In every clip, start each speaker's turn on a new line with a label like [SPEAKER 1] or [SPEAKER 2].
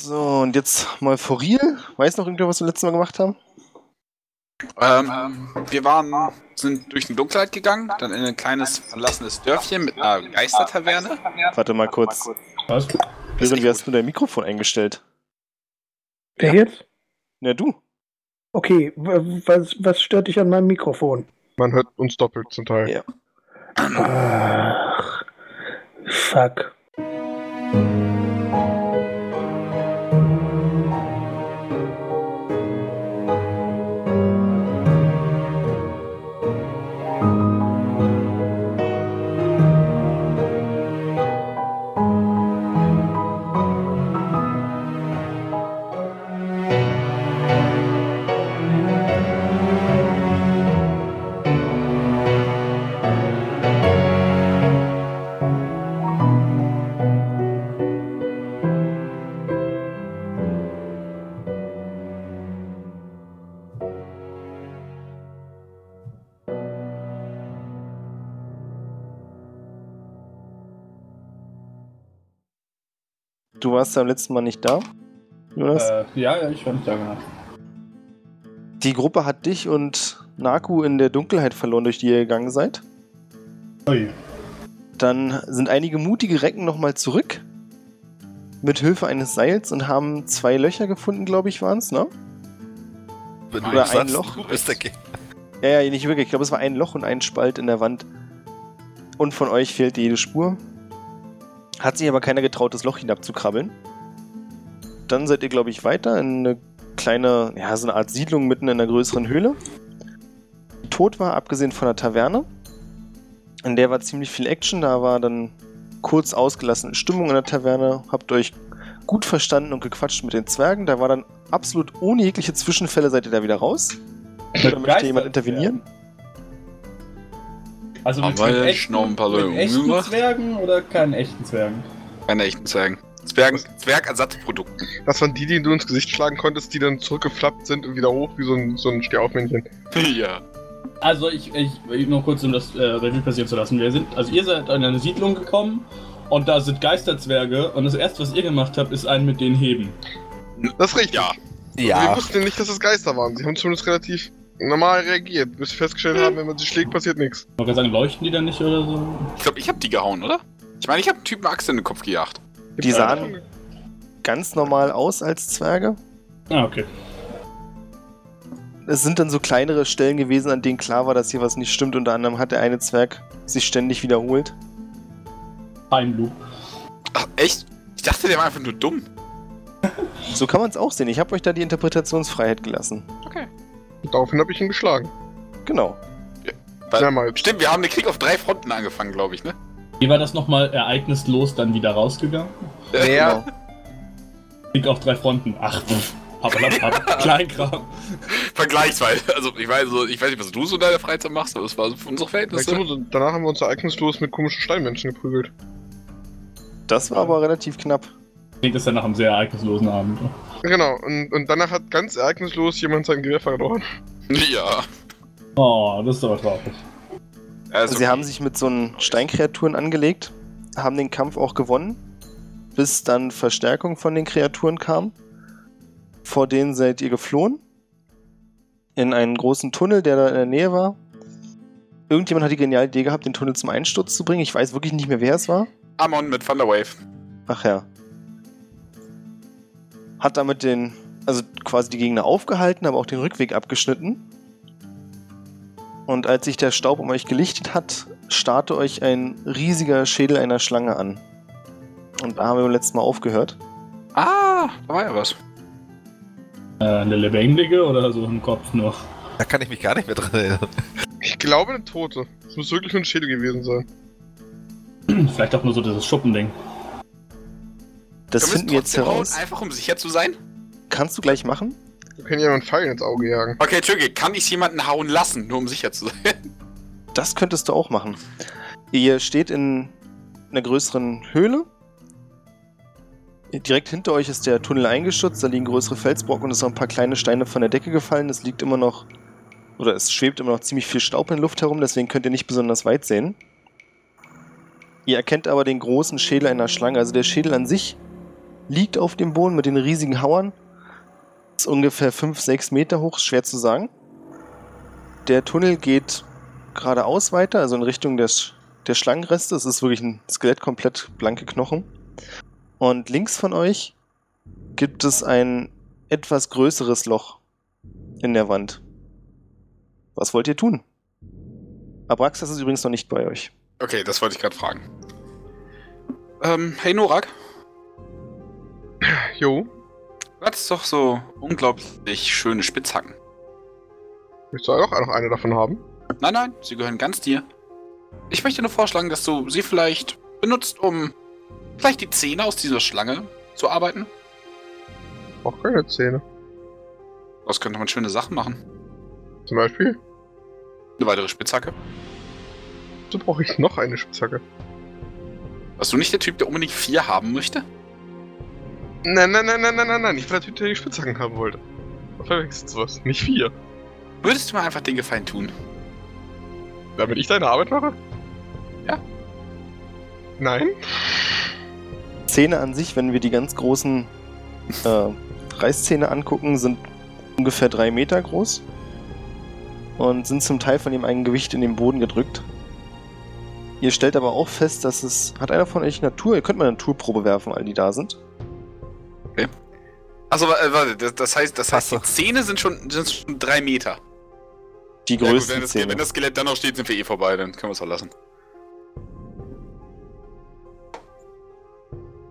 [SPEAKER 1] So, und jetzt mal Foril. Weiß noch irgendwer, was wir letztes Mal gemacht haben?
[SPEAKER 2] Ähm, wir waren, sind durch den Dunkelheit gegangen, dann in ein kleines verlassenes Dörfchen mit einer Geistertaverne.
[SPEAKER 1] Warte mal kurz.
[SPEAKER 3] Was?
[SPEAKER 2] Ist
[SPEAKER 1] Jürgen,
[SPEAKER 2] echt
[SPEAKER 1] wie hast du dein Mikrofon eingestellt?
[SPEAKER 4] Wer jetzt?
[SPEAKER 1] Na, du.
[SPEAKER 4] Okay, w- was, was stört dich an meinem Mikrofon?
[SPEAKER 5] Man hört uns doppelt zum Teil.
[SPEAKER 1] Ja.
[SPEAKER 4] Ach, fuck.
[SPEAKER 1] Du warst beim letzten Mal nicht da. Jonas.
[SPEAKER 3] Äh, ja, ja, ich war nicht da, genau.
[SPEAKER 1] Die Gruppe hat dich und Naku in der Dunkelheit verloren, durch die ihr gegangen seid.
[SPEAKER 3] Ui.
[SPEAKER 1] Dann sind einige mutige Recken nochmal zurück. Mit Hilfe eines Seils und haben zwei Löcher gefunden, glaube ich, waren es, ne?
[SPEAKER 6] Wenn
[SPEAKER 1] Oder
[SPEAKER 6] nicht
[SPEAKER 1] ein
[SPEAKER 6] sagst,
[SPEAKER 1] Loch.
[SPEAKER 6] Du bist der Ge
[SPEAKER 1] Ja, ja, nicht wirklich. Ich glaube, es war ein Loch und ein Spalt in der Wand. Und von euch fehlt jede Spur. Hat sich aber keiner getraut, das Loch hinabzukrabbeln. Dann seid ihr, glaube ich, weiter in eine kleine, ja, so eine Art Siedlung mitten in einer größeren Höhle. Die tot war, abgesehen von der Taverne. In der war ziemlich viel Action. Da war dann kurz ausgelassene Stimmung in der Taverne. Habt euch gut verstanden und gequatscht mit den Zwergen. Da war dann absolut ohne jegliche Zwischenfälle seid ihr da wieder raus. Oder möchte jemand intervenieren?
[SPEAKER 3] Also mit,
[SPEAKER 2] Aber
[SPEAKER 3] mit
[SPEAKER 2] ich
[SPEAKER 3] echten,
[SPEAKER 2] noch ein paar Leute
[SPEAKER 3] mit echten
[SPEAKER 2] umgebracht.
[SPEAKER 3] Zwergen oder keinen echten Zwergen?
[SPEAKER 2] Keine echten Zwergen. Zwergen, Zwergersatzprodukten.
[SPEAKER 5] Das waren die, die du ins Gesicht schlagen konntest, die dann zurückgeflappt sind und wieder hoch wie so ein, so ein Stehaufmännchen.
[SPEAKER 2] Ja.
[SPEAKER 3] Also ich, ich nur kurz, um das äh, Revue passieren zu lassen. Wir sind, also ihr seid an eine Siedlung gekommen und da sind Geisterzwerge und das erste, was ihr gemacht habt, ist einen mit denen heben.
[SPEAKER 5] Das ist richtig.
[SPEAKER 2] Ja.
[SPEAKER 5] Wir
[SPEAKER 6] Ja.
[SPEAKER 5] wussten nicht, dass es Geister waren. Sie haben zumindest relativ normal reagiert, bis wir festgestellt haben, wenn man sie schlägt, passiert nichts.
[SPEAKER 3] Man kann sagen, leuchten die dann nicht oder so?
[SPEAKER 2] Ich glaube, ich hab die gehauen, oder? Ich meine, ich hab einen Typen Axt in den Kopf gejagt.
[SPEAKER 1] Die sahen ganz normal aus als Zwerge.
[SPEAKER 3] Ah, okay.
[SPEAKER 1] Es sind dann so kleinere Stellen gewesen, an denen klar war, dass hier was nicht stimmt. Unter anderem hat der eine Zwerg sich ständig wiederholt.
[SPEAKER 3] Ein Loop.
[SPEAKER 2] Ach, echt? Ich dachte, der war einfach nur dumm.
[SPEAKER 1] So kann man es auch sehen. Ich habe euch da die Interpretationsfreiheit gelassen.
[SPEAKER 5] Daraufhin habe ich ihn geschlagen.
[SPEAKER 1] Genau.
[SPEAKER 2] Was?
[SPEAKER 5] Mehrmals.
[SPEAKER 2] Stimmt, wir haben den Krieg auf drei Fronten angefangen, glaube ich, ne?
[SPEAKER 3] Wie war das nochmal ereignislos dann wieder rausgegangen?
[SPEAKER 1] Ja.
[SPEAKER 3] Krieg auf drei Fronten. Ach, pff. Hoppalapapp. Kleinkram.
[SPEAKER 2] Vergleichsweise. Also, ich weiß, so- ich weiß nicht, was du so in deiner Freizeit machst, aber das war so für unsere
[SPEAKER 5] Vielleicht
[SPEAKER 2] Verhältnisse.
[SPEAKER 5] haben wir uns- Danach haben wir uns ereignislos mit komischen Steinmenschen geprügelt.
[SPEAKER 1] Genau. Das war aber relativ knapp.
[SPEAKER 3] Klingt das dann nach einem sehr ereignislosen Abend.
[SPEAKER 5] Genau, und, und danach hat ganz ereignislos jemand seinen Gewehr verloren.
[SPEAKER 2] Ja.
[SPEAKER 3] Oh, das ist aber traurig.
[SPEAKER 2] Also,
[SPEAKER 1] Sie haben sich mit so einen Steinkreaturen angelegt, haben den Kampf auch gewonnen, bis dann Verstärkung von den Kreaturen kam. Vor denen seid ihr geflohen. In einen großen Tunnel, der da in der Nähe war. Irgendjemand hat die geniale Idee gehabt, den Tunnel zum Einsturz zu bringen. Ich weiß wirklich nicht mehr, wer es war.
[SPEAKER 2] Amon mit Thunderwave.
[SPEAKER 1] Ach ja. Hat damit den, also quasi die Gegner aufgehalten, aber auch den Rückweg abgeschnitten. Und als sich der Staub um euch gelichtet hat, starrte euch ein riesiger Schädel einer Schlange an. Und da haben wir beim letzten Mal aufgehört.
[SPEAKER 2] Ah, da war ja was.
[SPEAKER 3] Äh, eine lebendige oder so im Kopf nur?
[SPEAKER 6] Da kann ich mich gar nicht mehr dran erinnern.
[SPEAKER 5] Ich glaube, eine Tote. Es muss wirklich nur ein Schädel gewesen sein.
[SPEAKER 3] Vielleicht auch nur so dieses Schuppending.
[SPEAKER 1] Das
[SPEAKER 2] Können wir
[SPEAKER 1] finden wir jetzt
[SPEAKER 2] es trotzdem hauen,
[SPEAKER 1] heraus.
[SPEAKER 2] Einfach um sicher zu sein?
[SPEAKER 1] Kannst du gleich machen?
[SPEAKER 5] Wir können jemanden Pfeil ins Auge jagen.
[SPEAKER 2] Okay, Entschuldige, kann ich jemanden hauen lassen, nur um sicher zu sein?
[SPEAKER 1] Das könntest du auch machen. Ihr steht in einer größeren Höhle. Direkt hinter euch ist der Tunnel eingestürzt, da liegen größere Felsbrocken und es sind noch ein paar kleine Steine von der Decke gefallen. Es liegt immer noch, oder es schwebt immer noch ziemlich viel Staub in der Luft herum, deswegen könnt ihr nicht besonders weit sehen. Ihr erkennt aber den großen Schädel einer Schlange. Also der Schädel an sich liegt auf dem Boden mit den riesigen Hauern. Ist ungefähr 5, 6 Meter hoch, ist schwer zu sagen. Der Tunnel geht geradeaus weiter, also in Richtung des, der Schlangenreste. Es ist wirklich ein Skelett, komplett blanke Knochen. Und links von euch gibt es ein etwas größeres Loch in der Wand. Was wollt ihr tun? Abraxas ist übrigens noch nicht bei euch.
[SPEAKER 2] Okay, das wollte ich gerade fragen. Ähm, hey Norak,
[SPEAKER 5] Jo,
[SPEAKER 2] du hattest doch so unglaublich schöne Spitzhacken.
[SPEAKER 5] ich soll auch noch eine davon haben.
[SPEAKER 2] Nein, nein, sie gehören ganz dir. Ich möchte nur vorschlagen, dass du sie vielleicht benutzt, um vielleicht die Zähne aus dieser Schlange zu arbeiten.
[SPEAKER 5] Auch keine Zähne.
[SPEAKER 2] Daraus könnte man schöne Sachen machen.
[SPEAKER 5] Zum Beispiel,
[SPEAKER 2] Eine weitere Spitzhacke.
[SPEAKER 5] so brauche ich noch eine Spitzhacke.
[SPEAKER 2] Warst du nicht der Typ, der unbedingt vier haben möchte?
[SPEAKER 5] Nein, nein, nein, nein, nein, nein, nein. Ich war der Typ, der die Spitzhacken haben wollte. Da verwechselst du was. Nicht vier.
[SPEAKER 2] Würdest du mir einfach den Gefallen tun?
[SPEAKER 5] Damit ich deine Arbeit mache?
[SPEAKER 2] Ja.
[SPEAKER 5] Nein?
[SPEAKER 1] Zähne an sich, wenn wir die ganz großen äh, Reißzähne angucken, sind ungefähr drei Meter groß und sind zum Teil von dem einen Gewicht in den Boden gedrückt. Ihr stellt aber auch fest, dass es. Hat einer von euch Natur? Ihr könnt mal eine Naturprobe werfen, all die da sind.
[SPEAKER 2] Also äh, warte, das, das heißt, das heißt,
[SPEAKER 6] Ach so.
[SPEAKER 2] die Zähne sind schon, sind schon drei Meter.
[SPEAKER 1] Die
[SPEAKER 2] Ja, gut,
[SPEAKER 1] größten
[SPEAKER 2] wenn, das,
[SPEAKER 1] Zähne.
[SPEAKER 2] wenn das Skelett dann noch steht, sind wir eh vorbei, dann können wir es auch lassen.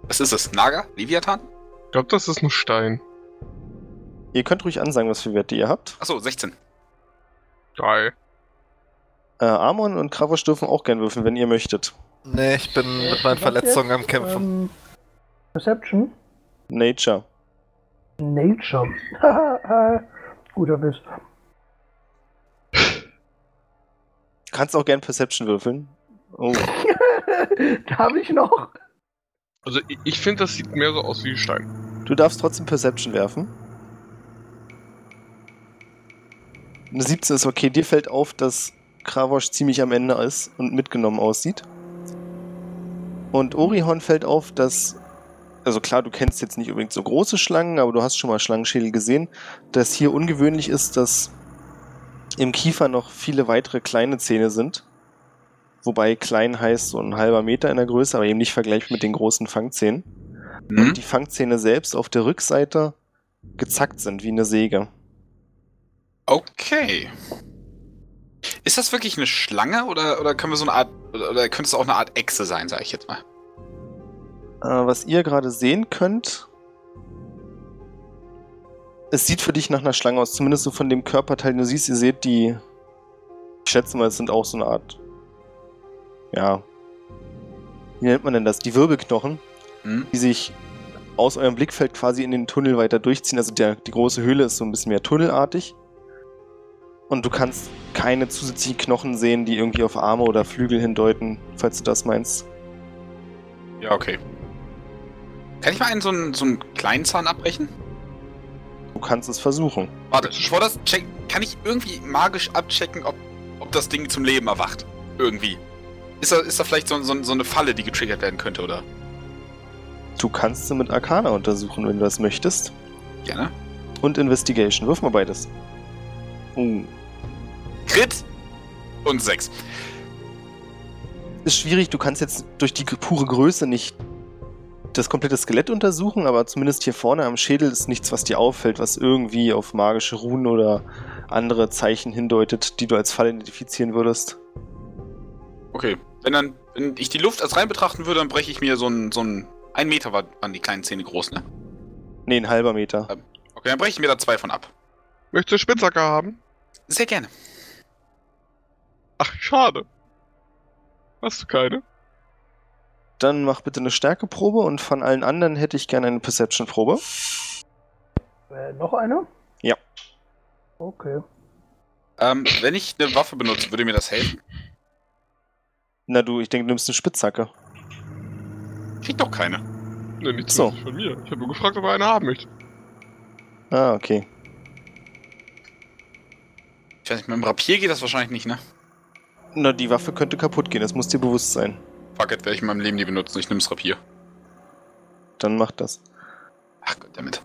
[SPEAKER 2] Was ist das? Naga? Leviathan?
[SPEAKER 5] Ich glaube, das ist ein Stein.
[SPEAKER 1] ihr könnt ruhig ansagen, was für Werte ihr habt.
[SPEAKER 2] Achso, 16.
[SPEAKER 5] Geil.
[SPEAKER 1] Äh, Amon und Kravos dürfen auch gern würfeln, wenn ihr möchtet.
[SPEAKER 6] Nee, ich bin mit meinen
[SPEAKER 4] Was
[SPEAKER 6] Verletzungen
[SPEAKER 4] jetzt?
[SPEAKER 6] am Kämpfen.
[SPEAKER 4] Ähm, Perception?
[SPEAKER 1] Nature.
[SPEAKER 4] Nature. Haha, Guter Witz.
[SPEAKER 1] Kannst auch gern Perception würfeln. Oh.
[SPEAKER 4] da habe ich noch.
[SPEAKER 5] Also, ich, ich finde, das sieht mehr so aus wie Stein.
[SPEAKER 1] Du darfst trotzdem Perception werfen. Eine 17 ist okay. Dir fällt auf, dass Kravosch ziemlich am Ende ist und mitgenommen aussieht. Und Orihorn fällt auf, dass. Also klar, du kennst jetzt nicht unbedingt so große Schlangen, aber du hast schon mal Schlangenschädel gesehen. Dass hier ungewöhnlich ist, dass im Kiefer noch viele weitere kleine Zähne sind. Wobei klein heißt so ein halber Meter in der Größe, aber eben nicht vergleichbar mit den großen Fangzähnen
[SPEAKER 2] Mhm.
[SPEAKER 1] die Fangzähne selbst auf der Rückseite gezackt sind wie eine Säge.
[SPEAKER 2] Okay. Ist das wirklich eine Schlange oder, oder können wir so eine Art. Oder, oder könnte es auch eine Art Echse sein, sage ich jetzt mal?
[SPEAKER 1] Äh, was ihr gerade sehen könnt, es sieht für dich nach einer Schlange aus, zumindest so von dem Körperteil, den du siehst. Ihr seht die, ich schätze mal, es sind auch so eine Art, ja, wie nennt man denn das? Die Wirbelknochen,
[SPEAKER 2] Mhm.
[SPEAKER 1] die sich aus eurem Blickfeld quasi in den Tunnel weiter durchziehen. Also der, die große Höhle ist so ein bisschen mehr tunnelartig. Und du kannst keine zusätzlichen Knochen sehen, die irgendwie auf Arme oder Flügel hindeuten, falls du das meinst.
[SPEAKER 2] Ja, okay. Kann ich mal einen so einen, so einen kleinen Zahn abbrechen?
[SPEAKER 1] Du kannst es versuchen.
[SPEAKER 2] Warte, bevor das check, kann ich irgendwie magisch abchecken, ob, ob das Ding zum Leben erwacht? Irgendwie. Ist da, ist da vielleicht so, so, so eine Falle, die getriggert werden könnte, oder?
[SPEAKER 1] Du kannst sie mit Arcana untersuchen, wenn du das möchtest.
[SPEAKER 2] Gerne.
[SPEAKER 1] Und Investigation. Wirf mal beides. Oh.
[SPEAKER 2] Crit und 6.
[SPEAKER 1] Ist schwierig, du kannst jetzt durch die pure Größe nicht das komplette Skelett untersuchen, aber zumindest hier vorne am Schädel ist nichts, was dir auffällt, was irgendwie auf magische Runen oder andere Zeichen hindeutet, die du als Fall identifizieren würdest.
[SPEAKER 2] Okay. Wenn dann, wenn ich die Luft als rein betrachten würde, dann breche ich mir so einen, so einen, ein Meter war- waren die kleinen Zähne groß, ne?
[SPEAKER 1] Nee, ein halber Meter.
[SPEAKER 2] Okay, dann breche ich mir da zwei von ab.
[SPEAKER 5] Möchtest du Spitzhacke haben?
[SPEAKER 2] Sehr gerne.
[SPEAKER 5] Ach, schade. Hast du keine?
[SPEAKER 1] Dann mach bitte eine Stärkeprobe und von allen anderen hätte ich gerne eine Perception-Probe.
[SPEAKER 4] Äh, noch eine?
[SPEAKER 1] Ja.
[SPEAKER 4] Okay.
[SPEAKER 2] Ähm, wenn ich eine Waffe benutze, würde mir das helfen?
[SPEAKER 1] Na du, ich denke, du nimmst eine Spitzhacke.
[SPEAKER 2] Kriegt doch keine.
[SPEAKER 5] Ne, nicht
[SPEAKER 1] So.
[SPEAKER 5] so. von mir. Ich habe nur gefragt, ob er eine haben möchte.
[SPEAKER 1] Ah, okay.
[SPEAKER 2] Ich weiß nicht, mit dem Rapier geht das wahrscheinlich nicht, ne?
[SPEAKER 1] Na, die Waffe könnte kaputt gehen, das muss dir bewusst sein.
[SPEAKER 2] Fuck it, werde ich in meinem Leben nie benutzen. Ich nehme das Rapier.
[SPEAKER 1] Dann mach das.
[SPEAKER 2] Ach Gott, damit.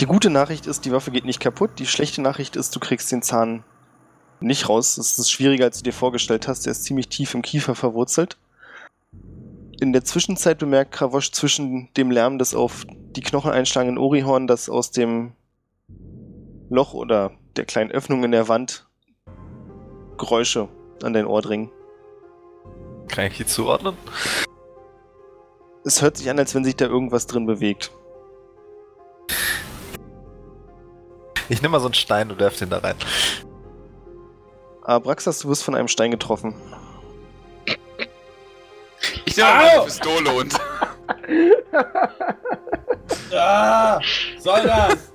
[SPEAKER 1] Die gute Nachricht ist, die Waffe geht nicht kaputt. Die schlechte Nachricht ist, du kriegst den Zahn nicht raus. Das ist schwieriger, als du dir vorgestellt hast. Der ist ziemlich tief im Kiefer verwurzelt. In der Zwischenzeit bemerkt Krawosch zwischen dem Lärm des auf die Knochen einschlagenden Orihorn, dass aus dem Loch oder der kleinen Öffnung in der Wand Geräusche an dein Ohr dringen.
[SPEAKER 6] Kann ich die zuordnen?
[SPEAKER 1] Es hört sich an, als wenn sich da irgendwas drin bewegt.
[SPEAKER 6] Ich nehme mal so einen Stein und werf den da rein.
[SPEAKER 1] Abraxas, du wirst von einem Stein getroffen.
[SPEAKER 2] Ich nehme mal
[SPEAKER 3] Au!
[SPEAKER 2] eine Pistole und.
[SPEAKER 3] Ah, soll das?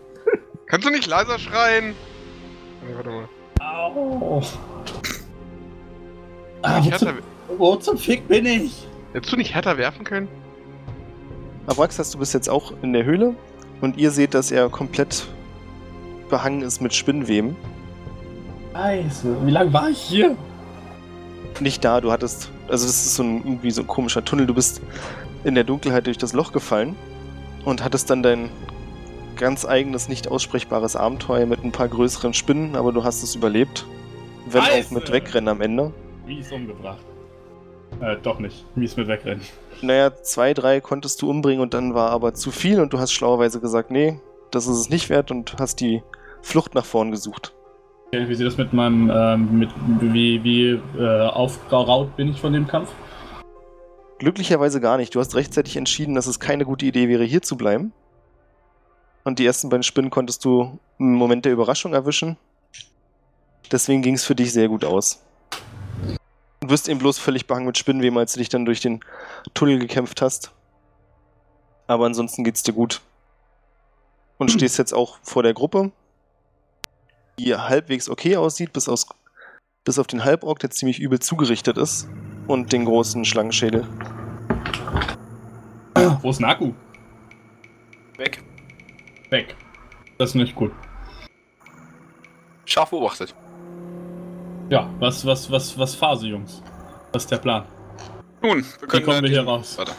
[SPEAKER 5] Kannst du nicht leiser schreien? Nee, warte mal.
[SPEAKER 3] Au. Ah,
[SPEAKER 5] Nicht
[SPEAKER 3] wo,
[SPEAKER 5] härter,
[SPEAKER 3] zum, wo zum Fick bin ich?
[SPEAKER 5] hättest du nicht härter werfen können?
[SPEAKER 1] Abraxas, du bist jetzt auch in der Höhle und ihr seht, dass er komplett behangen ist mit Spinnweben.
[SPEAKER 3] Scheiße, wie lange war ich hier?
[SPEAKER 1] Nicht da, du hattest. Also, das ist so ein, irgendwie so ein komischer Tunnel. Du bist in der Dunkelheit durch das Loch gefallen und hattest dann dein ganz eigenes, nicht aussprechbares Abenteuer mit ein paar größeren Spinnen, aber du hast es überlebt. Wenn auch
[SPEAKER 3] Scheiße.
[SPEAKER 1] mit Wegrennen am Ende.
[SPEAKER 3] Wie ist umgebracht? Äh, doch nicht. Wie ist mit wegrennen?
[SPEAKER 1] Naja, zwei, drei konntest du umbringen und dann war aber zu viel und du hast schlauerweise gesagt, nee, das ist es nicht wert und hast die Flucht nach vorn gesucht.
[SPEAKER 3] Okay, wie sieht das mit meinem, ähm, mit, wie, wie, äh, aufgeraut bin ich von dem Kampf?
[SPEAKER 1] Glücklicherweise gar nicht. Du hast rechtzeitig entschieden, dass es keine gute Idee wäre, hier zu bleiben. Und die ersten beiden Spinnen konntest du im Moment der Überraschung erwischen. Deswegen ging es für dich sehr gut aus. Du wirst eben bloß völlig behangen mit Spinnenweben, als du dich dann durch den Tunnel gekämpft hast. Aber ansonsten geht's dir gut. Und stehst jetzt auch vor der Gruppe, die halbwegs okay aussieht, bis, aus, bis auf den Halborg, der ziemlich übel zugerichtet ist, und den großen Schlangenschädel.
[SPEAKER 3] Wo ist Naku?
[SPEAKER 2] Weg.
[SPEAKER 3] Weg. Das ist nicht gut.
[SPEAKER 2] Scharf beobachtet.
[SPEAKER 3] Ja, was, was, was, was Phase, Jungs? Was ist der Plan?
[SPEAKER 2] Nun, wir
[SPEAKER 3] Wie
[SPEAKER 2] können.
[SPEAKER 3] kommen wir
[SPEAKER 2] äh,
[SPEAKER 3] hier raus?
[SPEAKER 2] Warte.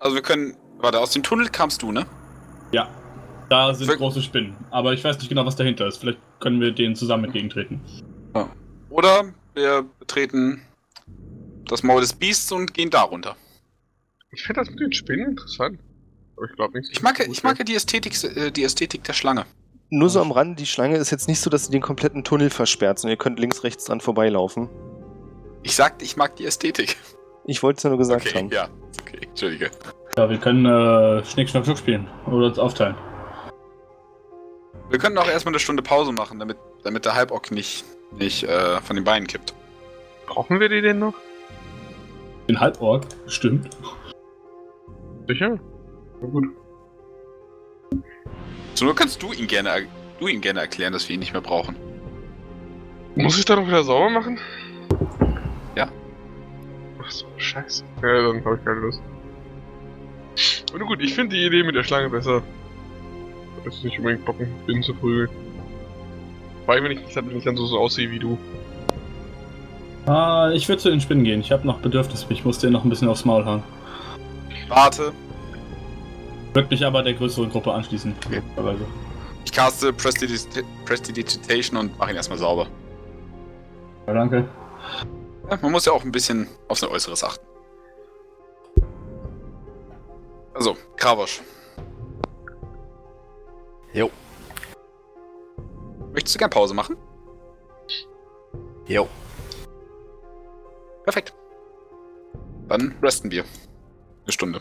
[SPEAKER 2] Also wir können. Warte, aus dem Tunnel kamst du, ne?
[SPEAKER 3] Ja, da sind
[SPEAKER 2] Wir-
[SPEAKER 3] große Spinnen. Aber ich weiß nicht genau, was dahinter ist. Vielleicht können wir denen zusammen entgegentreten.
[SPEAKER 2] Oder wir betreten das Maul des Biests und gehen da runter.
[SPEAKER 5] Ich finde das mit den Spinnen interessant. Aber ich glaube nicht.
[SPEAKER 2] Ich mag, ich mag ja die Ästhetik, äh, die Ästhetik der Schlange.
[SPEAKER 1] Nur so am Rand, die Schlange ist jetzt nicht so, dass sie den kompletten Tunnel versperrt, sondern ihr könnt links, rechts dran vorbeilaufen.
[SPEAKER 2] Ich sagte, ich mag die Ästhetik.
[SPEAKER 1] Ich wollte es nur gesagt
[SPEAKER 2] Okay,
[SPEAKER 1] haben.
[SPEAKER 2] ja. Okay, Entschuldige.
[SPEAKER 3] Ja, wir können äh, Schnick, Schnack, Schnuck spielen. Oder uns aufteilen.
[SPEAKER 2] Wir könnten auch erstmal eine Stunde Pause machen, damit, damit der Halbock nicht, nicht äh, von den Beinen kippt.
[SPEAKER 5] Brauchen wir die denn noch?
[SPEAKER 3] Den Halborg, stimmt.
[SPEAKER 5] Sicher?
[SPEAKER 2] So nur kannst du ihn gerne er- du ihn gerne erklären, dass wir ihn nicht mehr brauchen.
[SPEAKER 5] Muss ich da noch wieder sauber machen?
[SPEAKER 2] Ja.
[SPEAKER 5] Ach so, scheiße. Ja, dann habe ich keine Lust. Und gut, ich finde die Idee mit der Schlange besser. Das ist nicht unbedingt bocken, bin zu prügeln. Weil wenn ich nicht, wenn ich dann so, so aussehe wie du.
[SPEAKER 3] Ah, ich würde zu den Spinnen gehen. Ich habe noch Bedürfnis. Ich muss denen noch ein bisschen aufs Maul hauen.
[SPEAKER 2] Warte,
[SPEAKER 3] Würde mich aber der größeren Gruppe anschließen.
[SPEAKER 2] Okay.
[SPEAKER 3] Also,
[SPEAKER 2] ich caste Prestidigit- Prestidigitation und mache ihn erstmal sauber.
[SPEAKER 3] ja, danke.
[SPEAKER 2] Ja, man muss ja auch ein bisschen auf sein Äußeres achten. Also, Kravosch.
[SPEAKER 6] Jo.
[SPEAKER 2] Möchtest du gerne Pause machen?
[SPEAKER 6] Jo.
[SPEAKER 2] Perfekt. Dann resten wir. Eine Stunde.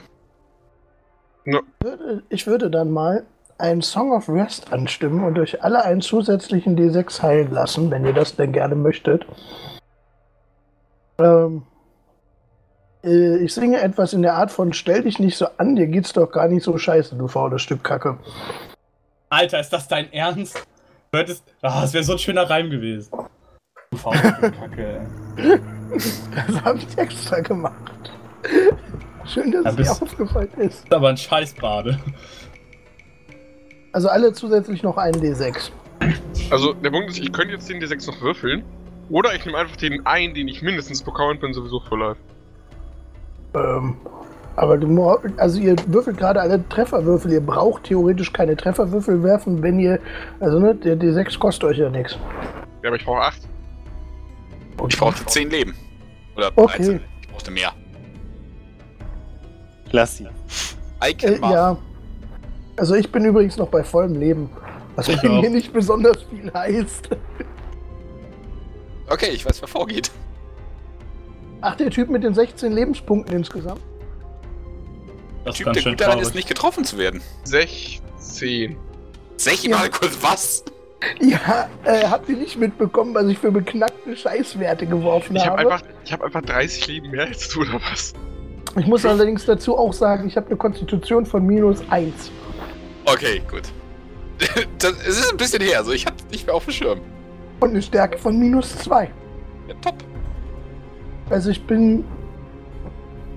[SPEAKER 4] Würde- Ich würde dann mal einen Song of Rest anstimmen und euch alle einen zusätzlichen D6 heilen lassen, wenn ihr das denn gerne möchtet. Ähm, äh, ich singe etwas in der Art von Stell dich nicht so an, dir geht's doch gar nicht so scheiße, du faules Stück Kacke.
[SPEAKER 3] Alter, ist das dein Ernst? Würdest. Ah, es wäre so ein schöner Reim gewesen. Du faule Kacke, ey.
[SPEAKER 4] Das habe ich extra gemacht. Schön, dass
[SPEAKER 3] Ja,
[SPEAKER 4] es dir
[SPEAKER 3] bist-
[SPEAKER 4] aufgefallen ist.
[SPEAKER 3] Ist aber ein Scheißbade.
[SPEAKER 4] Also alle zusätzlich noch einen D6.
[SPEAKER 5] Also der Punkt ist, ich könnte jetzt den D6 noch würfeln. Oder ich nehme einfach den einen, den ich mindestens bekomme und bin sowieso voll live.
[SPEAKER 4] Ähm, Aber du, mo- also ihr würfelt gerade alle Trefferwürfel. Ihr braucht theoretisch keine Trefferwürfel werfen, wenn ihr. Also, ne, der D6 kostet euch ja nichts.
[SPEAKER 5] Ja, aber ich brauche 8.
[SPEAKER 2] Ich brauchte 10 Leben. Oder
[SPEAKER 4] Okay.
[SPEAKER 2] 13. Ich brauchte mehr.
[SPEAKER 1] Lass sie.
[SPEAKER 2] I
[SPEAKER 4] Äh,
[SPEAKER 2] can Marv.
[SPEAKER 4] ja. Also, ich bin übrigens noch bei vollem Leben. Was
[SPEAKER 3] Ich
[SPEAKER 4] bei
[SPEAKER 3] auch.
[SPEAKER 4] mir nicht besonders viel heißt.
[SPEAKER 2] Okay, ich weiß, wer vorgeht.
[SPEAKER 4] Ach, der Typ mit den 16 Lebenspunkten insgesamt?
[SPEAKER 3] Das ist
[SPEAKER 2] Typ,
[SPEAKER 3] ganz
[SPEAKER 2] der
[SPEAKER 3] schön
[SPEAKER 2] gut daran ist,
[SPEAKER 3] traurig.
[SPEAKER 2] nicht getroffen zu werden.
[SPEAKER 5] 16.
[SPEAKER 2] Sag ich
[SPEAKER 4] Ja.
[SPEAKER 2] mal kurz, was?
[SPEAKER 4] Ja, äh, habt ihr nicht mitbekommen, was ich für beknackte Scheißwerte geworfen
[SPEAKER 5] Ich habe
[SPEAKER 4] habe?
[SPEAKER 5] einfach, ich hab einfach 30 Leben mehr als du, oder was?
[SPEAKER 4] ich muss allerdings dazu auch sagen, ich habe eine Konstitution von minus 1.
[SPEAKER 2] Okay, gut. Das, es ist ein bisschen her, also ich hab's nicht mehr auf dem Schirm.
[SPEAKER 4] Und eine Stärke von minus 2.
[SPEAKER 2] Ja, top.
[SPEAKER 4] Also ich bin.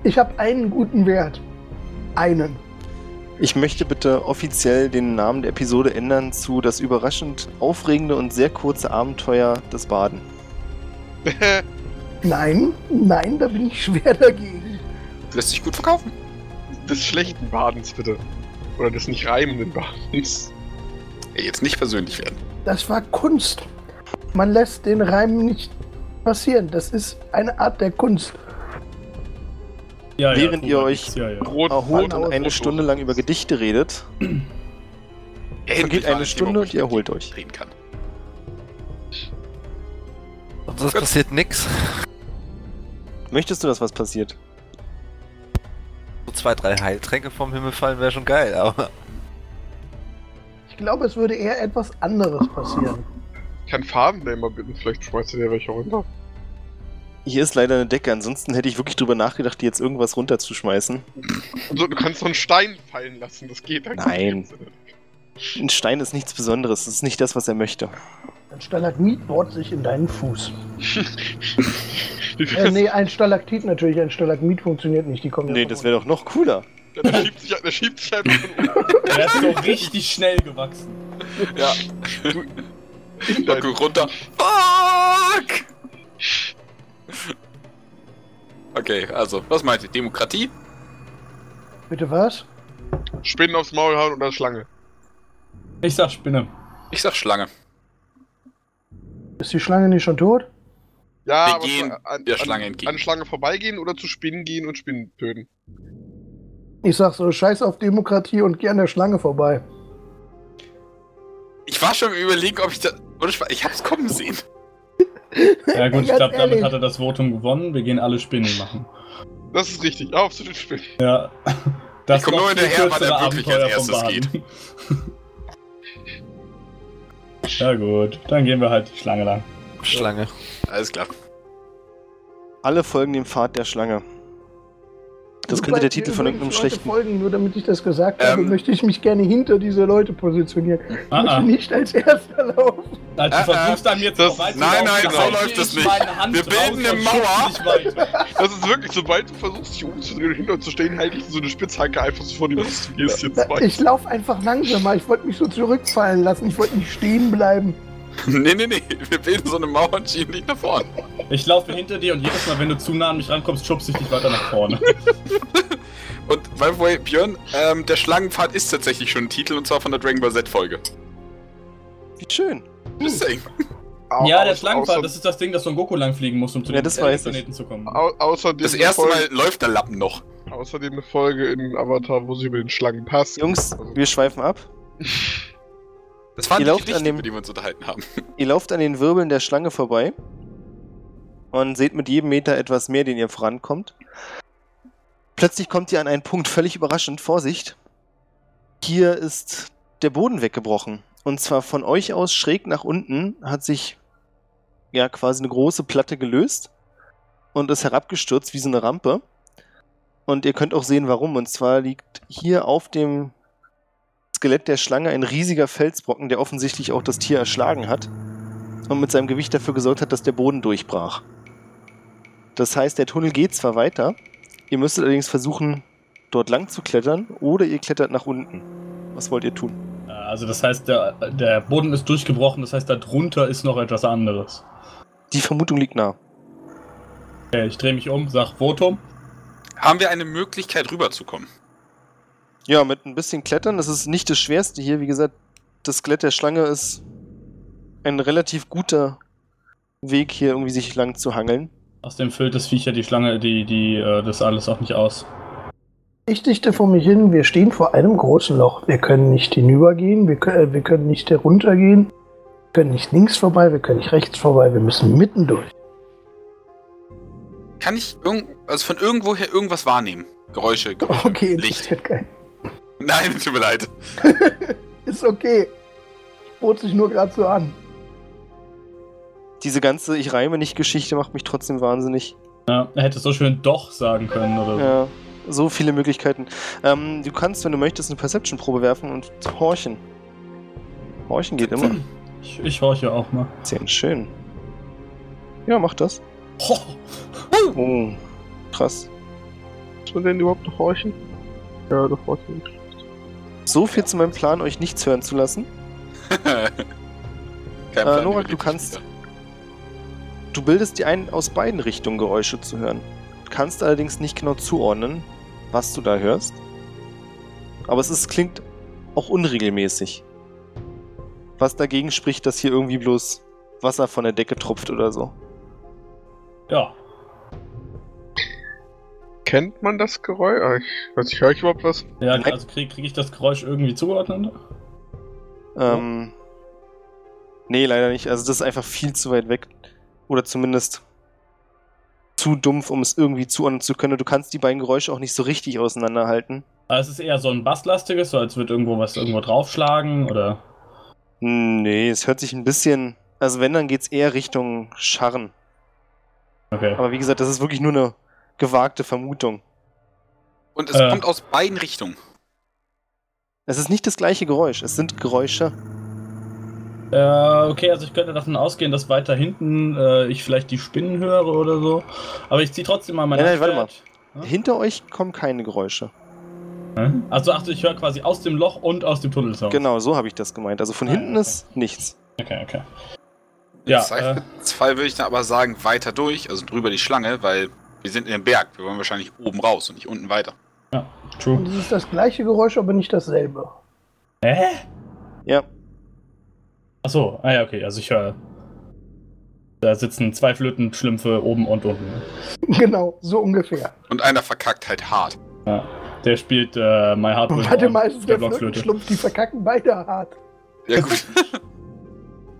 [SPEAKER 4] Ich habe einen guten Wert. Einen.
[SPEAKER 1] Ich möchte bitte offiziell den Namen der Episode ändern zu das überraschend aufregende und sehr kurze Abenteuer des Baden.
[SPEAKER 4] Nein, nein, da bin ich schwer dagegen.
[SPEAKER 2] Lässt sich gut verkaufen.
[SPEAKER 5] Des schlechten Badens, bitte. Oder des nicht reimenden Badens.
[SPEAKER 2] Ey, jetzt nicht persönlich werden.
[SPEAKER 4] Das war Kunst. Man lässt den Reim nicht passieren. Das ist eine Art der Kunst.
[SPEAKER 3] Ja, ja,
[SPEAKER 1] Während ihr euch-
[SPEAKER 3] Ja, ja.
[SPEAKER 5] Rot,
[SPEAKER 1] Erholt
[SPEAKER 5] rot
[SPEAKER 1] und
[SPEAKER 5] und
[SPEAKER 1] eine
[SPEAKER 5] rot,
[SPEAKER 1] Stunde
[SPEAKER 5] rot.
[SPEAKER 1] lang über Gedichte redet. Vergeht
[SPEAKER 2] Endlich mal
[SPEAKER 1] eine
[SPEAKER 2] ein
[SPEAKER 1] Stunde
[SPEAKER 2] Thema, wo
[SPEAKER 1] und
[SPEAKER 2] ich
[SPEAKER 1] ihr erholt euch.
[SPEAKER 2] reden kann.
[SPEAKER 6] Und sonst
[SPEAKER 2] Gut.
[SPEAKER 6] passiert nix.
[SPEAKER 1] Möchtest du, dass was passiert?
[SPEAKER 6] So zwei, drei Heiltränke vom Himmel fallen wäre schon geil, aber
[SPEAKER 4] Ich glaube, es würde eher etwas anderes passieren.
[SPEAKER 5] Kann Faden denn mal bitten? Vielleicht schmeißt du dir welche runter.
[SPEAKER 1] Hier ist leider eine Decke, ansonsten hätte ich wirklich drüber nachgedacht, dir jetzt irgendwas runterzuschmeißen.
[SPEAKER 5] Also, du kannst so einen Stein fallen lassen, das geht. Dann
[SPEAKER 1] Nein. Ein Stein ist nichts Besonderes, das ist nicht das, was er möchte.
[SPEAKER 4] Ein Stalagmit bohrt sich in deinen Fuß.
[SPEAKER 5] Wie viel
[SPEAKER 4] Äh, nee, ein Stalaktit natürlich. Ein Stalagmit funktioniert nicht. Die kommen ja
[SPEAKER 1] Nee,
[SPEAKER 4] von
[SPEAKER 1] das wäre doch noch cooler.
[SPEAKER 5] Ja, Der schiebt sich, der schiebt sich einfach von oben
[SPEAKER 3] Der ist doch richtig schnell gewachsen.
[SPEAKER 2] Ja,
[SPEAKER 5] in
[SPEAKER 2] Dackel
[SPEAKER 5] dein-
[SPEAKER 2] runter. Fuck! Okay, also, was meint ihr? Demokratie?
[SPEAKER 4] unten. Bitte was?
[SPEAKER 5] Spinnen aufs Maul hauen oder Schlange.
[SPEAKER 3] Ich sag Spinne.
[SPEAKER 2] Ich sag Schlange.
[SPEAKER 4] Ist die Schlange nicht schon tot?
[SPEAKER 5] Ja,
[SPEAKER 2] Wir
[SPEAKER 5] aber
[SPEAKER 2] gehen
[SPEAKER 5] an,
[SPEAKER 2] der
[SPEAKER 5] an-
[SPEAKER 2] Schlange entgegen.
[SPEAKER 5] An Schlange vorbeigehen oder zu Spinnen gehen und Spinnen töten.
[SPEAKER 4] Ich sag so, scheiß auf Demokratie und geh an der Schlange vorbei.
[SPEAKER 2] Ich war schon im Überlegen, ob ich das. Ohne Spaß, ich hab's kommen sehen.
[SPEAKER 3] Ja gut, ich
[SPEAKER 4] Ganz
[SPEAKER 3] glaube, damit
[SPEAKER 4] ehrlich.
[SPEAKER 3] hat er das Votum gewonnen. Wir gehen alle Spinnen machen.
[SPEAKER 5] Das ist richtig. Auf zu den Spinnen.
[SPEAKER 3] Ja. Das
[SPEAKER 2] Ich komm
[SPEAKER 3] noch
[SPEAKER 2] nur
[SPEAKER 3] viel
[SPEAKER 2] hinterher, wann er
[SPEAKER 3] kürzere
[SPEAKER 2] wirklich als
[SPEAKER 3] Abenteuer
[SPEAKER 2] erstes
[SPEAKER 3] vom Baden. Ja gut, dann gehen wir halt die Schlange lang.
[SPEAKER 6] Schlange.
[SPEAKER 2] Alles klar.
[SPEAKER 1] Alle folgen dem Pfad der Schlange. Das könnte
[SPEAKER 4] Sobald
[SPEAKER 1] der
[SPEAKER 4] mir
[SPEAKER 1] Titel von
[SPEAKER 4] übrigens
[SPEAKER 1] irgendeinem
[SPEAKER 4] Leute
[SPEAKER 1] schlechten.
[SPEAKER 4] Folgen, nur damit ich das gesagt habe,
[SPEAKER 2] Ähm.
[SPEAKER 4] möchte ich mich gerne hinter diese Leute positionieren. Ich
[SPEAKER 3] Ah, ah.
[SPEAKER 4] möchte nicht als Erster laufen.
[SPEAKER 3] Als du
[SPEAKER 2] Äh,
[SPEAKER 3] versuchst, an mir
[SPEAKER 5] das-
[SPEAKER 3] vorbeizulaufen,
[SPEAKER 2] nein, nein,
[SPEAKER 3] halte
[SPEAKER 2] so läuft
[SPEAKER 3] ich
[SPEAKER 2] das nicht.
[SPEAKER 3] meine Hand
[SPEAKER 2] Wir bilden
[SPEAKER 3] raus
[SPEAKER 2] eine
[SPEAKER 3] und
[SPEAKER 2] Mauer.
[SPEAKER 3] schubse dich weiter.
[SPEAKER 5] Das ist wirklich, sobald du versuchst, dich umzudrehen und hinterzustehen, halte ich so eine Spitzhacke einfach so vor die Brust. Du gehst jetzt
[SPEAKER 4] Da-
[SPEAKER 5] weiter.
[SPEAKER 4] Ich laufe einfach langsamer. Ich wollte mich so zurückfallen lassen. Ich wollte nicht stehen bleiben.
[SPEAKER 2] nee, nee, nee. Wir bilden so eine Mauer und schieben dich nach vorne.
[SPEAKER 3] Ich laufe hinter dir und jedes Mal, wenn du zu nah an mich rankommst, schubst ich dich weiter nach vorne.
[SPEAKER 2] Und by the way, Björn, ähm, der Schlangenpfad ist tatsächlich schon ein Titel und zwar von der Dragon Ball Z-Folge.
[SPEAKER 1] Wie schön.
[SPEAKER 2] Just
[SPEAKER 1] Hm,
[SPEAKER 2] saying.
[SPEAKER 5] Au-
[SPEAKER 3] ja, der
[SPEAKER 5] außer-
[SPEAKER 3] Schlangenpfad,
[SPEAKER 5] außer-
[SPEAKER 3] das ist das Ding, dass Son Goku langfliegen muss, um zu
[SPEAKER 1] Ja,
[SPEAKER 3] dem
[SPEAKER 1] das weiß
[SPEAKER 3] Planeten zu kommen.
[SPEAKER 5] Au außerdem,
[SPEAKER 2] Das erste Mal
[SPEAKER 5] eine
[SPEAKER 2] läuft der Lappen noch.
[SPEAKER 5] Folge, außerdem eine Folge in Avatar, wo sie über den Schlangen passt.
[SPEAKER 1] Jungs,
[SPEAKER 5] Also,
[SPEAKER 1] wir schweifen ab.
[SPEAKER 2] Das waren
[SPEAKER 1] Ihr
[SPEAKER 2] die
[SPEAKER 1] lauft
[SPEAKER 2] Gedichte,
[SPEAKER 1] an dem-
[SPEAKER 2] über die wir uns unterhalten haben.
[SPEAKER 1] Ihr lauft an den Wirbeln der Schlange vorbei und seht mit jedem Meter etwas mehr, den ihr vorankommt. Plötzlich kommt ihr an einen Punkt, völlig überraschend, Vorsicht. Hier ist der Boden weggebrochen. Und zwar von euch aus schräg nach unten hat sich ja quasi eine große Platte gelöst und ist herabgestürzt wie so eine Rampe. Und ihr könnt auch sehen, warum. Und zwar liegt hier auf dem Skelett der Schlange ein riesiger Felsbrocken, der offensichtlich auch das Tier erschlagen hat und mit seinem Gewicht dafür gesorgt hat, dass der Boden durchbrach. Das heißt, der Tunnel geht zwar weiter, ihr müsst allerdings versuchen, dort lang zu klettern oder ihr klettert nach unten. Was wollt ihr tun?
[SPEAKER 3] Also das heißt, der, der Boden ist durchgebrochen, das heißt, da drunter ist noch etwas anderes.
[SPEAKER 1] Die Vermutung liegt nah.
[SPEAKER 3] Okay, ich drehe mich um, sag Votum.
[SPEAKER 2] Haben wir eine Möglichkeit rüberzukommen?
[SPEAKER 1] Ja, mit ein bisschen Klettern. Das ist nicht das Schwerste hier. Wie gesagt, das Skelett der Schlange ist ein relativ guter Weg, hier irgendwie sich lang zu hangeln.
[SPEAKER 3] Außerdem füllt das Viech ja die Schlange, die, die, äh, das alles auch nicht aus.
[SPEAKER 4] Ich dichte vor mich hin, wir stehen vor einem großen Loch. Wir können nicht hinübergehen, wir können, äh, wir können nicht heruntergehen, wir können nicht links vorbei, wir können nicht rechts vorbei, wir müssen mitten durch.
[SPEAKER 2] Kann ich irgend, also von irgendwoher irgendwas wahrnehmen? Geräusche, Geräusche
[SPEAKER 4] Okay,
[SPEAKER 2] Licht.
[SPEAKER 4] interessiert keinen.
[SPEAKER 2] Nein, tut mir leid.
[SPEAKER 4] Ist okay. Bot sich nur gerade so an.
[SPEAKER 1] Diese ganze Ich reime nicht Geschichte macht mich trotzdem wahnsinnig.
[SPEAKER 3] Ja, er hätte so schön doch sagen können oder so.
[SPEAKER 1] Ja, so viele Möglichkeiten. Ähm, du kannst, wenn du möchtest, eine Perception-Probe werfen und horchen. Horchen geht immer.
[SPEAKER 3] Ich, ich horche auch mal.
[SPEAKER 1] Sehr schön. Ja, mach das.
[SPEAKER 3] Oh,
[SPEAKER 1] Oh, krass.
[SPEAKER 5] Muss man denn überhaupt noch horchen? Ja, doch horchen.
[SPEAKER 1] So viel zu meinem Plan, euch nichts hören zu lassen.
[SPEAKER 2] Kein
[SPEAKER 1] Äh,
[SPEAKER 2] Plan,
[SPEAKER 1] Norak,
[SPEAKER 2] überleg
[SPEAKER 1] du
[SPEAKER 2] ich
[SPEAKER 1] kannst-
[SPEAKER 2] wieder.
[SPEAKER 1] Du bildest dir ein, aus beiden Richtungen Geräusche zu hören. Kannst allerdings nicht genau zuordnen, was du da hörst. Aber es ist, klingt auch unregelmäßig. Was dagegen spricht, dass hier irgendwie bloß Wasser von der Decke tropft oder so.
[SPEAKER 3] ja.
[SPEAKER 5] Kennt man das Geräusch? Ah, ich weiß nicht, höre ich überhaupt was?
[SPEAKER 3] Ja,
[SPEAKER 1] Nein.
[SPEAKER 3] also kriege krieg ich das Geräusch irgendwie zugeordnet?
[SPEAKER 1] Ähm, nee, leider nicht. Also das ist einfach viel zu weit weg. Oder zumindest zu dumpf, um es irgendwie zuordnen zu können. Und Du kannst die beiden Geräusche auch nicht so richtig auseinanderhalten.
[SPEAKER 3] Aber Also es ist eher so ein basslastiges, so als würde irgendwo was irgendwo draufschlagen oder.
[SPEAKER 1] Nee, es hört sich ein bisschen. Also wenn, dann geht's eher Richtung Scharren.
[SPEAKER 3] Okay.
[SPEAKER 1] Aber wie gesagt, das ist wirklich nur eine gewagte Vermutung.
[SPEAKER 2] Und es
[SPEAKER 3] Äh.
[SPEAKER 2] kommt aus beiden Richtungen.
[SPEAKER 1] Es ist nicht das gleiche Geräusch, es sind Geräusche.
[SPEAKER 3] Äh, okay, also ich könnte davon ausgehen, dass weiter hinten äh, ich vielleicht die Spinnen höre oder so. Aber ich ziehe trotzdem mal mein
[SPEAKER 1] Nein, nein, warte
[SPEAKER 3] Nachtschwert. Ja.
[SPEAKER 1] Hinter euch kommen keine Geräusche.
[SPEAKER 3] Also ach, so, ich höre quasi aus dem Loch und aus dem Tunnelsound.
[SPEAKER 1] Genau, so habe ich das gemeint. Also von
[SPEAKER 3] Ah,
[SPEAKER 1] hinten
[SPEAKER 3] okay.
[SPEAKER 1] ist nichts.
[SPEAKER 3] Okay, okay.
[SPEAKER 2] Im
[SPEAKER 3] Ja, äh,
[SPEAKER 2] Zweifelsfall würde ich dann aber sagen, weiter durch, also drüber die Schlange, weil wir sind in dem Berg. Wir wollen wahrscheinlich oben raus und nicht unten weiter.
[SPEAKER 3] true.
[SPEAKER 4] Und es ist das gleiche Geräusch, aber nicht dasselbe.
[SPEAKER 3] Hä?
[SPEAKER 1] Ja,
[SPEAKER 3] Achso, ah ja, okay, also ich höre. Da sitzen zwei Flötenschlümpfe oben und unten.
[SPEAKER 4] Genau, so ungefähr.
[SPEAKER 2] Und einer verkackt halt hart.
[SPEAKER 3] Der spielt äh, My Heart Will
[SPEAKER 4] Warte
[SPEAKER 3] Go On
[SPEAKER 4] mal, es
[SPEAKER 3] auf
[SPEAKER 4] ist der Flötenschlumpf, die verkacken beide hart.
[SPEAKER 2] Ja gut.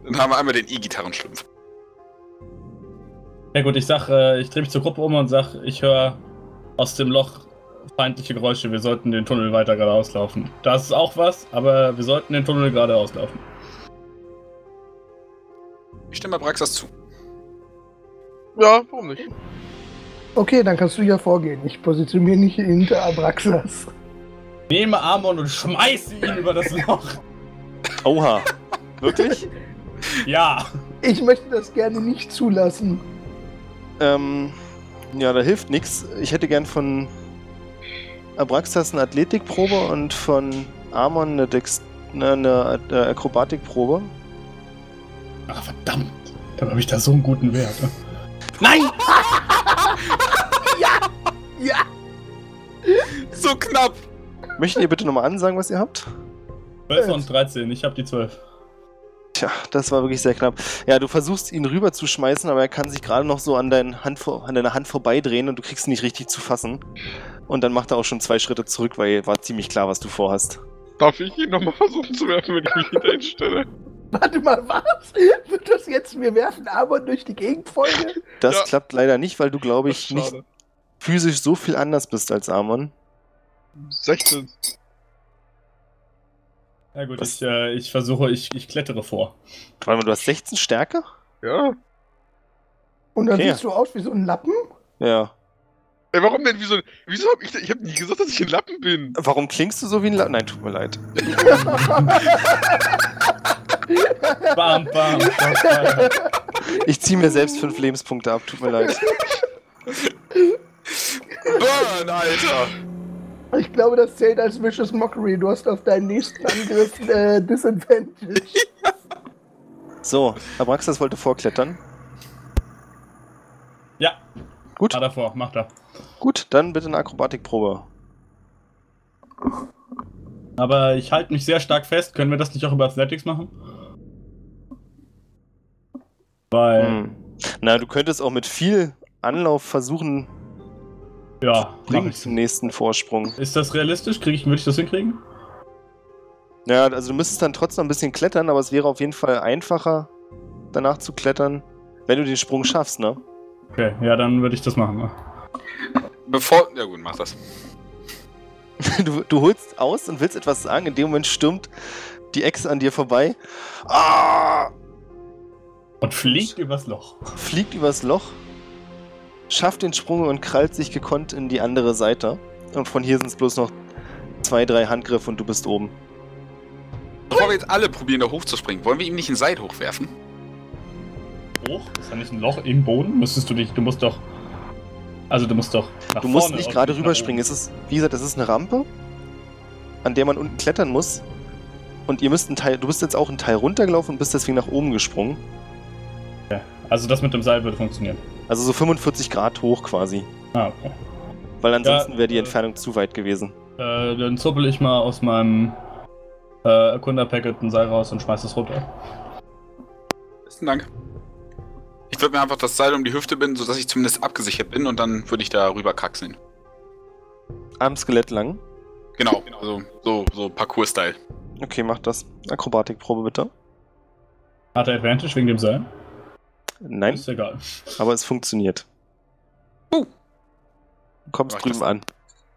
[SPEAKER 2] dann haben wir einmal den E-Gitarrenschlumpf.
[SPEAKER 3] Ja gut, ich sag, äh, ich drehe mich zur Gruppe um und sag, ich höre aus dem Loch feindliche Geräusche. Wir sollten den Tunnel weiter geradeaus laufen. Da ist auch was, aber wir sollten den Tunnel geradeaus laufen.
[SPEAKER 2] Ich stimme mal Braxas zu.
[SPEAKER 5] Ja, warum nicht?
[SPEAKER 4] Okay, dann kannst du ja vorgehen. Ich positioniere mich hinter Abraxas.
[SPEAKER 3] Nehme Amon und schmeiße ihn über das Loch.
[SPEAKER 1] oha. Wirklich?
[SPEAKER 3] Ja.
[SPEAKER 4] Ich möchte das gerne nicht zulassen.
[SPEAKER 1] Ähm, ja, da hilft nichts. Ich hätte gern von Abraxas eine Athletikprobe und von Amon eine, Dex ne, eine äh, Akrobatikprobe.
[SPEAKER 3] Ach Ah, verdammt. Dann habe ich da so einen guten Wert. ne? Nein!
[SPEAKER 2] So knapp!
[SPEAKER 1] Möchten ihr bitte nochmal ansagen, was ihr habt?
[SPEAKER 3] 12 und 13, ich habe die 12.
[SPEAKER 1] Tja, das war wirklich sehr knapp. Ja, du versuchst ihn rüberzuschmeißen, aber er kann sich gerade noch so an, dein Hand vor, an deiner Hand vorbeidrehen und du kriegst ihn nicht richtig zu fassen. Und dann macht er auch schon zwei Schritte zurück, weil war ziemlich klar, was du vorhast.
[SPEAKER 5] Darf ich ihn nochmal versuchen zu werfen, wenn ich mich hinter ihn stelle?
[SPEAKER 4] Warte mal, was? Wird das jetzt mir werfen, aber durch die Gegend folgen?
[SPEAKER 1] Das
[SPEAKER 5] Ja.
[SPEAKER 1] klappt leider nicht, weil du, glaube ich,
[SPEAKER 5] Das ist
[SPEAKER 1] nicht
[SPEAKER 5] schade.
[SPEAKER 1] physisch so viel anders bist als Amon.
[SPEAKER 5] 16.
[SPEAKER 3] Ja gut,
[SPEAKER 1] Was?
[SPEAKER 3] ich, äh, ich versuche, ich, ich klettere vor.
[SPEAKER 1] Warte mal, du hast 16 Stärke?
[SPEAKER 5] Ja.
[SPEAKER 4] Und dann
[SPEAKER 1] Okay.
[SPEAKER 4] siehst du aus wie so ein Lappen?
[SPEAKER 1] Ja.
[SPEAKER 5] Ey, warum denn? Wieso, wieso hab ich denn, Ich hab nie gesagt, dass ich ein Lappen bin.
[SPEAKER 1] Warum klingst du so wie ein La Nein, tut mir leid.
[SPEAKER 3] Bam, bam, bam, bam.
[SPEAKER 1] Ich ziehe mir selbst fünf Lebenspunkte ab, tut mir leid.
[SPEAKER 2] Burn, Alter!
[SPEAKER 4] Ich glaube, das zählt als Vicious Mockery. Du hast auf deinen nächsten Angriff äh, Disadvantage.
[SPEAKER 1] So, Abraxas wollte vorklettern.
[SPEAKER 3] Ja.
[SPEAKER 1] Gut.
[SPEAKER 3] Fahr davor, mach da.
[SPEAKER 1] Gut, dann bitte eine Akrobatikprobe.
[SPEAKER 3] Aber ich halte mich sehr stark fest. Können wir das nicht auch über Athletics machen? Weil,
[SPEAKER 1] Hm. Na, du könntest auch mit viel Anlauf versuchen,
[SPEAKER 3] ja, mach
[SPEAKER 1] bringen
[SPEAKER 3] ich.
[SPEAKER 1] zum nächsten Vorsprung.
[SPEAKER 3] Ist das realistisch? Krieg ich, würde ich das hinkriegen?
[SPEAKER 1] Ja, also du müsstest dann trotzdem ein bisschen klettern, aber es wäre auf jeden Fall einfacher, danach zu klettern, wenn du den Sprung schaffst, ne?
[SPEAKER 3] Okay, ja, dann würde ich das machen. ja.
[SPEAKER 2] Bevor. Ja, gut, mach das.
[SPEAKER 1] Du, du holst aus und willst etwas sagen. In dem Moment stürmt die Echse an dir vorbei. Ah!
[SPEAKER 3] Und fliegt übers Loch.
[SPEAKER 1] Fliegt übers Loch, schafft den Sprung und krallt sich gekonnt in die andere Seite. Und von hier sind es bloß noch zwei, drei Handgriffe und du bist oben.
[SPEAKER 2] Bevor wir jetzt alle probieren, da hochzuspringen, wollen wir ihm nicht ein Seil hochwerfen?
[SPEAKER 3] Hoch? Ist da nicht ein Loch im Boden? Müsstest du dich, du musst doch. Also, du musst doch. Nach
[SPEAKER 1] Du musst
[SPEAKER 3] vorne
[SPEAKER 1] nicht
[SPEAKER 3] und
[SPEAKER 1] gerade
[SPEAKER 3] nach
[SPEAKER 1] rüberspringen.
[SPEAKER 3] oben.
[SPEAKER 1] Es ist, wie gesagt, es ist eine Rampe, an der man unten klettern muss. Und ihr müsst einen Teil, du bist jetzt auch einen Teil runtergelaufen und bist deswegen nach oben gesprungen.
[SPEAKER 3] Also, das mit dem Seil würde funktionieren.
[SPEAKER 1] Also so 45 Grad hoch quasi.
[SPEAKER 3] Ah, okay.
[SPEAKER 1] Weil ansonsten wäre die
[SPEAKER 3] äh,
[SPEAKER 1] Entfernung zu weit gewesen.
[SPEAKER 3] Äh, dann zuppel ich mal aus meinem äh, Erkunder-Packet ein Seil raus und schmeiß es runter.
[SPEAKER 2] Besten Dank. Ich würde mir einfach das Seil um die Hüfte binden, sodass ich zumindest abgesichert bin und dann würde ich da rüber kraxeln.
[SPEAKER 1] Am Skelett lang.
[SPEAKER 2] Genau, genau. So, so, so Parcours-Style.
[SPEAKER 1] Okay, mach das. Akrobatikprobe bitte.
[SPEAKER 3] Hat er Advantage wegen dem Seil?
[SPEAKER 1] Nein,
[SPEAKER 3] Ist egal.
[SPEAKER 1] aber es funktioniert.
[SPEAKER 2] Uh.
[SPEAKER 1] Du kommst
[SPEAKER 2] Mach ich
[SPEAKER 1] drüben an.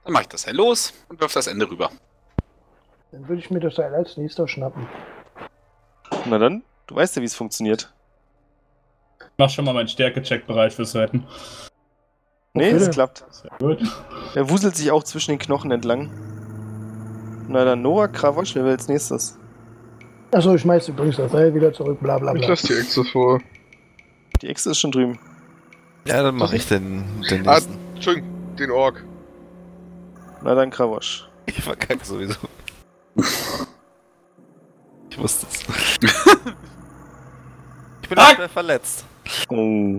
[SPEAKER 2] Dann mache ich das Seil los und wirf das Ende rüber.
[SPEAKER 4] Dann würde ich mir das Seil als nächster schnappen.
[SPEAKER 1] Na dann, du weißt ja, wie es funktioniert.
[SPEAKER 3] Mach schon mal meinen Stärke-Check bereit fürs Retten.
[SPEAKER 1] Nee,
[SPEAKER 4] Okay.
[SPEAKER 1] es klappt.
[SPEAKER 3] Sehr gut.
[SPEAKER 1] Er wuselt sich auch zwischen den Knochen entlang. Na dann, Nora Kravosch, wer will als nächstes?
[SPEAKER 4] Achso, ich schmeiß übrigens das Seil wieder zurück, bla bla
[SPEAKER 5] Ich
[SPEAKER 4] bla.
[SPEAKER 5] lasse die Echse vor.
[SPEAKER 1] Die Echse ist schon drüben.
[SPEAKER 6] Ja, dann mache ich den, den
[SPEAKER 5] Ah.
[SPEAKER 6] nächsten.
[SPEAKER 5] Entschuldigung, den Ork.
[SPEAKER 1] Na dann, Kravosch.
[SPEAKER 6] Ich verkacke sowieso. Ich wusste es. Ich bin auch schwer verletzt.
[SPEAKER 1] Oh.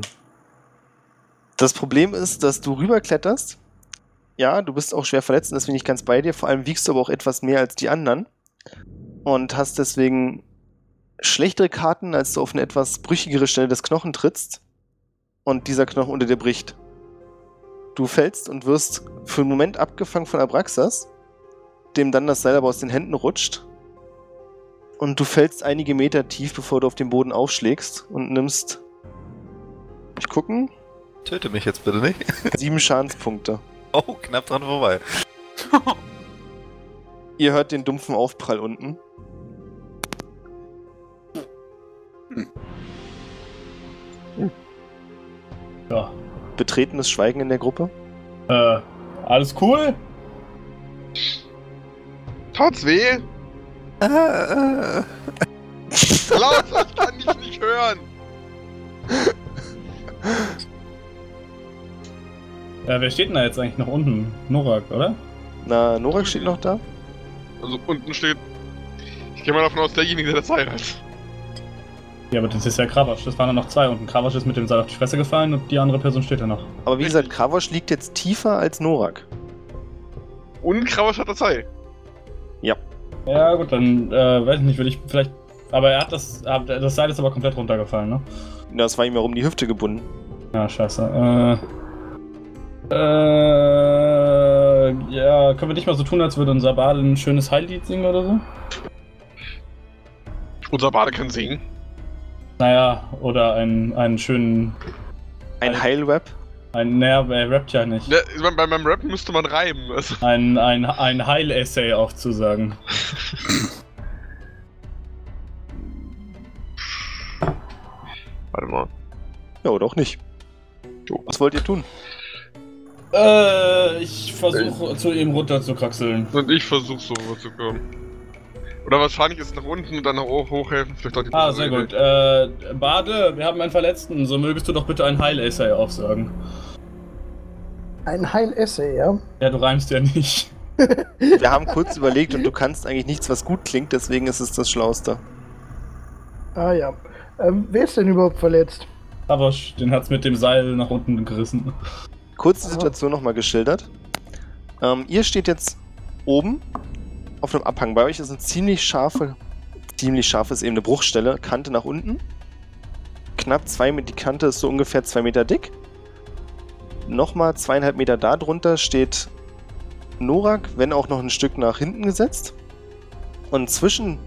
[SPEAKER 1] Das Problem ist, dass du rüberkletterst. Ja, du bist auch schwer verletzt, und deswegen nicht ganz bei dir. Vor allem wiegst du aber auch etwas mehr als die anderen. Und hast deswegen schlechtere Karten, als du auf eine etwas brüchigere Stelle des Knochen trittst. Und dieser Knochen unter dir bricht. Du fällst und wirst für einen Moment abgefangen von Abraxas, dem dann das Seil aber aus den Händen rutscht. Und du fällst einige Meter tief, bevor du auf den Boden aufschlägst und nimmst ich gucken.
[SPEAKER 6] Töte mich jetzt bitte nicht.
[SPEAKER 1] Sieben Schadenspunkte.
[SPEAKER 6] Oh, knapp dran vorbei.
[SPEAKER 1] Ihr hört den dumpfen Aufprall unten.
[SPEAKER 3] Ja.
[SPEAKER 1] Betretenes Schweigen in der Gruppe.
[SPEAKER 3] Äh, alles cool?
[SPEAKER 5] Tut's weh?
[SPEAKER 6] Ah, ah.
[SPEAKER 5] Laut, ich kann dich nicht hören.
[SPEAKER 3] Äh, wer steht denn da jetzt eigentlich noch unten? Norak, oder?
[SPEAKER 1] Na, Norak steht noch da.
[SPEAKER 5] Also unten steht. Ich gehe mal davon aus, derjenige, der das Seil hat.
[SPEAKER 3] Ja, aber das ist ja Kravasch. Das waren dann noch zwei unten. Kravasch ist mit dem Seil auf die Fresse gefallen und die andere Person steht da noch.
[SPEAKER 1] Aber wie gesagt, Kravosch liegt jetzt tiefer als Norak.
[SPEAKER 5] Und Krausch hat das Seil.
[SPEAKER 3] Ja, gut, dann, äh, weiß ich nicht, würde ich vielleicht. Aber er hat das. ah, Das Seil ist aber komplett runtergefallen, ne?
[SPEAKER 1] Na, das war ihm ja um die Hüfte gebunden.
[SPEAKER 3] Ja, scheiße. Äh. Äh. Ja, können wir nicht mal so tun, als würde unser Bade ein schönes Heillied singen oder so?
[SPEAKER 5] Unser Bade kann singen.
[SPEAKER 3] Naja, oder einen, einen schönen.
[SPEAKER 1] Ein Heilweb.
[SPEAKER 3] Ein, naja, er rappt ja nicht.
[SPEAKER 5] Ne, ich mein, bei meinem Rappen müsste man reimen. Also,
[SPEAKER 3] Ein, ein, ein Heil-Essay aufzusagen.
[SPEAKER 5] warte mal.
[SPEAKER 1] Ja, oder auch nicht.
[SPEAKER 5] Jo.
[SPEAKER 1] Was wollt ihr tun?
[SPEAKER 3] Äh, ich versuche zu ihm runter zu kraxeln.
[SPEAKER 5] Und ich versuche so rüberzukommen. Oder wahrscheinlich ist nach unten und dann nach oben hochhelfen. Vielleicht auch die
[SPEAKER 3] Ah,
[SPEAKER 5] bessere
[SPEAKER 3] sehr
[SPEAKER 5] Idee.
[SPEAKER 3] gut. Äh, Bade, wir haben einen Verletzten, so mögest du doch bitte ein Heil-Essay aufsagen.
[SPEAKER 4] Ein Heil-Essay, ja?
[SPEAKER 3] Ja, du reimst ja nicht.
[SPEAKER 1] Wir haben kurz überlegt und du kannst eigentlich nichts, was gut klingt, deswegen ist es das Schlauste.
[SPEAKER 4] Ah ja. Ähm, wer ist denn überhaupt verletzt?
[SPEAKER 3] Aber den hat's mit dem Seil nach unten gerissen.
[SPEAKER 1] kurz die Situation nochmal geschildert. Ähm, ihr steht jetzt oben auf einem Abhang. Bei euch ist eine ziemlich scharfe, ziemlich scharf ist eben eine Bruchstelle, Kante nach unten. Knapp zwei Meter, die Kante ist so ungefähr zwei Meter dick. Nochmal zweieinhalb Meter da drunter steht Norak, wenn auch noch ein Stück nach hinten gesetzt. Und zwischen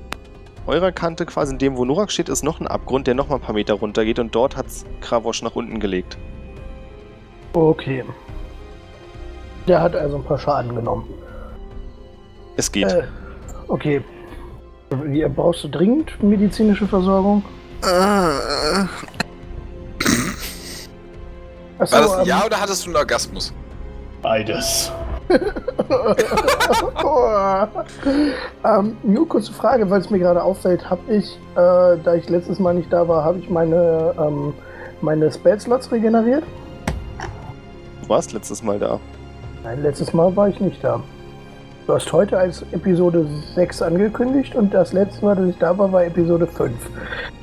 [SPEAKER 1] eurer Kante, quasi in dem, wo Norak steht, ist noch ein Abgrund, der nochmal ein paar Meter runter geht und dort hat's Kravosch nach unten gelegt.
[SPEAKER 4] Okay. Der hat also ein paar Schaden genommen.
[SPEAKER 1] Es geht.
[SPEAKER 4] Äh, okay. Wie, brauchst du dringend medizinische Versorgung?
[SPEAKER 6] Äh, äh,
[SPEAKER 4] Achso,
[SPEAKER 2] War das ein
[SPEAKER 4] ähm,
[SPEAKER 2] Ja oder hattest du einen Orgasmus?
[SPEAKER 3] Beides.
[SPEAKER 4] ähm, nur kurze Frage, weil es mir gerade auffällt, habe ich, äh, da ich letztes Mal nicht da war, habe ich meine, ähm, meine Spell-Slots regeneriert?
[SPEAKER 1] Du warst letztes Mal da.
[SPEAKER 4] Nein, letztes Mal war ich nicht da. Du hast heute als Episode 6 angekündigt und das letzte Mal, dass ich da war, war Episode 5.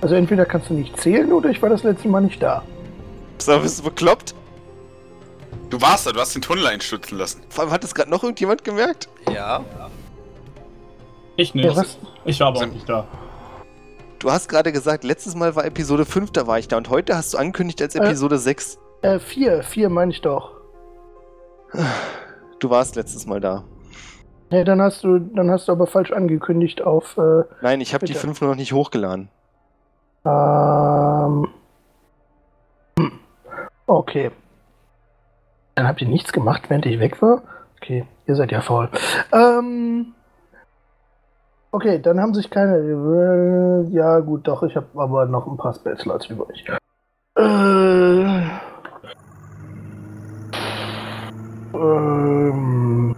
[SPEAKER 4] Also entweder kannst du nicht zählen oder ich war das letzte Mal nicht da.
[SPEAKER 1] So, bist du bekloppt?
[SPEAKER 2] Du warst da, du hast den Tunnel einstürzen lassen.
[SPEAKER 1] Vor allem hat das gerade noch irgendjemand gemerkt?
[SPEAKER 6] ja.
[SPEAKER 3] Ich nicht.
[SPEAKER 4] Ja, was?
[SPEAKER 3] Ich war aber auch
[SPEAKER 2] Sind-
[SPEAKER 3] nicht da.
[SPEAKER 1] Du hast gerade gesagt, letztes Mal war Episode 5, da war ich da. Und heute hast du angekündigt als
[SPEAKER 4] Äh.
[SPEAKER 1] Episode 6.
[SPEAKER 4] Äh, 4, 4 meine ich doch.
[SPEAKER 1] Du warst letztes Mal da.
[SPEAKER 4] Ja, dann hast du, dann hast du aber falsch angekündigt auf, äh,
[SPEAKER 1] Nein, ich habe die
[SPEAKER 4] Bitte.
[SPEAKER 1] 5 noch nicht hochgeladen.
[SPEAKER 4] ähm, hm. okay. Dann habt ihr nichts gemacht, während ich weg war? Okay, ihr seid ja faul. Ähm, okay, dann haben sich keine, äh, ja gut, doch, ich habe aber noch ein paar Spellslots übrig. Äh, ähm,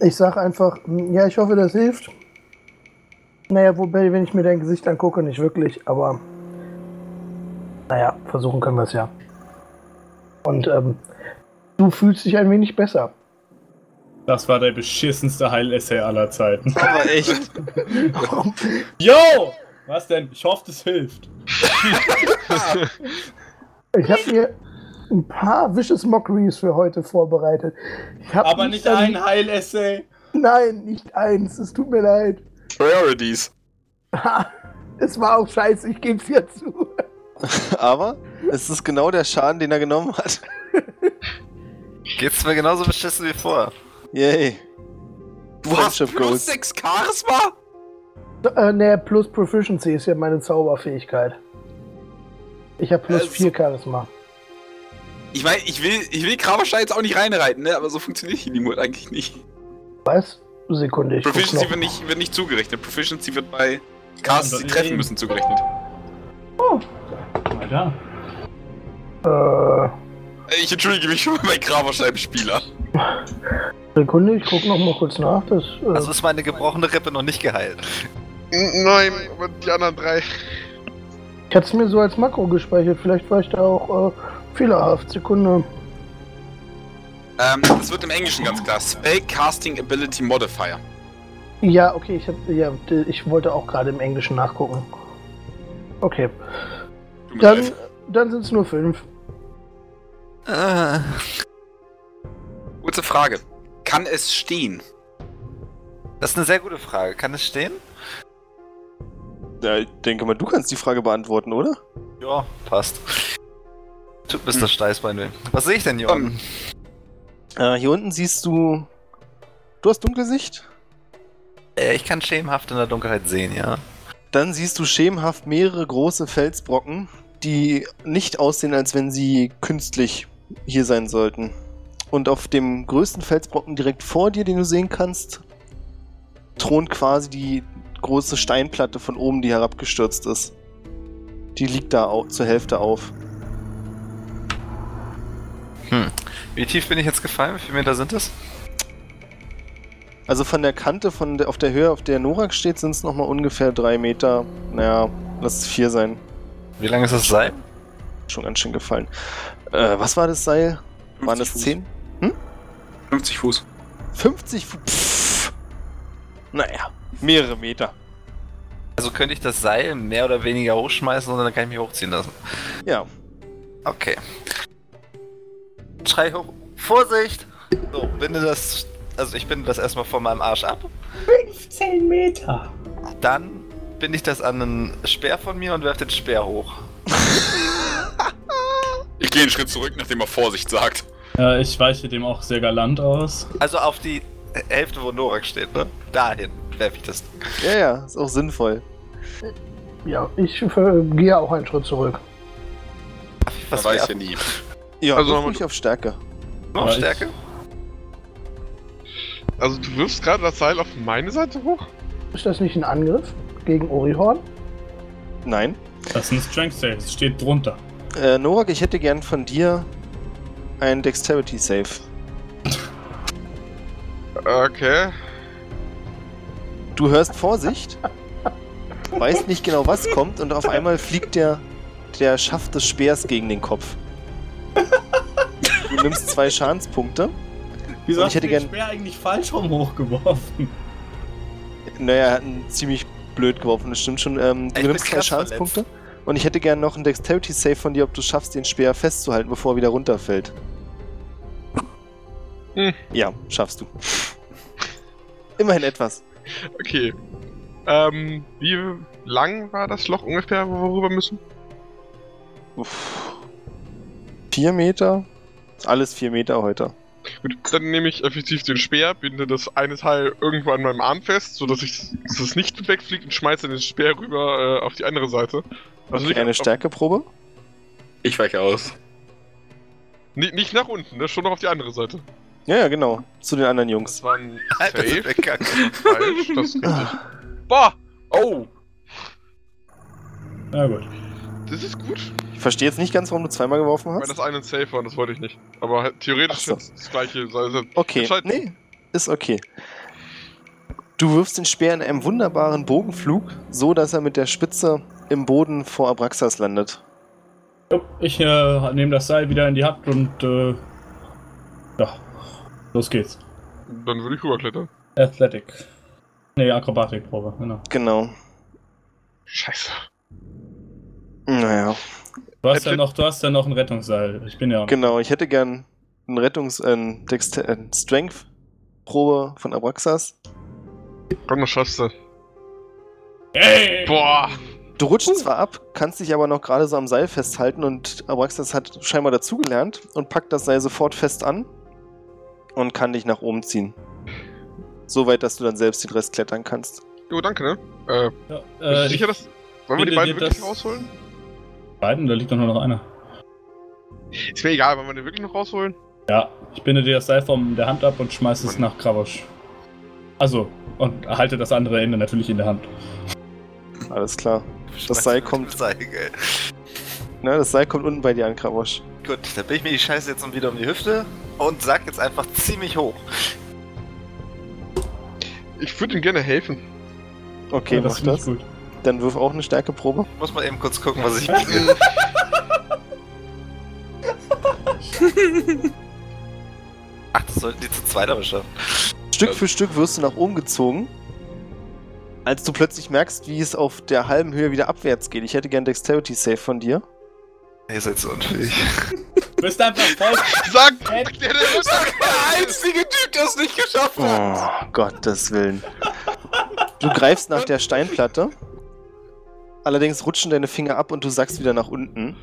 [SPEAKER 4] ich sag einfach, hm, ja, ich hoffe, das hilft. Naja, wobei, wenn ich mir dein Gesicht angucke, nicht wirklich, aber naja, versuchen können wir es ja. Und ähm, du fühlst dich ein wenig besser.
[SPEAKER 3] Das war der beschissenste Heil-Essay aller Zeiten.
[SPEAKER 1] Aber echt.
[SPEAKER 3] Yo! Was denn? Ich hoffe, das hilft.
[SPEAKER 4] Ich habe mir ein paar Vicious Mockeries für heute vorbereitet. Ich hab
[SPEAKER 3] Aber nicht
[SPEAKER 4] an-
[SPEAKER 3] ein Heil-Essay.
[SPEAKER 4] Nein, nicht eins. Es tut mir leid.
[SPEAKER 2] Priorities.
[SPEAKER 4] Ha, es war auch scheiße, ich gebe es ja zu.
[SPEAKER 1] Aber es ist genau der Schaden, den er genommen hat.
[SPEAKER 6] Geht's mir genauso beschissen wie vorher.
[SPEAKER 1] Yay.
[SPEAKER 2] Du hast
[SPEAKER 1] Friendship
[SPEAKER 2] plus
[SPEAKER 1] goals.
[SPEAKER 2] 6 Charisma?
[SPEAKER 4] Äh, ne, plus Proficiency ist ja meine Zauberfähigkeit. Ich habe plus
[SPEAKER 3] Äh,
[SPEAKER 2] Also-
[SPEAKER 4] vier Charisma.
[SPEAKER 2] Ich meine, ich will, ich will Kraberstein jetzt auch nicht reinreiten, ne? aber so funktioniert Hinimut eigentlich nicht.
[SPEAKER 4] Was? Sekunde, ich guck
[SPEAKER 2] Proficiency
[SPEAKER 4] noch.
[SPEAKER 2] wird nicht, wird nicht zugerechnet. Proficiency wird bei Casts, die
[SPEAKER 3] Ja,
[SPEAKER 2] treffen
[SPEAKER 3] eben.
[SPEAKER 2] müssen, zugerechnet.
[SPEAKER 3] Mal da.
[SPEAKER 4] Äh,
[SPEAKER 2] Äh, Ich entschuldige mich schon mal bei Kraberstein-Spieler.
[SPEAKER 4] Sekunde, ich guck noch mal kurz nach. Das, äh,
[SPEAKER 6] Also ist meine gebrochene Rippe noch nicht geheilt.
[SPEAKER 5] Nein, aber die anderen drei.
[SPEAKER 4] ich hatte es mir so als Makro gespeichert. Vielleicht war ich da auch äh, fehlerhaft. Sekunde.
[SPEAKER 2] Ähm, das wird im Englischen ganz klar. Spellcasting Ability Modifier.
[SPEAKER 4] Ja, okay, ich, hab, ja, d- ich wollte auch gerade im Englischen nachgucken. Okay,
[SPEAKER 2] Du mit
[SPEAKER 4] dann,
[SPEAKER 3] Äh.
[SPEAKER 2] elf.
[SPEAKER 4] dann sind es nur fünf.
[SPEAKER 6] Äh,
[SPEAKER 2] Kurze Frage. Kann es stehen?
[SPEAKER 6] Das ist eine sehr gute Frage. Kann es stehen?
[SPEAKER 1] Ja, ich denke mal, du kannst die Frage beantworten, oder?
[SPEAKER 6] Ja, passt. Tut Mr.
[SPEAKER 2] Hm.
[SPEAKER 6] Steißbein weh. Was sehe ich denn hier
[SPEAKER 2] Ähm.
[SPEAKER 6] unten?
[SPEAKER 1] Äh, hier unten siehst du. Du hast Dunkelsicht?
[SPEAKER 6] Äh, ich kann schemenhaft in der Dunkelheit sehen, ja.
[SPEAKER 1] Dann siehst du schemenhaft mehrere große Felsbrocken, die nicht aussehen, als wenn sie künstlich hier sein sollten. Und auf dem größten Felsbrocken direkt vor dir, den du sehen kannst, thront quasi die große Steinplatte von oben, die herabgestürzt ist. Die liegt da au- zur Hälfte auf.
[SPEAKER 6] Wie tief bin ich jetzt gefallen? Wie viele Meter sind es?
[SPEAKER 1] Also von der Kante, von der, auf der Höhe, auf der Norak steht, sind es nochmal ungefähr drei Meter. Naja, lass es vier sein.
[SPEAKER 6] Wie lang ist das Seil?
[SPEAKER 1] Schon ganz schön gefallen. Äh, was war das Seil? Waren
[SPEAKER 2] 50
[SPEAKER 1] es
[SPEAKER 2] Fuß.
[SPEAKER 1] zehn?
[SPEAKER 2] 50 Fuß.
[SPEAKER 1] 50 Fu- Pff. Naja, mehrere Meter.
[SPEAKER 6] Also könnte ich das Seil mehr oder weniger hochschmeißen und dann kann ich mich hochziehen lassen.
[SPEAKER 1] Ja,
[SPEAKER 6] Okay. schrei hoch, Vorsicht! So, binde das, also ich binde das erstmal von meinem Arsch ab.
[SPEAKER 4] 10 Meter.
[SPEAKER 6] Dann binde ich das an einen Speer von mir und werfe den Speer hoch.
[SPEAKER 2] Ich gehe einen Schritt zurück, nachdem er Vorsicht sagt.
[SPEAKER 3] Äh, ich weiche dem auch sehr galant aus.
[SPEAKER 6] Also auf die Hälfte, wo Norak steht, ne? Dahin werfe ich das.
[SPEAKER 1] Ja, ja, ist auch sinnvoll.
[SPEAKER 4] Ja, ich äh, gehe auch einen Schritt zurück.
[SPEAKER 6] Darf ich
[SPEAKER 2] Das
[SPEAKER 6] was
[SPEAKER 2] weiß ja
[SPEAKER 6] werfen?
[SPEAKER 2] nie.
[SPEAKER 1] Ja,
[SPEAKER 5] Also
[SPEAKER 1] also
[SPEAKER 5] nochmal-
[SPEAKER 1] ruhig auf Stärke.
[SPEAKER 6] Noch
[SPEAKER 3] Ja, ich-
[SPEAKER 6] Stärke?
[SPEAKER 5] Also du wirfst gerade das Seil auf meine Seite hoch?
[SPEAKER 4] Ist das nicht ein Angriff gegen Orihorn?
[SPEAKER 1] Nein.
[SPEAKER 3] Das ist ein Strength Save, es steht drunter.
[SPEAKER 1] Äh, Norak, ich hätte gern von dir einen Dexterity Save.
[SPEAKER 5] Okay.
[SPEAKER 1] Du hörst Vorsicht, weißt nicht genau, was kommt und auf einmal fliegt der, der Schaft des Speers gegen den Kopf. Du nimmst zwei Schadenspunkte.
[SPEAKER 3] Wieso
[SPEAKER 1] Und
[SPEAKER 3] hast
[SPEAKER 1] ich hätte
[SPEAKER 3] du den
[SPEAKER 1] gern-
[SPEAKER 3] Speer eigentlich falsch rum hochgeworfen?
[SPEAKER 1] Naja, er hat ihn ziemlich blöd geworfen, das stimmt schon. Ähm, du
[SPEAKER 6] Ich bin
[SPEAKER 1] nimmst zwei
[SPEAKER 6] krass
[SPEAKER 1] Schadenspunkte und ich hätte gern noch einen Dexterity Save von dir, ob du es schaffst, den Speer festzuhalten, bevor er wieder runterfällt.
[SPEAKER 5] Hm.
[SPEAKER 1] Ja, schaffst du. Immerhin etwas.
[SPEAKER 5] Okay. Ähm, wie lang war das Loch ungefähr, wo wir rüber müssen?
[SPEAKER 1] Uff. Vier Meter? Ist alles vier Meter heute.
[SPEAKER 5] Gut, dann nehme ich effektiv den Speer, binde das eine Teil irgendwo an meinem Arm fest, sodass ich, dass es nicht wegfliegt und schmeiße den Speer rüber äh, auf die andere Seite. Also
[SPEAKER 1] Okay, eine
[SPEAKER 5] nicht, auf,
[SPEAKER 1] Stärkeprobe?
[SPEAKER 2] Ich weiche aus.
[SPEAKER 5] nicht, nicht nach unten, ne? schon noch auf die andere Seite.
[SPEAKER 1] Ja, ja, genau. Zu den anderen Jungs.
[SPEAKER 5] Das
[SPEAKER 6] Also-
[SPEAKER 5] war ein
[SPEAKER 6] Alter, das ist
[SPEAKER 5] Safe.
[SPEAKER 6] weggegangen.
[SPEAKER 5] Falsch, das ist richtig. Ah. Boah,
[SPEAKER 2] Oh!
[SPEAKER 3] Na gut.
[SPEAKER 5] das ist gut.
[SPEAKER 1] Ich verstehe jetzt nicht ganz, warum du zweimal geworfen
[SPEAKER 5] Weil das
[SPEAKER 1] hast.
[SPEAKER 5] eine ein Safe war, das wollte ich nicht. Aber halt theoretisch
[SPEAKER 1] Ach so.
[SPEAKER 5] ist das gleiche. Also,
[SPEAKER 1] Okay,
[SPEAKER 5] Entscheid-
[SPEAKER 1] nee, ist okay. Du wirfst den Speer in einem wunderbaren Bogenflug, so dass er mit der Spitze im Boden vor Abraxas landet.
[SPEAKER 3] Jupp, Ich äh, nehme das Seil wieder in die Hand und äh, ja, los geht's.
[SPEAKER 5] dann würde ich rüberklettern.
[SPEAKER 3] Athletic. Nee, Akrobatikprobe, genau.
[SPEAKER 1] Genau.
[SPEAKER 5] Scheiße.
[SPEAKER 1] Naja,
[SPEAKER 3] Du hast, ja
[SPEAKER 5] Athlet-
[SPEAKER 3] noch, du hast ja noch ein Rettungsseil. Ich bin ja.
[SPEAKER 1] genau. Ich hätte gern einen Rettungs-, äh, einen Dext- äh, einen Strength-Probe von Abraxas.
[SPEAKER 5] Komm, das schaffst du.
[SPEAKER 3] Hey!
[SPEAKER 5] Boah.
[SPEAKER 1] Du rutschst zwar ab, kannst dich aber noch gerade so am Seil festhalten und Abraxas hat scheinbar dazugelernt und packt das Seil sofort fest an und kann dich nach oben ziehen. Soweit, dass du dann selbst den Rest klettern kannst.
[SPEAKER 5] Jo, danke, ne? Äh,
[SPEAKER 3] Ja, äh,
[SPEAKER 5] bist du sicher, dass. Wollen wir
[SPEAKER 3] finde
[SPEAKER 5] die beiden
[SPEAKER 3] dir
[SPEAKER 5] wirklich
[SPEAKER 3] das-
[SPEAKER 5] rausholen?
[SPEAKER 3] ich- beiden, da liegt doch nur noch einer.
[SPEAKER 5] Ist mir egal, wollen wir den wirklich noch rausholen?
[SPEAKER 3] Ja, ich binde dir das Seil von der Hand ab und schmeiß es nach Kravosch. Also, und halte das andere Ende natürlich in der Hand.
[SPEAKER 1] Alles klar.
[SPEAKER 6] Schmeiß
[SPEAKER 1] Seil
[SPEAKER 6] mit dem
[SPEAKER 1] kommt.
[SPEAKER 6] Seil, geil.
[SPEAKER 1] Na, Ne, das Seil kommt unten bei dir an, Krawosch.
[SPEAKER 6] Gut, dann bin ich mir die Scheiße jetzt wieder um die Hüfte und sag jetzt einfach ziemlich hoch.
[SPEAKER 5] Ich würde ihm gerne helfen.
[SPEAKER 1] Okay,
[SPEAKER 3] Ja,
[SPEAKER 1] mach
[SPEAKER 3] finde ich
[SPEAKER 1] das.
[SPEAKER 3] Gut.
[SPEAKER 1] Dann wirf auch eine Stärkeprobe.
[SPEAKER 6] Muss mal eben kurz gucken, was ich. Ach, das sollten die zu zweit aber schaffen.
[SPEAKER 1] Stück für Stück wirst du nach oben gezogen. Als du plötzlich merkst, wie es auf der halben Höhe wieder abwärts geht. Ich hätte gern Dexterity Save von dir.
[SPEAKER 6] Ihr seid so unfähig.
[SPEAKER 3] Du bist einfach voll.
[SPEAKER 5] Sag!
[SPEAKER 3] Äh,
[SPEAKER 5] der, der
[SPEAKER 2] Der einzige Typ, der es nicht geschafft hat!
[SPEAKER 1] Oh, Gottes Willen. Du greifst nach der Steinplatte. Allerdings rutschen deine Finger ab und du sackst wieder nach unten.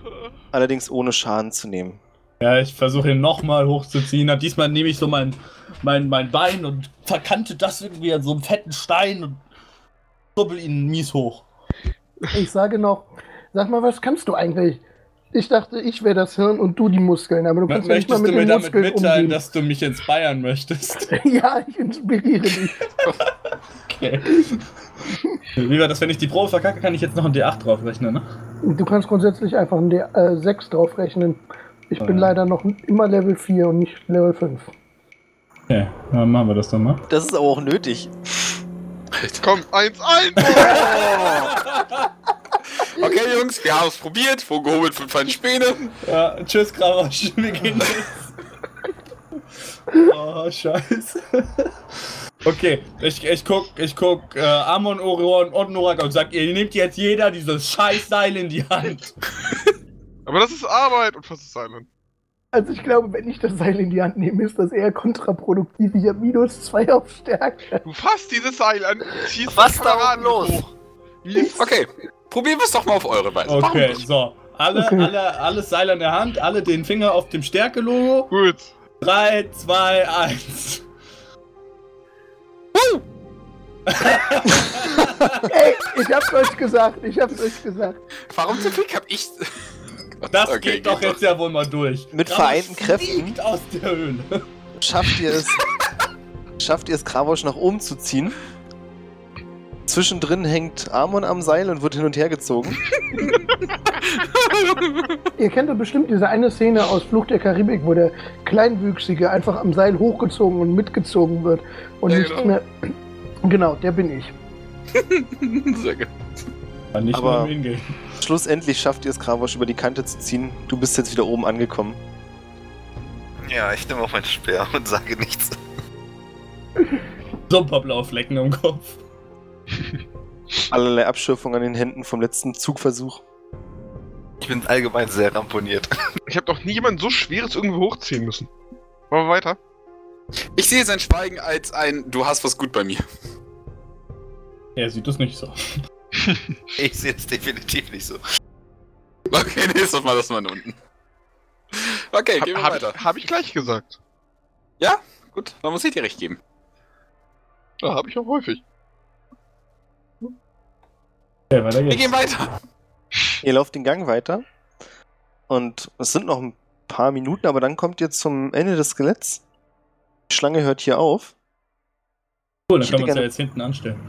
[SPEAKER 1] Allerdings ohne Schaden zu nehmen.
[SPEAKER 3] ja, ich versuche ihn nochmal hochzuziehen. Na, diesmal nehme ich so mein, mein, mein Bein und verkante das irgendwie an so einem fetten Stein und kurbel ihn mies hoch.
[SPEAKER 4] Ich sage noch, sag mal, was kannst du eigentlich? Ich dachte, ich wäre das Hirn und du die Muskeln, aber du kannst ja nicht mal
[SPEAKER 3] Möchtest
[SPEAKER 4] mit
[SPEAKER 3] du mir
[SPEAKER 4] den
[SPEAKER 3] damit
[SPEAKER 4] Muskeln
[SPEAKER 3] mitteilen,
[SPEAKER 4] umgehen.
[SPEAKER 3] dass du mich ins Bayern möchtest?
[SPEAKER 4] ja, ich inspiriere dich.
[SPEAKER 3] Okay. Wie war das, wenn ich die Probe verkacke, kann ich jetzt noch ein D8 draufrechnen, ne?
[SPEAKER 4] Du kannst grundsätzlich einfach ein D- äh, 6 draufrechnen. Ich bin
[SPEAKER 3] Ähm.
[SPEAKER 4] leider noch immer Level 4 und nicht Level 5.
[SPEAKER 3] Okay, dann machen wir das doch mal.
[SPEAKER 1] Das ist aber auch nötig.
[SPEAKER 5] Komm, 1-1!
[SPEAKER 2] Okay, Jungs, wir haben es probiert. Vorgehobelt von feinen Späne.
[SPEAKER 3] Ja, tschüss, Kravosch, wir gehen jetzt. oh, scheiße. Okay, ich, ich guck, ich guck äh, Amon, Orion und Norak und sag, ihr nehmt jetzt jeder dieses scheiß Seil in die Hand.
[SPEAKER 5] Aber das ist Arbeit und fast ist Silent.
[SPEAKER 4] Also ich glaube, wenn ich das Seil in die Hand nehme, ist das eher kontraproduktiv. Ich habe minus zwei auf Stärke.
[SPEAKER 5] Du fasst dieses Seil an, ziehst
[SPEAKER 6] Was
[SPEAKER 5] die
[SPEAKER 6] da
[SPEAKER 5] Kameraden
[SPEAKER 6] los?
[SPEAKER 5] hoch. Wie ist
[SPEAKER 2] Okay, probieren wir es doch mal auf eure Weise. Warum
[SPEAKER 3] Okay,
[SPEAKER 2] nicht?
[SPEAKER 3] so. Alle,
[SPEAKER 4] Okay.
[SPEAKER 3] alle, alles Seil an der Hand, alle den Finger auf dem Stärke-Logo.
[SPEAKER 5] gut?
[SPEAKER 3] 3, 2, 1.
[SPEAKER 4] Ey, ich hab's euch gesagt, ich hab's euch gesagt.
[SPEAKER 2] Warum zum Fick hab ich.
[SPEAKER 3] Das
[SPEAKER 2] Okay,
[SPEAKER 3] geht doch jetzt ja wohl mal durch.
[SPEAKER 1] Mit
[SPEAKER 3] Kraus
[SPEAKER 1] vereinten Kräften?
[SPEAKER 3] fliegt aus der Höhle.
[SPEAKER 1] schafft ihr es, schafft ihr es, Kravosch nach oben zu ziehen. Zwischendrin hängt Amon am Seil und wird hin und her gezogen.
[SPEAKER 4] Ihr kennt doch bestimmt diese eine Szene aus Fluch der Karibik, wo der Kleinwüchsige einfach am Seil hochgezogen und mitgezogen wird und
[SPEAKER 5] Ja,
[SPEAKER 4] nichts
[SPEAKER 5] genau.
[SPEAKER 4] mehr. Genau, der bin ich.
[SPEAKER 2] Sehr gut.
[SPEAKER 3] Kann nicht
[SPEAKER 1] Aber-
[SPEAKER 3] mehr hingehen.
[SPEAKER 1] Schlussendlich schafft ihr es, Kravosch über die Kante zu ziehen. Du bist jetzt wieder oben angekommen.
[SPEAKER 6] Ja, ich nehme auch meinen Speer und sage nichts.
[SPEAKER 3] So ein paar blaue Flecken am Kopf.
[SPEAKER 1] Allerlei Abschürfung an den Händen vom letzten Zugversuch.
[SPEAKER 6] Ich bin allgemein sehr ramponiert.
[SPEAKER 5] Ich habe noch nie jemanden so schweres irgendwo hochziehen müssen. Machen wir weiter.
[SPEAKER 2] Ich sehe sein Schweigen als ein Du hast was gut bei mir.
[SPEAKER 3] Er sieht das nicht so.
[SPEAKER 6] Ich sehe es definitiv nicht so.
[SPEAKER 2] Okay, nächstes Mal lassen wir ihn unten. Okay, gehen wir
[SPEAKER 5] Habe
[SPEAKER 2] weiter.
[SPEAKER 5] ich, hab ich gleich gesagt.
[SPEAKER 2] Gut, dann muss ich dir recht geben.
[SPEAKER 5] Ja, habe ich auch häufig.
[SPEAKER 3] Okay, weiter
[SPEAKER 2] Wir
[SPEAKER 3] geht's.
[SPEAKER 2] gehen weiter.
[SPEAKER 1] Ihr lauft den Gang weiter. Und es sind noch ein paar Minuten, aber dann kommt ihr zum Ende des Skeletts. Die Schlange hört hier auf.
[SPEAKER 3] Cool, dann
[SPEAKER 1] Ich
[SPEAKER 3] können
[SPEAKER 1] hätte
[SPEAKER 3] wir uns ja
[SPEAKER 1] gerne-
[SPEAKER 3] jetzt hinten anstellen.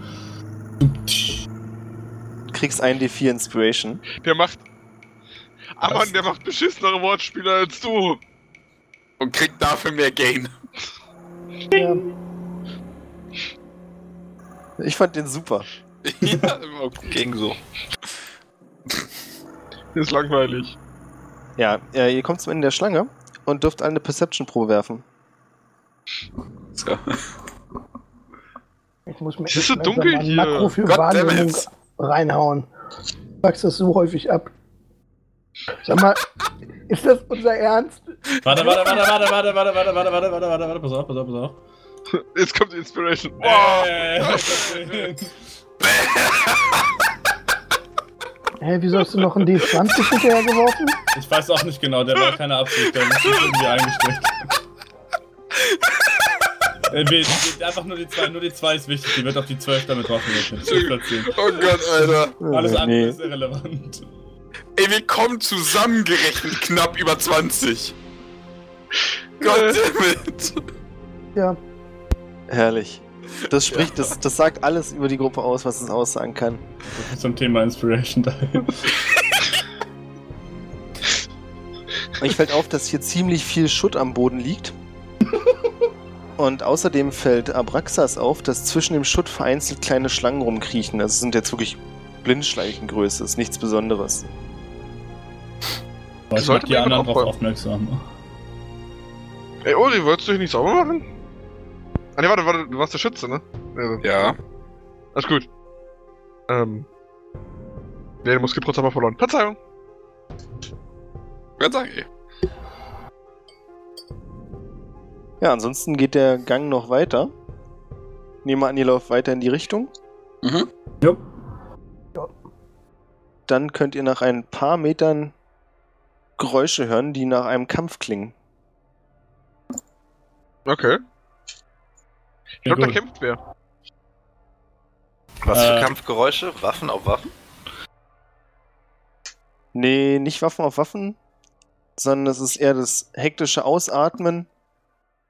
[SPEAKER 1] Kriegst ein D4 Inspiration.
[SPEAKER 5] Der macht. Ammann, der macht beschissenere Wortspiele als du.
[SPEAKER 2] Und kriegt dafür mehr Gain.
[SPEAKER 4] Ja.
[SPEAKER 1] Ich fand den super.
[SPEAKER 2] ja, immer gut.
[SPEAKER 6] Ging so.
[SPEAKER 5] Der ist langweilig.
[SPEAKER 1] Ja, äh, ihr kommt zum Ende der Schlange und dürft alle eine Perception-Probe werfen.
[SPEAKER 2] So.
[SPEAKER 4] Ich muss mir
[SPEAKER 5] Es ist so
[SPEAKER 4] langsam
[SPEAKER 5] dunkel
[SPEAKER 4] mal ein
[SPEAKER 5] hier.
[SPEAKER 4] Makro für
[SPEAKER 2] God damn
[SPEAKER 4] Wahrnehmung
[SPEAKER 2] it.
[SPEAKER 4] reinhauen. Du packst das so häufig ab. Sag mal, ist das unser Ernst?
[SPEAKER 3] Warte, warte, warte, warte, warte, warte, warte, warte, warte, warte, warte, warte, pass auf, pass auf, pass auf.
[SPEAKER 5] Jetzt kommt die Inspiration. Boah.
[SPEAKER 3] Äh,
[SPEAKER 4] Hä, wieso hast du noch ein D20 hinterhergeworfen?
[SPEAKER 3] ich weiß auch nicht genau, der war keine Absicht, der ist irgendwie eingesteckt. Äh, wir- wir- Einfach nur die 2, nur die 2 ist wichtig, die wird auf die 12 damit draufgerechnet. Das ist platziert.
[SPEAKER 2] Oh Gott, Alter.
[SPEAKER 3] Alles
[SPEAKER 1] Äh,
[SPEAKER 3] andere
[SPEAKER 1] nee.
[SPEAKER 3] ist irrelevant.
[SPEAKER 2] Ey, wir kommen zusammengerechnet knapp über 20. Gott damit.
[SPEAKER 4] Ja,
[SPEAKER 1] Herrlich. Das spricht, das, das sagt alles über die Gruppe aus, was es aussagen kann.
[SPEAKER 3] Zum Thema Inspiration dahin.
[SPEAKER 1] Euch fällt auf, dass hier ziemlich viel Schutt am Boden liegt. Und außerdem fällt Abraxas auf, dass zwischen dem Schutt vereinzelt kleine Schlangen rumkriechen. Das sind jetzt wirklich Blindschleichengröße, ist nichts Besonderes.
[SPEAKER 3] Ich mach
[SPEAKER 5] Sollte
[SPEAKER 3] die
[SPEAKER 5] man
[SPEAKER 3] anderen darauf
[SPEAKER 5] aufräumen.
[SPEAKER 3] aufmerksam.
[SPEAKER 5] Ey, Ori, wolltest du dich nicht sauber machen? Ah, ne, warte, warte, du warst der Schütze, ne? Also,
[SPEAKER 2] Ja.
[SPEAKER 5] Alles gut. Ähm. Ne, den Muskelprotz haben wir verloren. Verzeihung.
[SPEAKER 2] Gott sagen, ey.
[SPEAKER 1] Ja, ansonsten geht der Gang noch weiter. Nehmen wir an, ihr lauft weiter in die Richtung.
[SPEAKER 2] Mhm.
[SPEAKER 3] Jupp.
[SPEAKER 1] Dann könnt ihr nach ein paar Metern Geräusche hören, die nach einem Kampf klingen.
[SPEAKER 5] Okay. Ich
[SPEAKER 3] Ja,
[SPEAKER 5] glaube, da
[SPEAKER 3] gut.
[SPEAKER 5] kämpft wer.
[SPEAKER 6] Was für
[SPEAKER 3] Äh.
[SPEAKER 6] Kampfgeräusche? Waffen auf Waffen?
[SPEAKER 1] Nee, nicht Waffen auf Waffen, sondern es ist eher das hektische Ausatmen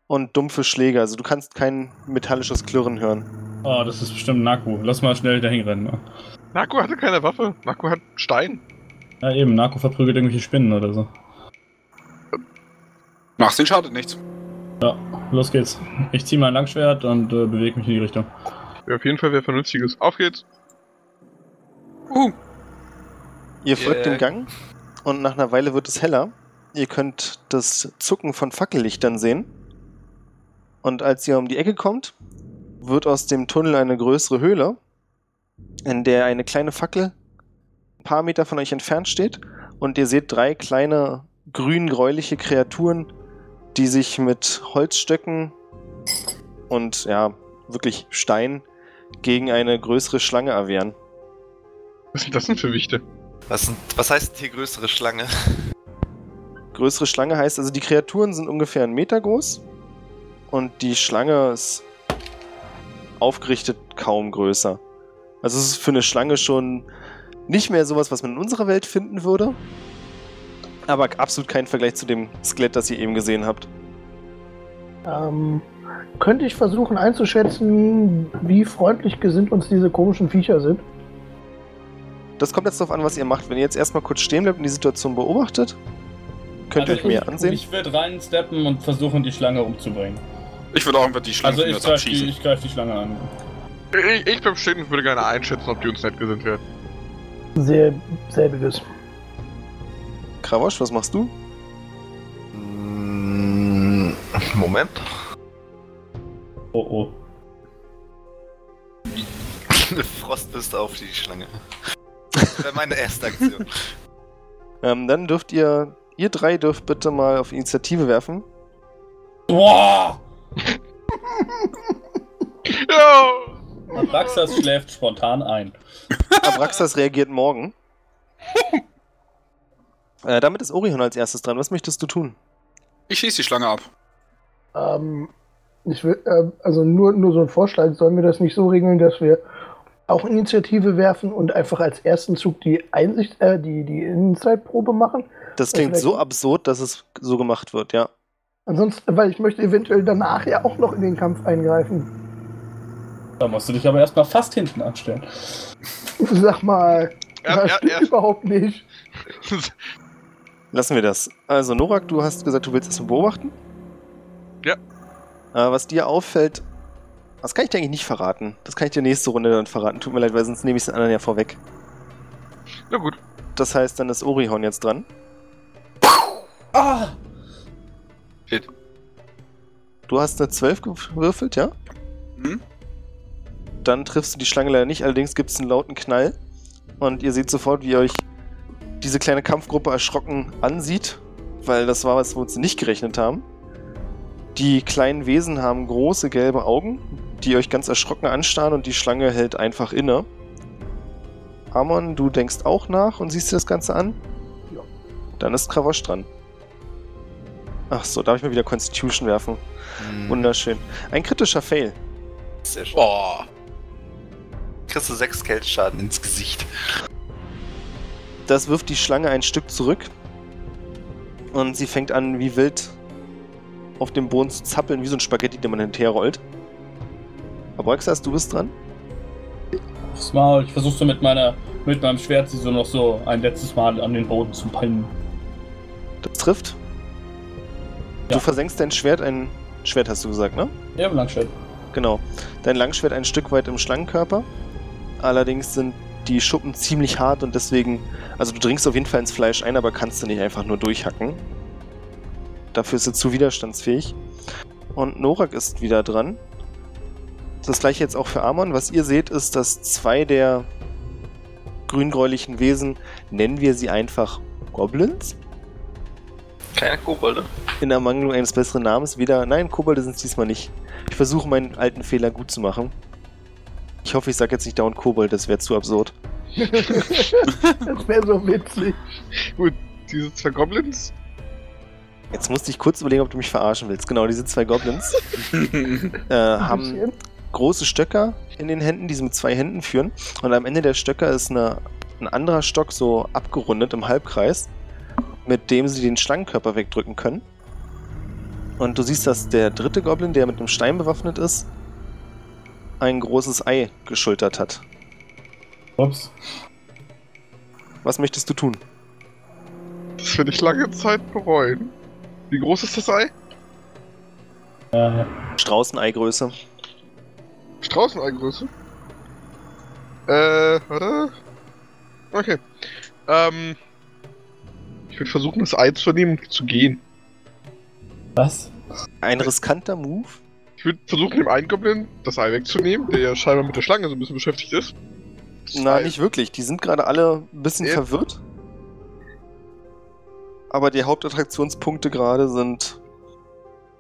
[SPEAKER 1] und dumpfe Schläge. Also du kannst kein metallisches Klirren hören.
[SPEAKER 3] Oh, das ist bestimmt Naku. Lass mal schnell dahin rennen.
[SPEAKER 5] Naku hatte keine Waffe. Naku hat Stein.
[SPEAKER 3] Ja, eben, Naku verprügelt irgendwelche Spinnen oder so.
[SPEAKER 2] Mach's den schadet nichts.
[SPEAKER 3] Los geht's. Ich zieh mein Langschwert und äh, bewege mich in die Richtung.
[SPEAKER 5] Ja, auf jeden Fall wer Vernünftiges. Auf geht's.
[SPEAKER 2] Uh,
[SPEAKER 1] Ihr folgt
[SPEAKER 6] Yeah.
[SPEAKER 1] dem Gang und nach einer Weile wird es heller. Ihr könnt das Zucken von Fackellichtern sehen. Und als ihr um die Ecke kommt, wird aus dem Tunnel eine größere Höhle, in der eine kleine Fackel ein paar Meter von euch entfernt steht. Und ihr seht drei kleine grün-gräuliche Kreaturen, die sich mit Holzstöcken und ja, wirklich Stein gegen eine größere Schlange erwehren.
[SPEAKER 5] Was sind das denn für Wichte?
[SPEAKER 6] Was, sind, was heißt denn hier größere Schlange?
[SPEAKER 1] Größere Schlange heißt also, die Kreaturen sind ungefähr einen Meter groß und die Schlange ist aufgerichtet kaum größer. Also es ist für eine Schlange schon nicht mehr sowas, was man in unserer Welt finden würde, aber absolut kein Vergleich zu dem Skelett, das ihr eben gesehen habt.
[SPEAKER 4] Ähm, könnte ich versuchen einzuschätzen, wie freundlich gesinnt uns diese komischen Viecher sind?
[SPEAKER 1] Das kommt jetzt darauf an, was ihr macht. Wenn ihr jetzt erstmal kurz stehen bleibt und die Situation beobachtet, könnt ihr euch
[SPEAKER 3] Also
[SPEAKER 1] mehr
[SPEAKER 3] ich,
[SPEAKER 1] ansehen.
[SPEAKER 3] Ich würde reinsteppen und versuchen, die Schlange umzubringen.
[SPEAKER 2] Ich würde auch einfach die Schlange
[SPEAKER 3] Also
[SPEAKER 2] von mir
[SPEAKER 3] ich
[SPEAKER 2] aus
[SPEAKER 3] greife die,
[SPEAKER 2] abschießen.
[SPEAKER 3] ich greif die Schlange an.
[SPEAKER 5] Ich, ich beim Stehen würde gerne einschätzen, ob die uns nett gesinnt werden.
[SPEAKER 4] Sehr, selbiges.
[SPEAKER 1] Kravosch, was machst du?
[SPEAKER 6] Mm, Moment.
[SPEAKER 3] Oh oh.
[SPEAKER 6] Eine Frostbiste auf die Schlange. Das wäre meine erste Aktion.
[SPEAKER 1] Ähm, dann dürft ihr, ihr drei dürft bitte mal auf Initiative werfen.
[SPEAKER 3] Boah!
[SPEAKER 5] Ja!
[SPEAKER 3] Abraxas schläft spontan ein.
[SPEAKER 1] Abraxas reagiert morgen. Äh, damit ist Orion als erstes dran. Was möchtest du tun?
[SPEAKER 2] Ich schieße die Schlange ab.
[SPEAKER 4] Ähm, ich will, äh, also nur, nur so ein Vorschlag, sollen wir das nicht so regeln, dass wir auch Initiative werfen und einfach als ersten Zug die Einsicht, äh, die, die Inside-Probe machen?
[SPEAKER 1] Das klingt
[SPEAKER 4] Vielleicht-
[SPEAKER 1] so absurd, dass es so gemacht wird, ja.
[SPEAKER 4] Ansonsten, weil ich möchte eventuell danach ja auch noch in den Kampf eingreifen.
[SPEAKER 3] Da musst du dich aber erstmal fast hinten anstellen.
[SPEAKER 4] Sag mal,
[SPEAKER 5] Ja,
[SPEAKER 4] das
[SPEAKER 5] ja,
[SPEAKER 4] stimmt
[SPEAKER 5] ja.
[SPEAKER 4] überhaupt nicht.
[SPEAKER 1] Lassen wir das. Also, Norak, du hast gesagt, du willst das beobachten?
[SPEAKER 5] Ja.
[SPEAKER 1] Äh, was dir auffällt, das kann ich dir eigentlich nicht verraten. Das kann ich dir nächste Runde dann verraten. Tut mir leid, weil sonst nehme ich den anderen ja vorweg.
[SPEAKER 5] Na gut.
[SPEAKER 1] Das heißt, dann ist Orihorn jetzt dran.
[SPEAKER 3] Ah!
[SPEAKER 1] Du hast eine 12 gewürfelt, ja?
[SPEAKER 2] Hm?
[SPEAKER 1] Dann triffst du die Schlange leider nicht, allerdings gibt es einen lauten Knall. Und ihr seht sofort, wie euch diese kleine Kampfgruppe erschrocken ansieht, weil das war was, wo sie nicht gerechnet haben. Die kleinen Wesen haben große gelbe Augen, die euch ganz erschrocken anstarren und die Schlange hält einfach inne. Amon, du denkst auch nach und siehst dir das Ganze an?
[SPEAKER 4] Ja.
[SPEAKER 1] Dann ist Kravosch dran. Ach so, darf ich mal wieder Constitution werfen?
[SPEAKER 6] Und
[SPEAKER 1] Wunderschön. Ein kritischer Fail.
[SPEAKER 6] sehr schön.
[SPEAKER 2] Boah.
[SPEAKER 6] Kriegst du sechs Kälteschaden ins Gesicht.
[SPEAKER 1] Das wirft die Schlange ein Stück zurück. Und sie fängt an, wie wild auf dem Boden zu zappeln, wie so ein Spaghetti, den man hinterherrollt. Abraxas, du bist dran.
[SPEAKER 3] Aufs Maul. Ich versuche so mit meiner mit meinem Schwert sie so noch so ein letztes Mal an den Boden zu pinnen.
[SPEAKER 1] Das trifft.
[SPEAKER 3] Ja.
[SPEAKER 1] Du versenkst dein Schwert, ein Schwert hast du gesagt, ne?
[SPEAKER 3] Ja, im Langschwert.
[SPEAKER 1] Genau. Dein Langschwert ein Stück weit im Schlangenkörper. Allerdings sind die Schuppen ziemlich hart und deswegen, also du dringst auf jeden Fall ins Fleisch ein, aber kannst du nicht einfach nur durchhacken. Dafür ist sie zu widerstandsfähig. Und Norak ist wieder dran. Das gleiche jetzt auch für Amon. Was ihr seht, ist, dass zwei der grüngräulichen Wesen, nennen wir sie einfach Goblins,
[SPEAKER 6] Keine Kobolde.
[SPEAKER 1] in Ermangelung eines besseren Namens wieder. Nein, Kobolde sind es diesmal nicht. Ich versuche meinen alten Fehler gut zu machen. Ich hoffe, ich sage jetzt nicht dauernd Kobold, das wäre zu absurd.
[SPEAKER 4] das wäre so witzig.
[SPEAKER 5] Diese zwei Goblins?
[SPEAKER 1] Jetzt musste ich kurz überlegen, ob du mich verarschen willst. Genau, diese zwei Goblins äh, haben
[SPEAKER 5] Ähm,
[SPEAKER 4] Bisschen.
[SPEAKER 1] große Stöcker in den Händen, die sie mit zwei Händen führen. Und am Ende der Stöcker ist eine, ein anderer Stock so abgerundet im Halbkreis, mit dem sie den Schlangenkörper wegdrücken können. Und du siehst, dass der dritte Goblin, der mit einem Stein bewaffnet ist, ein großes Ei geschultert hat.
[SPEAKER 3] Ups.
[SPEAKER 1] Was möchtest du tun?
[SPEAKER 5] Das werde ich lange Zeit bereuen. Wie groß ist das Ei?
[SPEAKER 3] Äh,
[SPEAKER 1] Straußeneigröße.
[SPEAKER 5] Straußeneigröße? Äh, warte. Okay. Ähm. Ich würde versuchen, das Ei zu nehmen und zu gehen.
[SPEAKER 3] was?
[SPEAKER 1] Ein riskanter Move.
[SPEAKER 5] Ich würde versuchen, dem einen Goblin das Ei wegzunehmen, der ja scheinbar mit der Schlange so ein bisschen beschäftigt ist. Das
[SPEAKER 1] Na,
[SPEAKER 5] Ei-
[SPEAKER 1] nicht wirklich. Die sind gerade alle ein bisschen
[SPEAKER 5] Ja.
[SPEAKER 1] verwirrt. aber die Hauptattraktionspunkte gerade sind.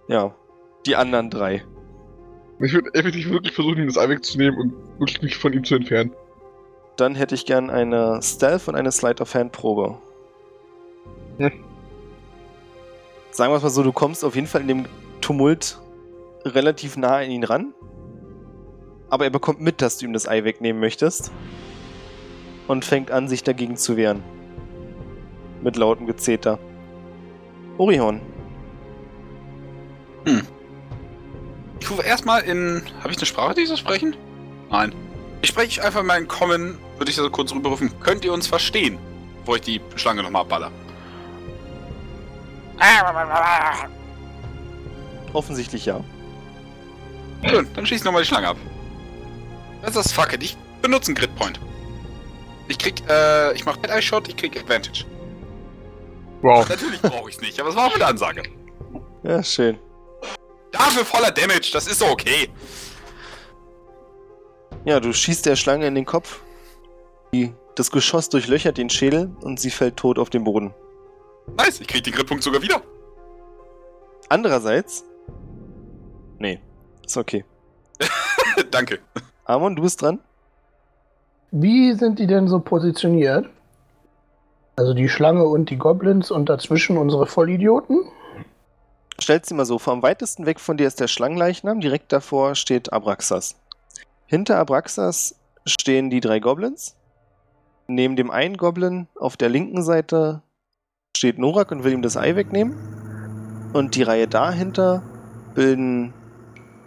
[SPEAKER 1] Ja, die anderen drei.
[SPEAKER 5] Ich würde effektiv wirklich versuchen, ihm das Ei wegzunehmen und wirklich mich von ihm zu entfernen.
[SPEAKER 1] Dann hätte ich gern eine Stealth und eine Slide of Hand Probe.
[SPEAKER 5] Hm.
[SPEAKER 1] Sagen wir es mal so, du kommst auf jeden Fall in dem Tumult relativ nah an ihn ran. Aber er bekommt mit, dass du ihm das Ei wegnehmen möchtest. Und fängt an, sich dagegen zu wehren. Mit lautem Gezeter. Orihorn.
[SPEAKER 2] Ich rufe erstmal in. Habe ich eine Sprache, die ich so sprechen? Nein. Ich spreche einfach mal in Common, würde ich da so kurz rüberrufen. Könnt ihr uns verstehen? Bevor ich die Schlange nochmal abballer.
[SPEAKER 1] Offensichtlich ja.
[SPEAKER 2] Schön, dann schieß nochmal die Schlange ab. Das ist fuck it. Ich benutze einen Grid Point. Ich krieg, äh, ich mach Dead Eye Shot, ich krieg Advantage.
[SPEAKER 5] Wow.
[SPEAKER 2] Natürlich brauche ich's nicht, aber es war auch eine Ansage.
[SPEAKER 1] Ja, schön.
[SPEAKER 2] Dafür voller Damage, das ist so okay.
[SPEAKER 1] Ja, du schießt der Schlange in den Kopf. Die, das Geschoss durchlöchert den Schädel und sie fällt tot auf den Boden.
[SPEAKER 2] Nice, ich krieg den Gridpunkt sogar wieder.
[SPEAKER 1] Andererseits. Nee, ist okay.
[SPEAKER 2] Danke.
[SPEAKER 1] Amon, du bist dran?
[SPEAKER 4] Wie sind die denn so positioniert? Also die Schlange und die Goblins und dazwischen unsere Vollidioten?
[SPEAKER 1] Stell's dir mal so vor, am weitesten weg von dir ist der Schlangenleichnam, direkt davor steht Abraxas. Hinter Abraxas stehen die drei Goblins. Neben dem einen Goblin auf der linken Seite steht Norak und will ihm das Ei wegnehmen. Und die Reihe dahinter bilden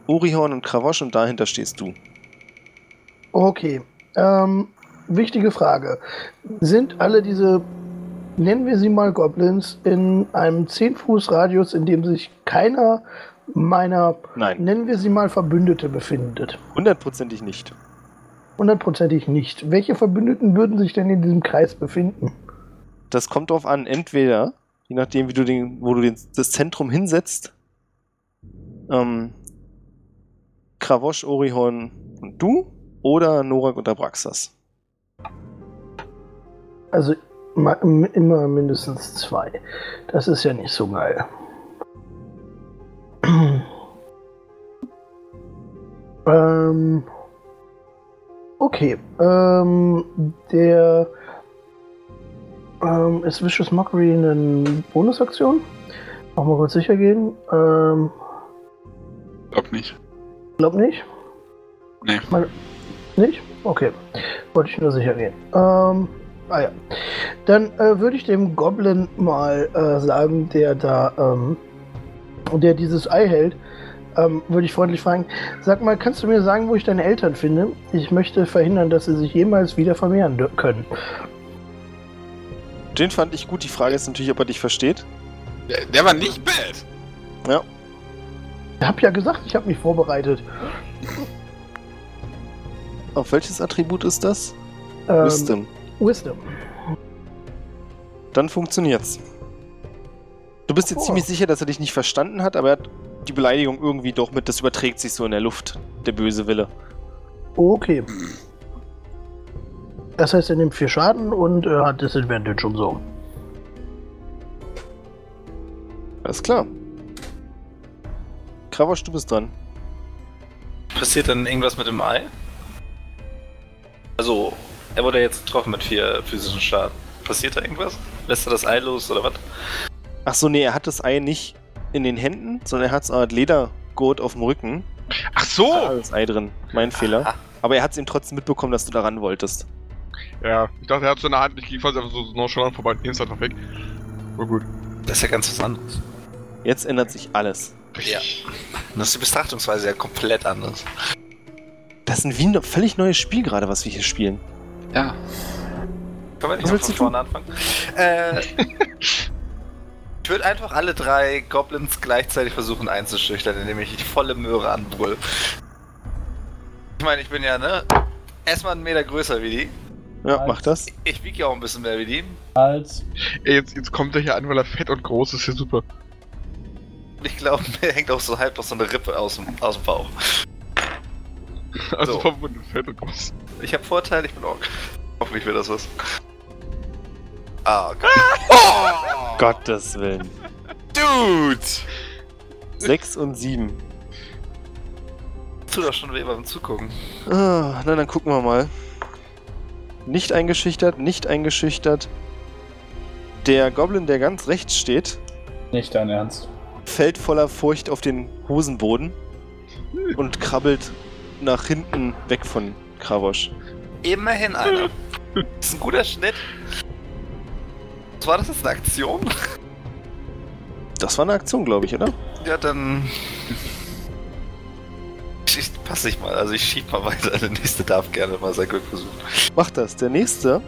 [SPEAKER 1] Orihorn und Kravosch und dahinter stehst du.
[SPEAKER 4] Okay. Ähm, wichtige Frage. Sind alle diese, nennen wir sie mal Goblins, in einem 10-Fuß-Radius, in dem sich keiner meiner,
[SPEAKER 1] Nein,
[SPEAKER 4] nennen wir sie mal Verbündete befindet?
[SPEAKER 1] hundertprozentig nicht.
[SPEAKER 4] Hundertprozentig nicht. Welche Verbündeten würden sich denn in diesem Kreis befinden?
[SPEAKER 1] Das kommt drauf an, entweder, je nachdem, wie du den, wo du den, das Zentrum hinsetzt, ähm, Kravosch, Orihorn und du, oder Norak und Abraxas.
[SPEAKER 4] Also ma- m- immer mindestens zwei. Das ist ja nicht so geil. ähm, okay. Ähm, der ähm, ist Vicious Mockery eine Bonusaktion? Auch mal kurz sicher gehen. Ähm,
[SPEAKER 2] Glaub nicht.
[SPEAKER 4] glaub nicht.
[SPEAKER 2] Nee.
[SPEAKER 4] Nicht? Okay. Wollte ich nur sicher gehen. Ähm, ah ja. Dann äh, würde ich dem Goblin mal äh, sagen, der da, ähm, der dieses Ei hält, ähm, würde ich freundlich fragen, sag mal, kannst du mir sagen, wo ich deine Eltern finde? Ich möchte verhindern, dass sie sich jemals wieder vermehren dür- können.
[SPEAKER 1] Den fand ich gut. Die Frage ist natürlich, ob er dich versteht.
[SPEAKER 2] Der, der war nicht bad.
[SPEAKER 4] Ich hab ja gesagt, ich habe mich vorbereitet.
[SPEAKER 1] Auf welches Attribut ist das?
[SPEAKER 4] Ähm,
[SPEAKER 1] Wisdom.
[SPEAKER 4] Wisdom.
[SPEAKER 1] Dann funktioniert's. Du bist dir
[SPEAKER 4] Oh.
[SPEAKER 1] ziemlich sicher, dass er dich nicht verstanden hat, aber er hat die Beleidigung irgendwie doch mit, das überträgt sich so in der Luft, der böse Wille.
[SPEAKER 4] Okay. Das heißt, er nimmt vier Schaden und äh, hat Disadvantage und so.
[SPEAKER 1] Alles klar. Kravosch, du bist dran.
[SPEAKER 7] Passiert dann irgendwas mit dem Ei? Also, er wurde jetzt getroffen mit vier physischen Schaden. Passiert da irgendwas? Lässt er das Ei los oder was?
[SPEAKER 1] Ach so, nee, er hat das Ei nicht in den Händen, sondern er hat so eine Art Ledergurt auf dem Rücken.
[SPEAKER 5] Ach so!
[SPEAKER 1] Da ist das Ei drin. Mein Fehler. Aber er hat es ihm trotzdem mitbekommen, dass du daran wolltest.
[SPEAKER 5] Ja, ich dachte, er hat so eine Hand, ich gehe fast einfach so nonchalant vorbei und nehme es einfach weg. Aber gut.
[SPEAKER 6] Das ist ja ganz was anderes.
[SPEAKER 1] Jetzt ändert sich alles.
[SPEAKER 6] Ja. Das ist die Betrachtungsweise ja komplett anders.
[SPEAKER 1] Das ist ein wie ein völlig neues Spiel gerade, was wir hier spielen.
[SPEAKER 2] Ja.
[SPEAKER 6] Können wir nicht
[SPEAKER 1] Was willst
[SPEAKER 6] mal von
[SPEAKER 1] du tun?
[SPEAKER 6] vorne anfangen? Äh, ich würde einfach alle drei Goblins gleichzeitig versuchen einzuschüchtern, indem ich die volle Möhre anbrüll. Ich meine, ich bin ja, ne? Erstmal einen Meter größer wie die.
[SPEAKER 1] Ja, mach das.
[SPEAKER 6] Ich wiege ja auch ein bisschen mehr wie die.
[SPEAKER 3] Als
[SPEAKER 5] Ey, jetzt, jetzt kommt er hier an, weil er fett und groß ist, ja super.
[SPEAKER 6] Und ich glaube, mir hängt auch so halb noch so eine Rippe aus dem, aus dem Bauch.
[SPEAKER 5] Also
[SPEAKER 6] So.
[SPEAKER 5] verwundet, fett und groß.
[SPEAKER 6] Ich habe Vorteile, ich bin Ork. Hoffentlich wird das was. Ah, Gott.
[SPEAKER 2] Oh!
[SPEAKER 1] Gottes Willen.
[SPEAKER 2] Dude!
[SPEAKER 1] Sechs und sieben.
[SPEAKER 6] Tut doch schon weh beim Zugucken.
[SPEAKER 1] Ah, na, dann gucken wir mal. Nicht eingeschüchtert, nicht eingeschüchtert. Der Goblin, der ganz rechts steht,
[SPEAKER 3] Nicht dein Ernst.
[SPEAKER 1] fällt voller Furcht auf den Hosenboden und krabbelt nach hinten weg von Kravosch.
[SPEAKER 6] Immerhin einer. Das ist ein guter Schnitt. Was War das jetzt eine Aktion?
[SPEAKER 1] Das war eine Aktion, glaube ich, oder?
[SPEAKER 6] Ja, dann. Ich, ich pass ich mal, also ich schieb mal weiter. Der nächste darf gerne mal sein Glück versuchen.
[SPEAKER 1] Macht das. Der nächste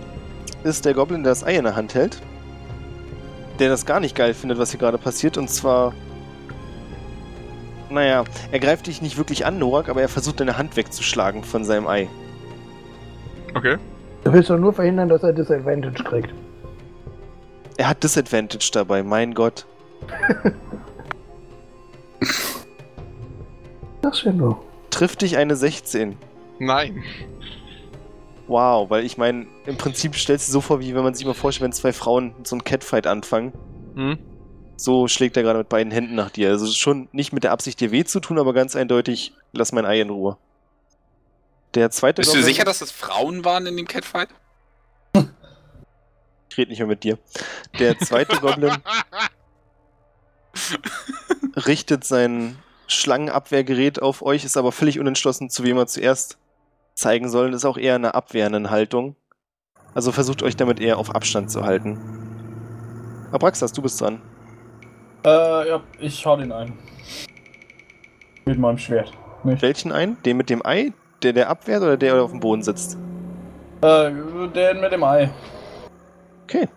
[SPEAKER 1] ist der Goblin, der das Ei in der Hand hält. Der das gar nicht geil findet, was hier gerade passiert. Und zwar. Naja, er greift dich nicht wirklich an, Norak, aber er versucht deine Hand wegzuschlagen von seinem Ei.
[SPEAKER 5] Okay.
[SPEAKER 4] Du willst doch nur verhindern, dass er Disadvantage kriegt.
[SPEAKER 1] Er hat Disadvantage dabei, mein Gott.
[SPEAKER 4] Das ist ja nur.
[SPEAKER 1] Trifft dich eine 16.
[SPEAKER 5] Nein.
[SPEAKER 1] Wow, weil ich meine, im Prinzip stellst du so vor, wie wenn man sich mal vorstellt, wenn zwei Frauen so ein Catfight anfangen.
[SPEAKER 5] Hm?
[SPEAKER 1] So schlägt er gerade mit beiden Händen nach dir. Also schon nicht mit der Absicht, dir weh zu tun, aber ganz eindeutig, lass mein Ei in Ruhe. Der zweite
[SPEAKER 2] Bist du
[SPEAKER 1] Goblin-
[SPEAKER 2] sicher, dass das Frauen waren in dem Catfight?
[SPEAKER 1] Ich rede nicht mehr mit dir. Der zweite Goblin richtet sein Schlangenabwehrgerät auf euch, ist aber völlig unentschlossen, zu wem er zuerst zeigen soll. Das ist auch eher eine abwehrende Haltung. Also versucht euch damit eher auf Abstand zu halten. Abraxas, du bist dran.
[SPEAKER 3] Äh, ja, ich hau den ein. Mit meinem Schwert. Nicht?
[SPEAKER 1] Welchen ein? Den mit dem Ei? Der, der abwehrt oder der, der auf dem Boden sitzt?
[SPEAKER 3] Äh, den mit dem Ei.
[SPEAKER 1] Okay.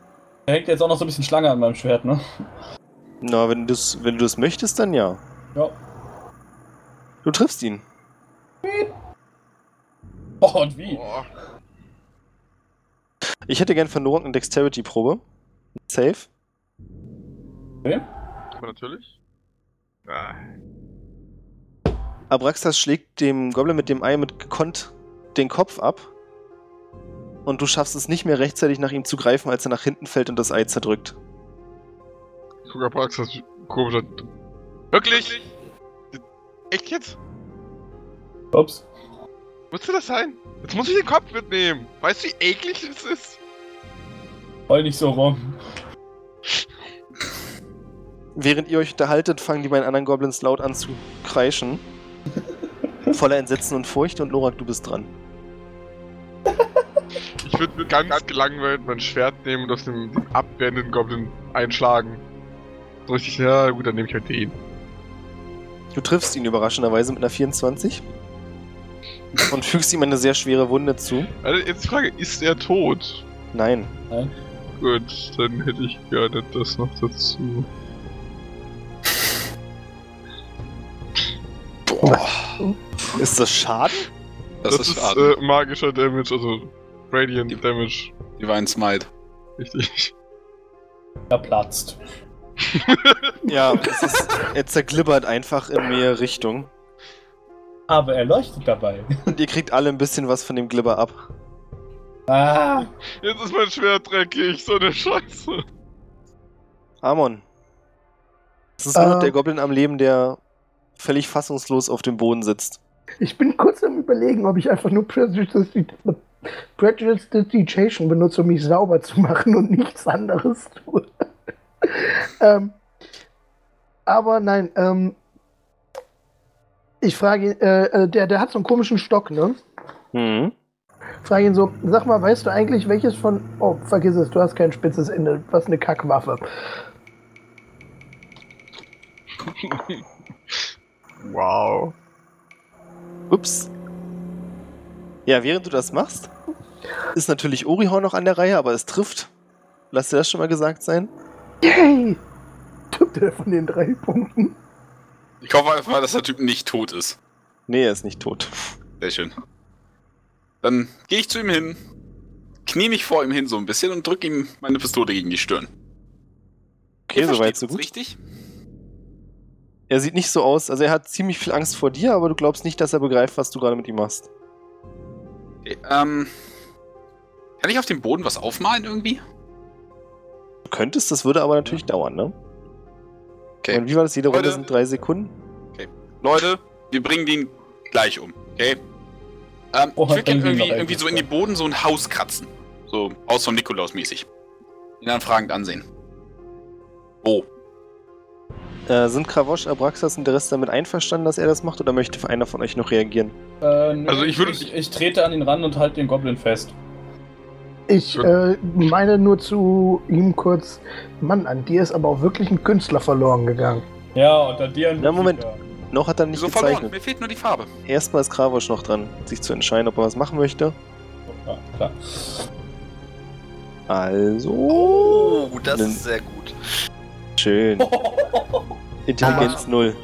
[SPEAKER 3] Der hängt jetzt auch noch so ein bisschen Schlange an meinem Schwert, ne?
[SPEAKER 1] Na, wenn, du's, wenn du das möchtest, dann ja.
[SPEAKER 3] Ja.
[SPEAKER 1] Du triffst ihn.
[SPEAKER 3] Oh, und wie?
[SPEAKER 5] Boah.
[SPEAKER 1] Ich hätte gern von Norak eine Dexterity-Probe. Safe.
[SPEAKER 5] Aber natürlich. Ah.
[SPEAKER 1] Abraxas schlägt dem Goblin mit dem Ei mit gekonnt den Kopf ab. Und du schaffst es nicht mehr rechtzeitig nach ihm zu greifen, als er nach hinten fällt und das Ei zerdrückt.
[SPEAKER 5] Guck, Abraxas, komischer. Wirklich? Echt jetzt?
[SPEAKER 3] Ups.
[SPEAKER 5] Musste das sein? Jetzt muss ich den Kopf mitnehmen. Weißt du, wie eklig das ist?
[SPEAKER 3] Heul nicht so rum.
[SPEAKER 1] Während ihr euch unterhaltet, fangen die beiden anderen Goblins laut an zu kreischen. Voller Entsetzen und Furcht und Lorak, du bist dran.
[SPEAKER 5] Ich würde ganz gelangweilt mein Schwert nehmen und aus dem, dem abwendenden Goblin einschlagen. So richtig, ja gut, dann nehme ich halt den.
[SPEAKER 1] Du triffst ihn überraschenderweise mit einer 24 und fügst ihm eine sehr schwere Wunde zu.
[SPEAKER 5] Also jetzt die Frage, ist er tot?
[SPEAKER 1] Nein,
[SPEAKER 5] Gut, dann hätte ich gerne das noch dazu.
[SPEAKER 1] ist das Schaden?
[SPEAKER 2] Das, ist schade.
[SPEAKER 5] äh, magischer Damage, also Radiant
[SPEAKER 2] Die-
[SPEAKER 5] Damage.
[SPEAKER 2] Divine Smite.
[SPEAKER 5] Richtig.
[SPEAKER 3] Er platzt.
[SPEAKER 1] Ja, es ist, er zerglibbert einfach in mehrere Richtungen.
[SPEAKER 3] Aber er leuchtet dabei.
[SPEAKER 1] Und ihr kriegt alle ein bisschen was von dem Glibber ab.
[SPEAKER 3] Ah.
[SPEAKER 5] Jetzt ist mein Schwert dreckig, so eine Scheiße.
[SPEAKER 1] Amon. Es ist nur noch
[SPEAKER 4] Ähm.
[SPEAKER 1] der Goblin am Leben, der völlig fassungslos auf dem Boden sitzt.
[SPEAKER 4] Ich bin kurz am überlegen, ob ich einfach nur Prejudice- Prejudice-Digitation benutze, um mich sauber zu machen und nichts anderes tue. ähm, aber nein, ähm, ich frage, äh, äh, der, der hat so einen komischen Stock, ne?
[SPEAKER 1] Mhm.
[SPEAKER 4] Frage ihn so, sag mal, weißt du eigentlich, welches von... Oh, vergiss es, du hast kein spitzes Ende. Was eine Kackwaffe.
[SPEAKER 5] Wow.
[SPEAKER 1] Ups. Ja, während du das machst, ist natürlich Orihorn noch an der Reihe, aber es trifft. Lass dir das schon mal gesagt sein.
[SPEAKER 4] Yay! Tippt er von den drei Punkten.
[SPEAKER 2] Ich hoffe einfach mal, dass der Typ nicht tot ist.
[SPEAKER 1] Nee, er ist nicht tot.
[SPEAKER 2] Sehr schön. Dann gehe ich zu ihm hin, knie mich vor ihm hin so ein bisschen und drücke ihm meine Pistole gegen die Stirn.
[SPEAKER 1] Okay,
[SPEAKER 2] Ihr
[SPEAKER 1] soweit
[SPEAKER 2] versteht
[SPEAKER 1] so
[SPEAKER 2] uns
[SPEAKER 1] gut.
[SPEAKER 2] Richtig?
[SPEAKER 1] Er sieht nicht so aus, also er hat ziemlich viel Angst vor dir, aber du glaubst nicht, dass er begreift, was du gerade mit ihm machst.
[SPEAKER 2] Okay, ähm, kann ich auf dem Boden was aufmalen irgendwie?
[SPEAKER 1] Du könntest, das würde aber natürlich dauern, ne?
[SPEAKER 2] Okay.
[SPEAKER 1] Und wie war das? Jede Runde
[SPEAKER 2] Leute.
[SPEAKER 1] sind drei Sekunden.
[SPEAKER 2] Leute, wir bringen den gleich um, okay? Ähm,
[SPEAKER 3] Oh,
[SPEAKER 2] ich würde
[SPEAKER 3] hat Benjamin
[SPEAKER 2] gerne irgendwie,
[SPEAKER 3] noch
[SPEAKER 2] irgendwie so in
[SPEAKER 3] einen
[SPEAKER 2] den Boden so ein Haus kratzen. So aus vom Nikolaus mäßig. Ihn dann fragend ansehen. Oh,
[SPEAKER 1] Äh, sind Kravosch, Abraxas und der Rest damit einverstanden, dass er das macht, oder möchte einer von euch noch reagieren?
[SPEAKER 3] Äh, nö,
[SPEAKER 5] Also ich würde-
[SPEAKER 3] Ich, ich trete an ihn ran und halte den Goblin fest.
[SPEAKER 4] Ich äh, meine nur zu ihm kurz, Mann, an dir ist aber auch wirklich ein Künstler verloren gegangen.
[SPEAKER 3] Ja, unter dir ein
[SPEAKER 1] Na, Moment.
[SPEAKER 3] Musiker.
[SPEAKER 1] Noch hat er nicht
[SPEAKER 2] so verloren.
[SPEAKER 1] gezeichnet.
[SPEAKER 2] Mir fehlt nur die Farbe.
[SPEAKER 1] Erstmal ist Kravosch noch dran, sich zu entscheiden, ob er was machen möchte.
[SPEAKER 3] Ja, klar.
[SPEAKER 1] Also.
[SPEAKER 6] Oh, das
[SPEAKER 1] Nen-
[SPEAKER 6] ist sehr gut.
[SPEAKER 1] Schön. Intelligenz
[SPEAKER 6] Ah.
[SPEAKER 1] null.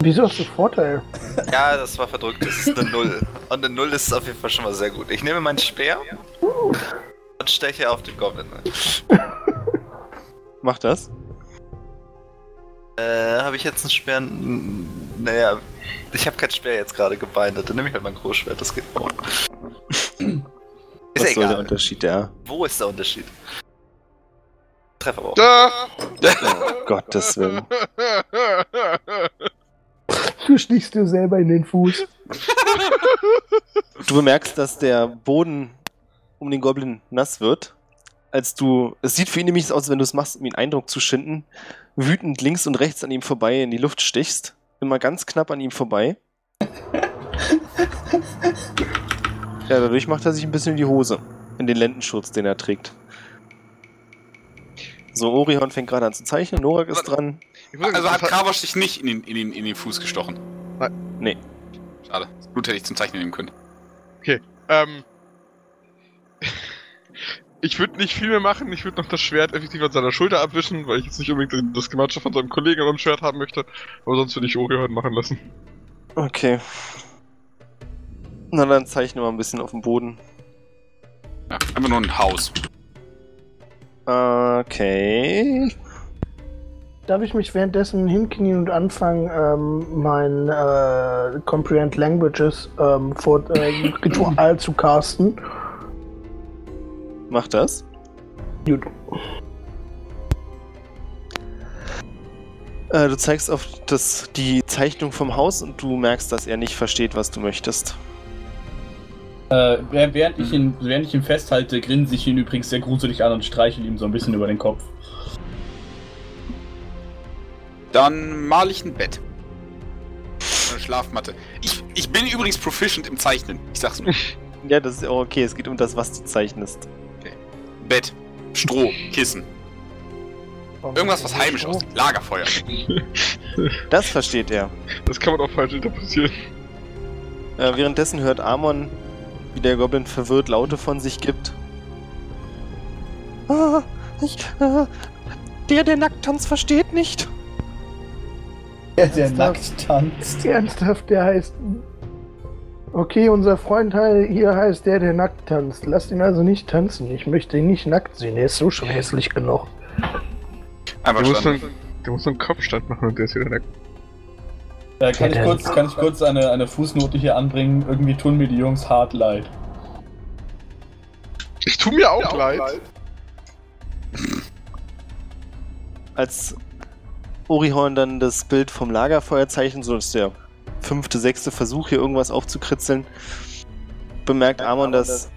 [SPEAKER 4] Wieso hast du Vorteil?
[SPEAKER 6] Ja, das war verdrückt. Das ist eine Null. Und eine Null ist auf jeden Fall schon mal sehr gut. Ich nehme meinen Speer und steche auf den Goblin.
[SPEAKER 1] Macht das?
[SPEAKER 6] Äh, habe ich jetzt einen Speer? N- Naja, ich habe keinen Speer jetzt gerade gebindet. Dann nehme ich halt mein Großschwert. Das geht auch.
[SPEAKER 1] Was
[SPEAKER 6] Ist
[SPEAKER 1] soll
[SPEAKER 6] ja
[SPEAKER 1] der
[SPEAKER 6] egal.
[SPEAKER 1] Unterschied, ja?
[SPEAKER 6] Wo ist der Unterschied? Treffer aber auch.
[SPEAKER 5] Da!
[SPEAKER 1] Oh, Gottes Willen.
[SPEAKER 4] Du stichst dir selber in den Fuß.
[SPEAKER 1] Du bemerkst, dass der Boden um den Goblin nass wird. Als du, es sieht für ihn nämlich so aus, als wenn du es machst, um ihn Eindruck zu schinden, wütend links und rechts an ihm vorbei in die Luft stichst. Immer ganz knapp an ihm vorbei. ja, dadurch macht er sich ein bisschen in die Hose. In den Lendenschutz, den er trägt. So, Orihorn fängt gerade an zu zeichnen. Norak ist dran.
[SPEAKER 5] Ich muss sagen,
[SPEAKER 2] Also
[SPEAKER 5] das
[SPEAKER 2] hat
[SPEAKER 5] hat-
[SPEAKER 2] Kravosch sich nicht in den, in, den, in den Fuß gestochen.
[SPEAKER 5] Nein.
[SPEAKER 1] Nee.
[SPEAKER 2] Schade. Das Blut hätte ich zum Zeichnen nehmen können.
[SPEAKER 5] Ähm. Ich würde nicht viel mehr machen, ich würde noch das Schwert effektiv an seiner Schulter abwischen, weil ich jetzt nicht unbedingt das Gematsche von seinem Kollegen an dem Schwert haben möchte, aber sonst würde ich Orihorn machen lassen.
[SPEAKER 1] Okay. Na dann zeichne mal ein bisschen auf dem Boden.
[SPEAKER 2] Ja, einfach nur ein Haus.
[SPEAKER 1] Okay.
[SPEAKER 4] Darf ich mich währenddessen hinknien und anfangen, ähm, mein äh, Comprehend Languages ähm, vor, äh, Ritual zu casten?
[SPEAKER 1] Mach das.
[SPEAKER 4] Gut.
[SPEAKER 1] Äh, du zeigst auf das, die Zeichnung vom Haus und du merkst, dass er nicht versteht, was du möchtest.
[SPEAKER 3] Äh, während, während ich ihn, während ich ihn festhalte, grinse ich ihn übrigens sehr gruselig an und streichel ihm so ein bisschen über den Kopf.
[SPEAKER 2] Dann mal ich ein Bett. Eine Schlafmatte. Ich, ich bin übrigens proficient im Zeichnen. Ich sag's nur.
[SPEAKER 1] Ja, das ist auch okay. Es geht um das, was du zeichnest.
[SPEAKER 2] Bett, Stroh, Kissen. Irgendwas, was heimisch
[SPEAKER 4] Oh.
[SPEAKER 2] aussieht. Lagerfeuer.
[SPEAKER 1] Das versteht er.
[SPEAKER 5] Das kann man auch falsch interpretieren.
[SPEAKER 1] Äh, währenddessen hört Amon, wie der Goblin verwirrt Laute von sich gibt. Ah, ich, äh, der, der Nacktanz versteht nicht.
[SPEAKER 3] Der,
[SPEAKER 4] der nackt
[SPEAKER 3] tanzt.
[SPEAKER 4] Ernsthaft, der heißt. Okay, unser Freund hier heißt der, der nackt tanzt. Lasst ihn also nicht tanzen. Ich möchte ihn nicht nackt sehen. Er ist so schon hässlich genug.
[SPEAKER 5] Der
[SPEAKER 2] Einfach
[SPEAKER 5] muss,
[SPEAKER 2] stand.
[SPEAKER 5] dann, der muss noch einen Kopfstand machen und der ist wieder nackt.
[SPEAKER 3] Äh, kann, ich kurz, kann ich kurz eine, eine Fußnote hier anbringen? Irgendwie tun mir die Jungs hart leid.
[SPEAKER 5] Ich tu mir auch leid.
[SPEAKER 1] als Orihorn dann das Bild vom Lagerfeuer zeichnet, so ist der fünfte, sechste Versuch, hier irgendwas aufzukritzeln, bemerkt Amon, dass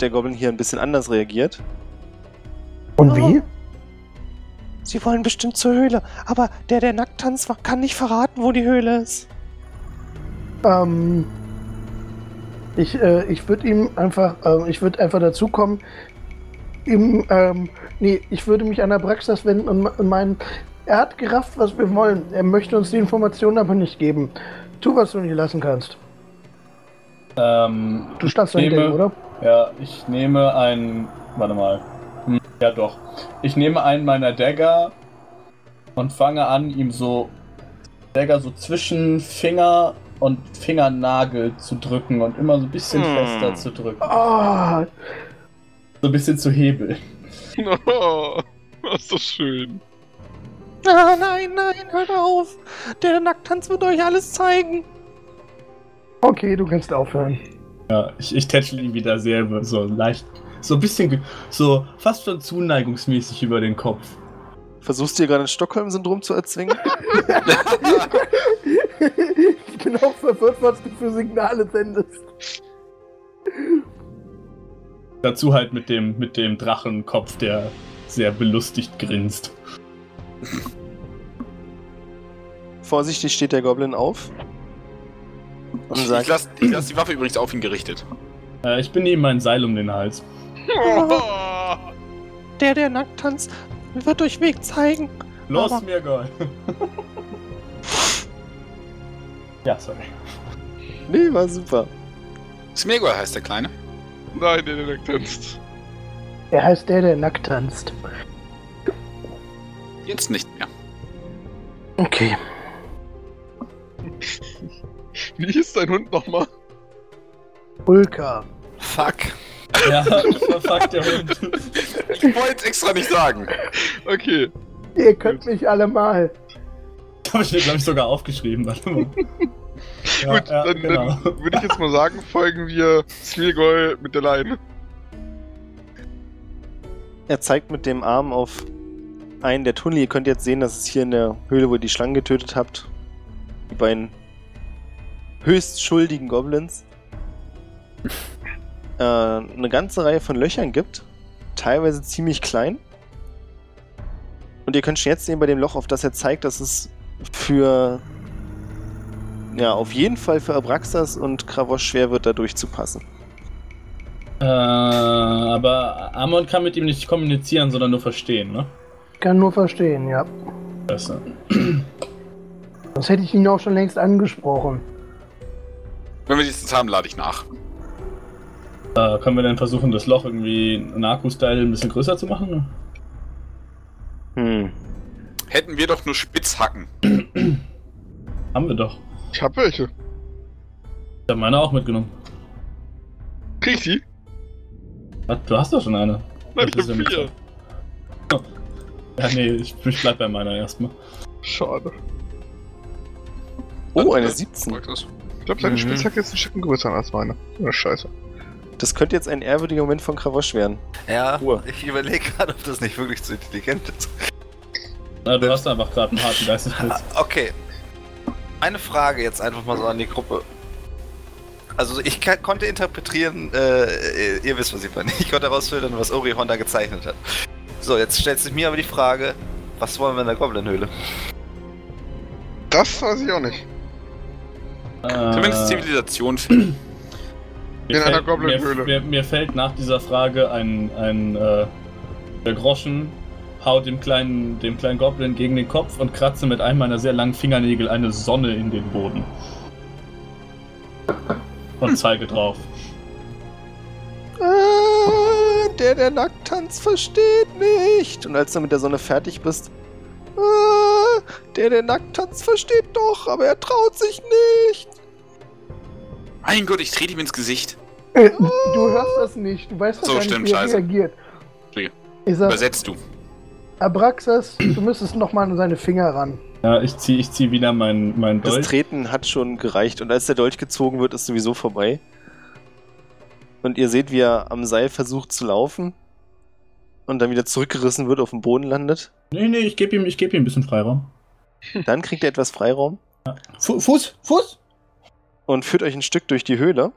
[SPEAKER 1] der Goblin hier ein bisschen anders reagiert.
[SPEAKER 4] Und wie?
[SPEAKER 1] Sie wollen bestimmt zur Höhle, aber der, der nackt tanzt, kann nicht verraten, wo die Höhle ist.
[SPEAKER 4] Ähm, ich äh, ich würde ihm einfach, ähm, ich würde einfach dazukommen. Im, ähm, nee, ich würde mich an Abraxas wenden und me- meinen, er hat gerafft, was wir wollen. Er möchte uns die Informationen aber nicht geben. Tu, was du nicht lassen kannst.
[SPEAKER 3] Ähm,
[SPEAKER 4] Du standst doch hinter
[SPEAKER 3] Nehme-
[SPEAKER 4] ihm, oder?
[SPEAKER 3] ja, ich nehme ein. Warte mal. Hm, ja, doch. Ich nehme einen meiner Dagger und fange an, ihm so. Dagger so zwischen Finger und Fingernagel zu drücken und immer so ein bisschen
[SPEAKER 1] Hm.
[SPEAKER 3] fester zu drücken.
[SPEAKER 4] Ah,
[SPEAKER 3] So ein bisschen zu hebeln.
[SPEAKER 5] Oh, das ist doch schön.
[SPEAKER 1] Ah, nein, nein, hört auf. Der, der nackt tanzt wird euch alles zeigen.
[SPEAKER 4] okay, du kannst aufhören.
[SPEAKER 3] Ja, ich, ich tätschel ihn wieder sehr so leicht So ein bisschen, ge- so fast schon zuneigungsmäßig über den Kopf.
[SPEAKER 1] Versuchst du hier gerade ein Stockholm-Syndrom zu erzwingen?
[SPEAKER 4] ich bin auch verwirrt, was du für Signale sendest.
[SPEAKER 3] Dazu halt mit dem, mit dem Drachenkopf, der sehr belustigt grinst.
[SPEAKER 1] Vorsichtig steht der Goblin auf. Und
[SPEAKER 2] Ich
[SPEAKER 1] sagt,
[SPEAKER 2] lasse ich lass die Waffe übrigens auf ihn gerichtet.
[SPEAKER 3] Äh, ich bin ihm mein Seil um den Hals.
[SPEAKER 1] der, der nackt tanzt, wird euch Weg zeigen.
[SPEAKER 3] Los,
[SPEAKER 1] Aber-
[SPEAKER 3] mir geil. ja, sorry.
[SPEAKER 1] Nee, war super.
[SPEAKER 2] Smeagol heißt der Kleine.
[SPEAKER 5] Nein, der, der wegtanzt.
[SPEAKER 4] Er heißt der, der nackt tanzt.
[SPEAKER 2] Jetzt nicht mehr.
[SPEAKER 4] Okay.
[SPEAKER 5] Wie hieß dein Hund nochmal?
[SPEAKER 4] Ulka.
[SPEAKER 6] Fuck.
[SPEAKER 3] Ja, fuck der Hund.
[SPEAKER 2] Ich wollte es extra nicht sagen.
[SPEAKER 5] Okay.
[SPEAKER 4] Ihr könnt mich alle mal.
[SPEAKER 3] Habe ich mir, glaube ich, sogar aufgeschrieben. Warte mal. Ja,
[SPEAKER 5] Gut,
[SPEAKER 3] ja,
[SPEAKER 5] dann,
[SPEAKER 3] genau.
[SPEAKER 5] dann würde ich jetzt mal sagen, folgen wir Smeagol mit der Leine.
[SPEAKER 1] Er zeigt mit dem Arm auf einen der Tunnel. Ihr könnt jetzt sehen, dass es hier in der Höhle, wo ihr die Schlangen getötet habt, die beiden höchst schuldigen Goblins, äh, eine ganze Reihe von Löchern gibt. Teilweise ziemlich klein. Und ihr könnt schon jetzt sehen bei dem Loch, auf das er zeigt, dass es für. Ja, auf jeden Fall für Abraxas und Kravos schwer wird, da durchzupassen.
[SPEAKER 3] Äh, aber Amon kann mit ihm nicht kommunizieren, sondern nur verstehen, ne?
[SPEAKER 4] Kann nur verstehen, ja.
[SPEAKER 3] Besser.
[SPEAKER 4] Sonst hätte ich ihn auch schon längst angesprochen.
[SPEAKER 2] Wenn wir die jetzt haben, lade ich nach.
[SPEAKER 3] Äh, können wir denn versuchen, das Loch irgendwie Naku-Style ein bisschen größer zu machen? ne?
[SPEAKER 1] Hm.
[SPEAKER 2] Hätten wir doch nur Spitzhacken.
[SPEAKER 3] Haben wir doch.
[SPEAKER 5] Ich hab welche.
[SPEAKER 3] Ich habe meine auch mitgenommen.
[SPEAKER 5] Krieg ich die?
[SPEAKER 3] Was, du hast doch schon eine.
[SPEAKER 5] Nein, ich
[SPEAKER 3] Das ist
[SPEAKER 5] hab
[SPEAKER 3] ja
[SPEAKER 5] vier.
[SPEAKER 3] Ja, nee, ich, ich bleib bei meiner erstmal.
[SPEAKER 5] Schade.
[SPEAKER 1] Oh, eine 17.
[SPEAKER 5] Ich glaube, seine
[SPEAKER 1] Mhm.
[SPEAKER 5] Spitzhacke ist ein Stück größer als meine. Oh, scheiße.
[SPEAKER 1] Das könnte jetzt ein ehrwürdiger Moment von Kravosch werden.
[SPEAKER 6] Ja,
[SPEAKER 1] Ruhe.
[SPEAKER 6] ich überlege gerade, ob das nicht wirklich zu intelligent ist.
[SPEAKER 3] Na,
[SPEAKER 5] Äh.
[SPEAKER 3] du hast einfach gerade einen harten
[SPEAKER 6] Ah,
[SPEAKER 3] Geistesblitz.
[SPEAKER 6] Okay. Eine Frage jetzt einfach mal so an die Gruppe. Also ich ka- konnte interpretieren, äh, ihr wisst, was ich meine. Ich konnte herausfiltern, was Ori Honda gezeichnet hat. So, jetzt stellt sich mir aber die Frage, was wollen wir in der Goblin-Höhle?
[SPEAKER 5] Das weiß ich auch nicht.
[SPEAKER 3] Äh,
[SPEAKER 2] Zumindest Zivilisation finden.
[SPEAKER 3] mir
[SPEAKER 5] in einer
[SPEAKER 3] fällt-
[SPEAKER 5] Goblin-Höhle.
[SPEAKER 3] Mir, mir, mir fällt nach dieser Frage ein, ein äh, der Groschen haut dem kleinen, dem kleinen Goblin gegen den Kopf und kratze mit einem meiner sehr langen Fingernägel eine Sonne in den Boden. Und zeige drauf.
[SPEAKER 1] Ah, der, der nackt tanzt, versteht nicht. Und als du mit der Sonne fertig bist, ah, der, der nackt tanzt, versteht doch, aber er traut sich nicht.
[SPEAKER 2] Mein Gott, ich trete ihm ins Gesicht.
[SPEAKER 4] Äh, Du hörst das nicht. Du weißt
[SPEAKER 2] So,
[SPEAKER 4] so, gar nicht,
[SPEAKER 2] stimmt,
[SPEAKER 4] wie er
[SPEAKER 2] scheiße.
[SPEAKER 4] reagiert.
[SPEAKER 2] Entschuldige.
[SPEAKER 4] Ich sag,
[SPEAKER 2] Übersetzt du.
[SPEAKER 4] Abraxas, du müsstest nochmal an seine Finger ran.
[SPEAKER 3] Ja, ich zieh, ich zieh wieder meinen mein
[SPEAKER 1] Das
[SPEAKER 3] Dolch.
[SPEAKER 1] Treten hat schon gereicht und als der Dolch gezogen wird, ist sowieso vorbei. Und ihr seht, wie er am Seil versucht zu laufen und dann wieder zurückgerissen wird, auf dem Boden landet.
[SPEAKER 3] Nee, nee, ich gebe ihm, ich geb ihm ein bisschen Freiraum.
[SPEAKER 1] Dann kriegt er etwas Freiraum
[SPEAKER 3] Fu Fuß, Fuß!
[SPEAKER 1] und führt euch ein Stück durch die Höhle.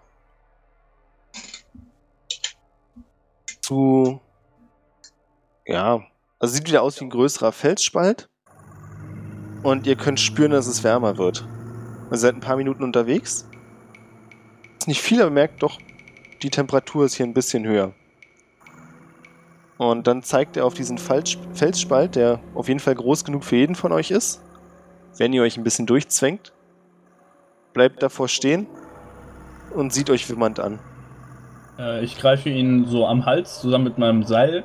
[SPEAKER 1] Zu. Ja. Also sieht wieder aus wie ein größerer Felsspalt. Und ihr könnt spüren, dass es wärmer wird. Ihr seid ein paar Minuten unterwegs. Ist nicht viel, aber merkt doch, die Temperatur ist hier ein bisschen höher. Und dann zeigt er auf diesen Fals- Felsspalt, der auf jeden Fall groß genug für jeden von euch ist. Wenn ihr euch ein bisschen durchzwängt bleibt davor stehen und sieht euch wimmernd an.
[SPEAKER 3] Äh, ich greife ihn so am Hals zusammen mit meinem Seil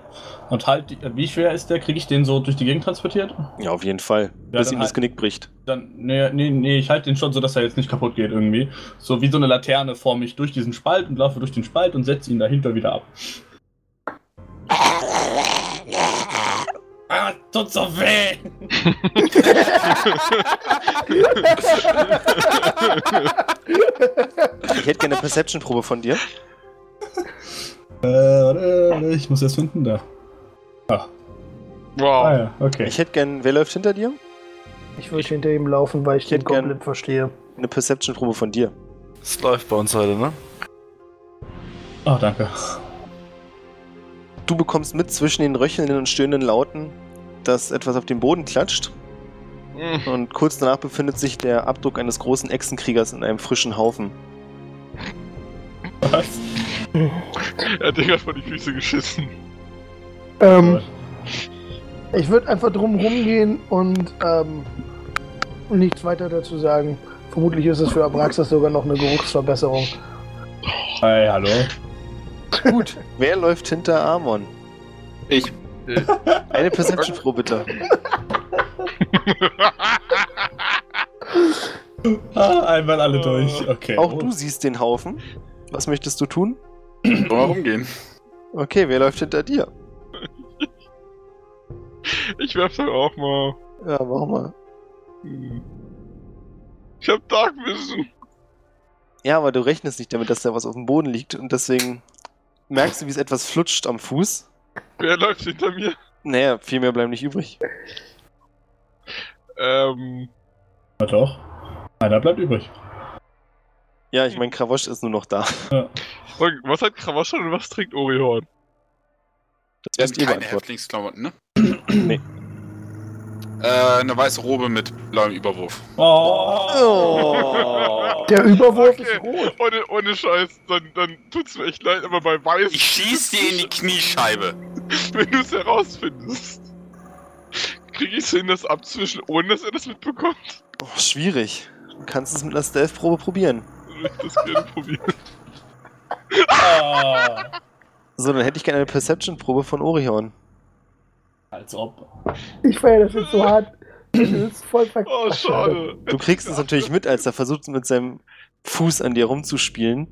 [SPEAKER 3] und halt, die- wie schwer ist der? Kriege ich den so durch die Gegend transportiert?
[SPEAKER 1] Ja, auf jeden Fall.
[SPEAKER 3] Ja,
[SPEAKER 1] Bis
[SPEAKER 3] dann
[SPEAKER 1] ihm das
[SPEAKER 3] halt-
[SPEAKER 1] Genick bricht.
[SPEAKER 3] Dann, nee, nee, nee, ich halte den schon so, dass er jetzt nicht kaputt geht irgendwie. So wie so eine Laterne vor mich durch diesen Spalt und laufe durch den Spalt und setze ihn dahinter wieder ab. Ah, tut so weh!
[SPEAKER 1] Ich hätte gerne eine Perception-Probe von dir.
[SPEAKER 3] Äh, warte, ich muss das finden, da.
[SPEAKER 5] Wow.
[SPEAKER 3] Ah ja, okay.
[SPEAKER 1] Ich hätte gern, wer läuft hinter dir?
[SPEAKER 4] Ich würde hinter ihm laufen, weil ich
[SPEAKER 1] Ich
[SPEAKER 4] den
[SPEAKER 1] hätte gern-
[SPEAKER 4] Goblin verstehe.
[SPEAKER 1] Eine Perception-Probe von dir.
[SPEAKER 6] Es läuft bei uns heute, ne?
[SPEAKER 3] Oh, danke.
[SPEAKER 1] Du bekommst mit zwischen den röchelnden und stöhnenden Lauten, dass etwas auf den Boden klatscht.
[SPEAKER 5] Mhm.
[SPEAKER 1] Und kurz danach befindet sich der Abdruck eines großen Echsenkriegers in einem frischen Haufen.
[SPEAKER 3] Was?
[SPEAKER 5] Er hat Digga vor die Füße geschissen.
[SPEAKER 4] Ähm, ich würde einfach drum rumgehen und ähm, nichts weiter dazu sagen. Vermutlich ist es für Abraxas sogar noch eine Geruchsverbesserung.
[SPEAKER 3] Hey, hallo?
[SPEAKER 1] Gut, wer läuft hinter Amon?
[SPEAKER 2] Ich.
[SPEAKER 1] Eine Perception-Probe bitte.
[SPEAKER 3] Ah, einmal alle durch. Okay.
[SPEAKER 1] Auch du siehst den Haufen. Was möchtest du tun?
[SPEAKER 2] Wollen wir rumgehen?
[SPEAKER 1] Okay, wer läuft hinter dir?
[SPEAKER 5] Ich werf's dann auch mal.
[SPEAKER 1] Ja, mach mal.
[SPEAKER 5] Hm. Ich hab Dark Vision.
[SPEAKER 1] Ja, aber du rechnest nicht damit, dass da was auf dem Boden liegt und deswegen merkst du, wie es etwas flutscht am Fuß.
[SPEAKER 5] Wer läuft hinter mir?
[SPEAKER 1] Naja, viel mehr bleiben nicht übrig.
[SPEAKER 5] Ähm.
[SPEAKER 3] Na doch. Einer bleibt übrig.
[SPEAKER 1] Ja, ich meine, Krawosch ist nur noch da.
[SPEAKER 5] Frank, Was hat Krawaschon und was trinkt Orihorn?
[SPEAKER 2] Wir
[SPEAKER 1] Das
[SPEAKER 2] sind
[SPEAKER 1] müsst ihr
[SPEAKER 2] keine
[SPEAKER 1] beantworten.
[SPEAKER 2] Häftlingsklamotten, ne?
[SPEAKER 1] Nee.
[SPEAKER 2] Äh, eine weiße Robe mit blauem Überwurf.
[SPEAKER 3] Oh.
[SPEAKER 4] Der Überwurf
[SPEAKER 5] Okay.
[SPEAKER 4] ist rot.
[SPEAKER 5] Ohne, ohne Scheiß, dann, dann tut's mir echt leid, aber bei Weiß,
[SPEAKER 2] Ich schieß dir in die Kniescheibe.
[SPEAKER 5] wenn du's herausfindest, krieg ich's hin, das abzwischen, ohne dass er das mitbekommt.
[SPEAKER 1] Oh, schwierig. Du kannst es mit einer Stealth-Probe probieren.
[SPEAKER 5] Dann würd Ich das gerne probieren.
[SPEAKER 3] Ah.
[SPEAKER 1] So, dann hätte ich gerne eine Perception-Probe von Orihorn.
[SPEAKER 3] Als ob.
[SPEAKER 4] Ich feiere das jetzt so hart. Das ist voll verk-
[SPEAKER 5] Oh,
[SPEAKER 4] Ach,
[SPEAKER 5] schade.
[SPEAKER 1] Du kriegst es natürlich mit, als er versucht, mit seinem Fuß an dir rumzuspielen.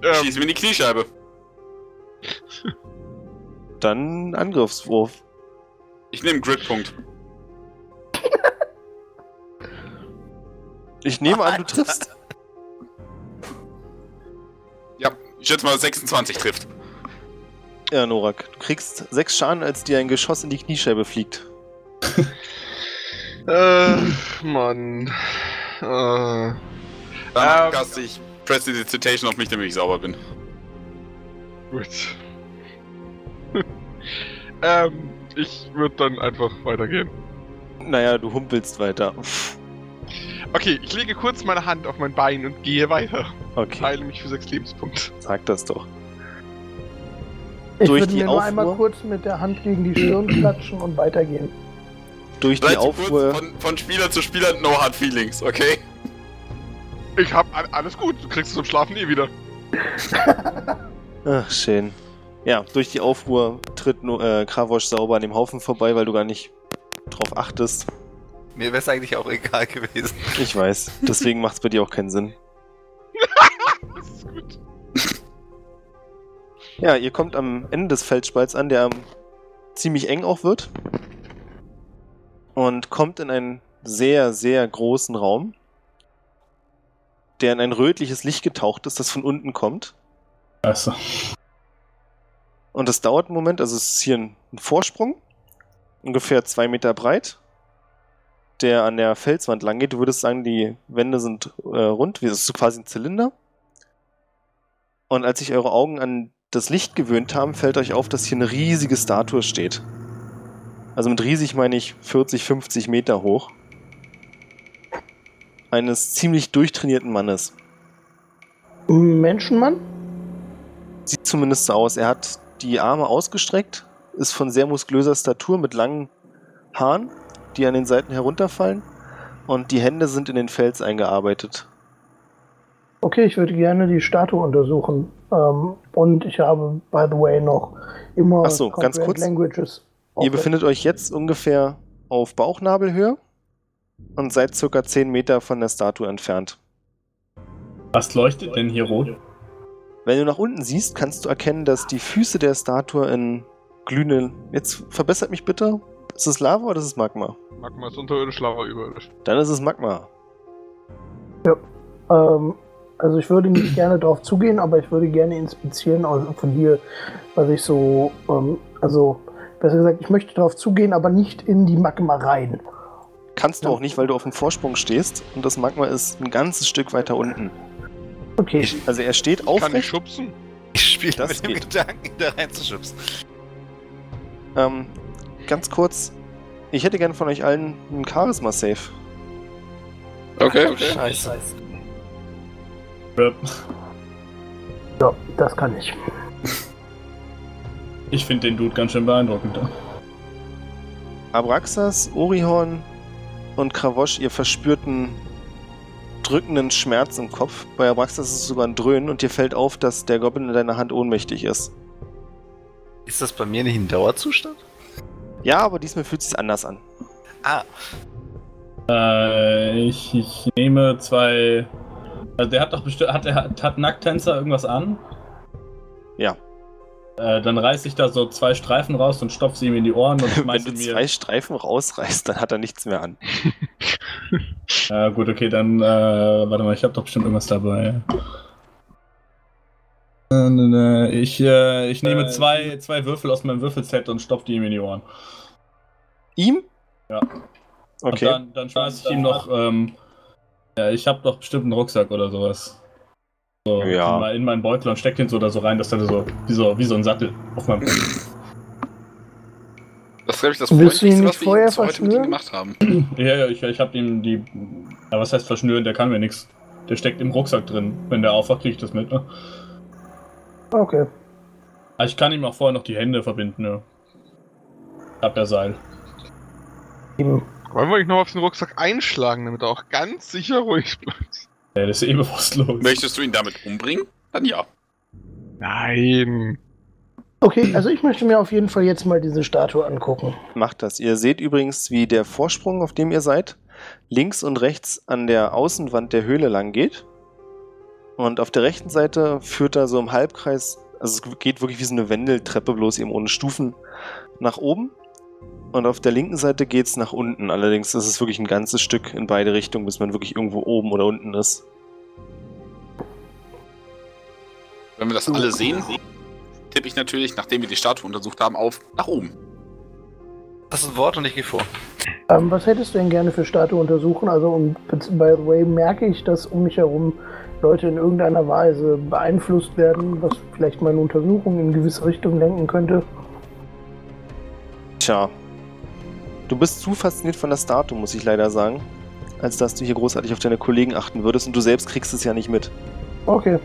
[SPEAKER 2] Ich
[SPEAKER 5] ähm,
[SPEAKER 2] schieß mir in die Kniescheibe.
[SPEAKER 1] Dann Angriffswurf.
[SPEAKER 2] Ich nehme Gridpunkt.
[SPEAKER 1] Ich nehme an, du triffst.
[SPEAKER 2] Ja, ich schätze mal 26 trifft.
[SPEAKER 1] Ja, Norak, du kriegst sechs Schaden, als dir ein Geschoss in die Kniescheibe fliegt.
[SPEAKER 5] äh, Mann. Äh,
[SPEAKER 2] Danach
[SPEAKER 5] Ähm.
[SPEAKER 2] kaste ich Prestidigitation auf mich, damit ich sauber bin.
[SPEAKER 5] gut. ähm, ich würde dann einfach weitergehen.
[SPEAKER 1] Naja, du humpelst weiter.
[SPEAKER 5] Okay, ich lege kurz meine Hand auf mein Bein und gehe weiter.
[SPEAKER 1] Okay,
[SPEAKER 5] Heile mich für sechs Lebenspunkte.
[SPEAKER 1] sag das doch.
[SPEAKER 4] Ich
[SPEAKER 1] Durch
[SPEAKER 4] würde
[SPEAKER 1] die
[SPEAKER 4] mir nur einmal
[SPEAKER 1] Aufruhr?
[SPEAKER 4] kurz mit der Hand gegen die Stirn klatschen und weitergehen.
[SPEAKER 1] Durch die
[SPEAKER 2] Seid so kurz
[SPEAKER 1] Aufruhr.
[SPEAKER 2] von, von Spieler zu Spieler, no hard feelings, okay?
[SPEAKER 5] Ich hab a- alles gut, du kriegst es zum Schlafen eh wieder.
[SPEAKER 1] Ach, schön. Ja, durch die Aufruhr tritt nur, äh, Kravosch sauber an dem Haufen vorbei, weil du gar nicht drauf achtest.
[SPEAKER 6] Mir wäre es eigentlich auch egal gewesen.
[SPEAKER 1] Ich weiß. Deswegen macht es bei dir auch keinen Sinn.
[SPEAKER 5] Das ist gut.
[SPEAKER 1] Ja, ihr kommt am Ende des Feldspalts an, der ähm, ziemlich eng auch wird. Und kommt in einen sehr, sehr großen Raum, der in ein rötliches Licht getaucht ist, das von unten kommt.
[SPEAKER 3] Achso.
[SPEAKER 1] Und das dauert einen Moment, also es ist hier ein ein Vorsprung, ungefähr zwei Meter breit, der an der Felswand lang geht. Du würdest sagen, die Wände sind äh, rund, wie es ist so quasi ein Zylinder. Und als sich eure Augen an das Licht gewöhnt haben, fällt euch auf, dass hier eine riesige Statue steht. Also mit riesig meine ich 40, 50 Meter hoch. Eines ziemlich durchtrainierten Mannes.
[SPEAKER 4] Menschenmann?
[SPEAKER 1] Sieht zumindest so aus. Er hat die Arme ausgestreckt, ist von sehr muskulöser Statur mit langen Haaren, die an den Seiten herunterfallen. Und die Hände sind in den Fels eingearbeitet.
[SPEAKER 4] Okay, ich würde gerne die Statue untersuchen. Ähm, und ich habe, by the way, noch immer
[SPEAKER 1] Ach so, ganz
[SPEAKER 4] Comprehend
[SPEAKER 1] kurz.
[SPEAKER 4] Languages.
[SPEAKER 1] Ihr befindet euch jetzt ungefähr auf Bauchnabelhöhe und seid circa 10 Meter von der Statue entfernt.
[SPEAKER 3] Was leuchtet denn hier rot?
[SPEAKER 1] Wenn du nach unten siehst, kannst du erkennen, dass die Füße der Statue in glühende. Jetzt verbessert mich bitte. Ist es Lava oder ist es Magma?
[SPEAKER 5] Magma ist unterirdisch, Lava überirdisch.
[SPEAKER 1] Dann ist es Magma.
[SPEAKER 4] Ähm, Also ich würde nicht gerne drauf zugehen, aber ich würde gerne inspizieren also von hier, was ich so, ähm, also besser gesagt, ich möchte drauf zugehen, aber nicht in die Magma rein.
[SPEAKER 1] Kannst du
[SPEAKER 4] Ja.
[SPEAKER 1] auch nicht, weil du auf dem Vorsprung stehst und das Magma ist ein ganzes Stück weiter unten.
[SPEAKER 4] Okay,
[SPEAKER 1] Also er steht
[SPEAKER 5] Kann ich
[SPEAKER 1] aufrecht.
[SPEAKER 5] schubsen?
[SPEAKER 6] Ich spiele
[SPEAKER 1] Das
[SPEAKER 6] mit dem
[SPEAKER 1] geht.
[SPEAKER 6] Gedanken, da reinzuschubsen.
[SPEAKER 1] Ähm, ganz kurz, ich hätte gerne von euch allen einen Charisma-Save.
[SPEAKER 2] Okay, okay.
[SPEAKER 7] Scheiße.
[SPEAKER 4] ja, das kann ich.
[SPEAKER 3] Ich finde den Dude ganz schön beeindruckend.
[SPEAKER 1] Abraxas, Orihorn und Kravosch, ihr verspürt einen drückenden Schmerz im Kopf. Bei Abraxas ist es sogar ein Dröhnen und dir fällt auf, dass der Goblin in deiner Hand ohnmächtig ist.
[SPEAKER 6] Ist das bei mir nicht ein Dauerzustand?
[SPEAKER 1] Ja, aber diesmal fühlt es sich anders an.
[SPEAKER 6] Ah,
[SPEAKER 3] Äh, ich, ich nehme zwei. Also der hat doch bestimmt. Hat, er- hat, hat Nacktänzer irgendwas an?
[SPEAKER 1] Ja.
[SPEAKER 3] Äh, dann reiße ich da so zwei Streifen raus und stopfe sie ihm in die Ohren und
[SPEAKER 1] Wenn du
[SPEAKER 3] schmeiße mir.
[SPEAKER 1] zwei Streifen rausreißt, dann hat er nichts mehr an.
[SPEAKER 3] Ja, gut, okay, dann. Äh, warte mal, ich habe doch bestimmt irgendwas dabei. Äh, ne, ne, Ich, äh, ich nehme zwei, zwei Würfel aus meinem Würfelset und stopfe die ihm in die Ohren.
[SPEAKER 1] Ihm?
[SPEAKER 3] Ja.
[SPEAKER 1] Okay.
[SPEAKER 3] Und dann, dann schmeiße ich ihm noch. Ähm, ja, ich habe doch bestimmt einen Rucksack oder sowas. So,
[SPEAKER 1] Ja.
[SPEAKER 3] in mein- In meinen Beutel und steck den so oder so rein, dass dann so wie so, wie so ein Sattel auf meinem.
[SPEAKER 2] Das ist, glaube ich, das
[SPEAKER 4] Willst du ihn
[SPEAKER 2] Freundlichste,
[SPEAKER 4] nicht
[SPEAKER 2] was wir
[SPEAKER 4] vorher
[SPEAKER 2] ihm zu heute mit ihm
[SPEAKER 4] verschnüren?
[SPEAKER 2] gemacht haben.
[SPEAKER 3] ja, ja, ich, ich habe ihm die. Ja, was heißt verschnüren? Der kann mir nichts. Der steckt im Rucksack drin. Wenn der aufwacht, krieg ich das mit, ne?
[SPEAKER 4] Okay.
[SPEAKER 3] Aber ich kann ihm auch vorher noch die Hände verbinden, ne? Ich hab ja Seil.
[SPEAKER 4] Eben.
[SPEAKER 5] Wollen wir euch noch auf den Rucksack einschlagen, damit er auch ganz sicher ruhig bleibt?
[SPEAKER 3] Der ist eh bewusstlos.
[SPEAKER 2] Möchtest du ihn damit umbringen? Dann ja.
[SPEAKER 5] Nein.
[SPEAKER 4] Okay, also ich möchte mir auf jeden Fall jetzt mal diese Statue angucken.
[SPEAKER 1] Macht das. Ihr seht übrigens, wie der Vorsprung, auf dem ihr seid, links und rechts an der Außenwand der Höhle lang geht. Und auf der rechten Seite führt er so im Halbkreis, also es geht wirklich wie so eine Wendeltreppe, bloß eben ohne Stufen, nach oben. Und auf der linken Seite geht es nach unten. Allerdings ist es wirklich ein ganzes Stück in beide Richtungen, bis man wirklich irgendwo oben oder unten ist.
[SPEAKER 2] Wenn wir das alle sehen, tippe ich natürlich, nachdem wir die Statue untersucht haben, auf nach oben.
[SPEAKER 6] das ist ein Wort und ich gehe vor.
[SPEAKER 4] Ähm, was hättest du denn gerne für Statue untersuchen? Also, um, by the way, merke ich, dass um mich herum Leute in irgendeiner Weise beeinflusst werden, was vielleicht meine Untersuchung in gewisse Richtung lenken könnte.
[SPEAKER 1] Tja. Du bist zu fasziniert von der Statue, muss ich leider sagen, als dass du hier großartig auf deine Kollegen achten würdest und du selbst kriegst es ja nicht mit.
[SPEAKER 4] Okay.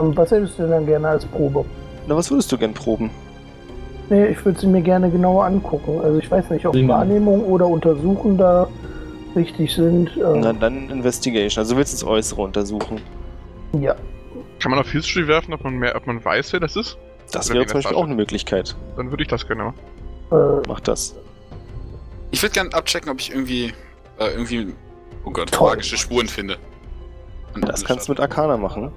[SPEAKER 4] Ähm, was hättest du denn dann gerne als Probe?
[SPEAKER 1] Na, was würdest du gern proben?
[SPEAKER 4] Nee, ich würde sie mir gerne genauer angucken. Also ich weiß nicht, ob
[SPEAKER 3] Singen.
[SPEAKER 4] Wahrnehmung oder Untersuchen da richtig sind. Ähm,
[SPEAKER 1] Na, dann Investigation. Also du willst das Äußere untersuchen.
[SPEAKER 4] ja.
[SPEAKER 5] Kann man auf History werfen, ob man, mehr, ob man weiß, wer das ist?
[SPEAKER 1] Das
[SPEAKER 5] Oder
[SPEAKER 1] wäre
[SPEAKER 5] wie
[SPEAKER 1] zum Beispiel
[SPEAKER 5] Statue.
[SPEAKER 1] auch eine Möglichkeit.
[SPEAKER 5] Dann würde ich das gerne machen.
[SPEAKER 4] Äh,
[SPEAKER 1] Mach das.
[SPEAKER 2] Ich würde gerne abchecken, ob ich irgendwie, äh, irgendwie, oh Gott,
[SPEAKER 4] Toll.
[SPEAKER 2] magische Spuren finde. An
[SPEAKER 1] Das
[SPEAKER 2] der
[SPEAKER 1] kannst du
[SPEAKER 2] Statue.
[SPEAKER 1] mit Arcana machen.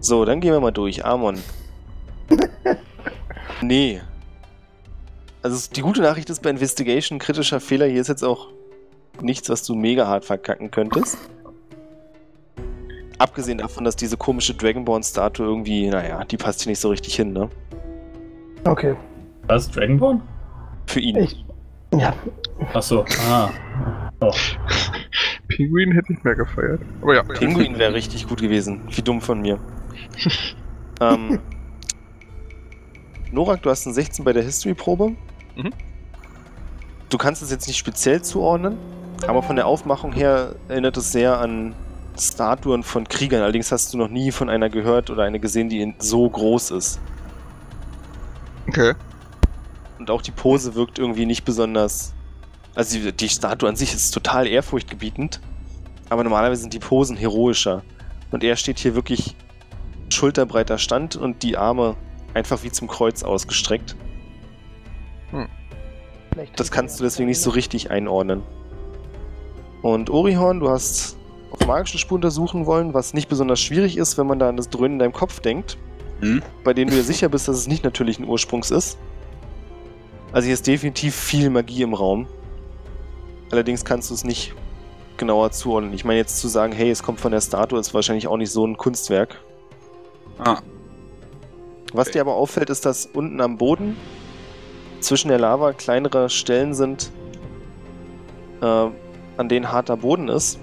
[SPEAKER 1] So, dann gehen wir mal durch. Amon. nee. Also es- die gute Nachricht ist bei Investigation kritischer Fehler. Hier ist jetzt auch nichts, was du mega hart verkacken könntest. Abgesehen davon, dass diese komische Dragonborn-Statue irgendwie, naja, die passt hier nicht so richtig hin, ne?
[SPEAKER 4] okay.
[SPEAKER 3] Was? Dragonborn?
[SPEAKER 1] Für ihn.
[SPEAKER 4] Ich, ja,
[SPEAKER 3] Achso, ah.
[SPEAKER 5] Pinguin hätte ich mehr gefeiert. Aber ja.
[SPEAKER 1] Pinguin wäre richtig gut gewesen. Wie dumm von mir. ähm, Norak, du hast einen 16 bei der History-Probe.
[SPEAKER 5] Mhm.
[SPEAKER 1] Du kannst es jetzt nicht speziell zuordnen, aber von der Aufmachung her erinnert es sehr an Statuen von Kriegern. Allerdings hast du noch nie von einer gehört oder eine gesehen, die in- so groß ist.
[SPEAKER 5] Okay.
[SPEAKER 1] Und auch die Pose wirkt irgendwie nicht besonders. Also die, die Statue an sich ist total ehrfurchtgebietend. Aber normalerweise sind die Posen heroischer. Und er steht hier wirklich schulterbreiter Stand und die Arme einfach wie zum Kreuz ausgestreckt.
[SPEAKER 4] vielleicht
[SPEAKER 1] Das kannst du deswegen nicht so richtig einordnen. Und Orihorn, du hast auf magische Spuren untersuchen wollen, was nicht besonders schwierig ist, wenn man da an das Dröhnen in deinem Kopf denkt.
[SPEAKER 2] Hm?
[SPEAKER 1] bei denen du dir sicher bist, dass es nicht natürlichen Ursprungs ist. Also hier ist definitiv viel Magie im Raum. Allerdings kannst du es nicht genauer zuordnen. Ich meine, jetzt zu sagen, hey, es kommt von der Statue, ist wahrscheinlich auch nicht so ein Kunstwerk.
[SPEAKER 2] Ah.
[SPEAKER 1] Was
[SPEAKER 2] Okay.
[SPEAKER 1] dir aber auffällt, ist, dass unten am Boden zwischen der Lava kleinere Stellen sind, äh, an denen harter Boden ist,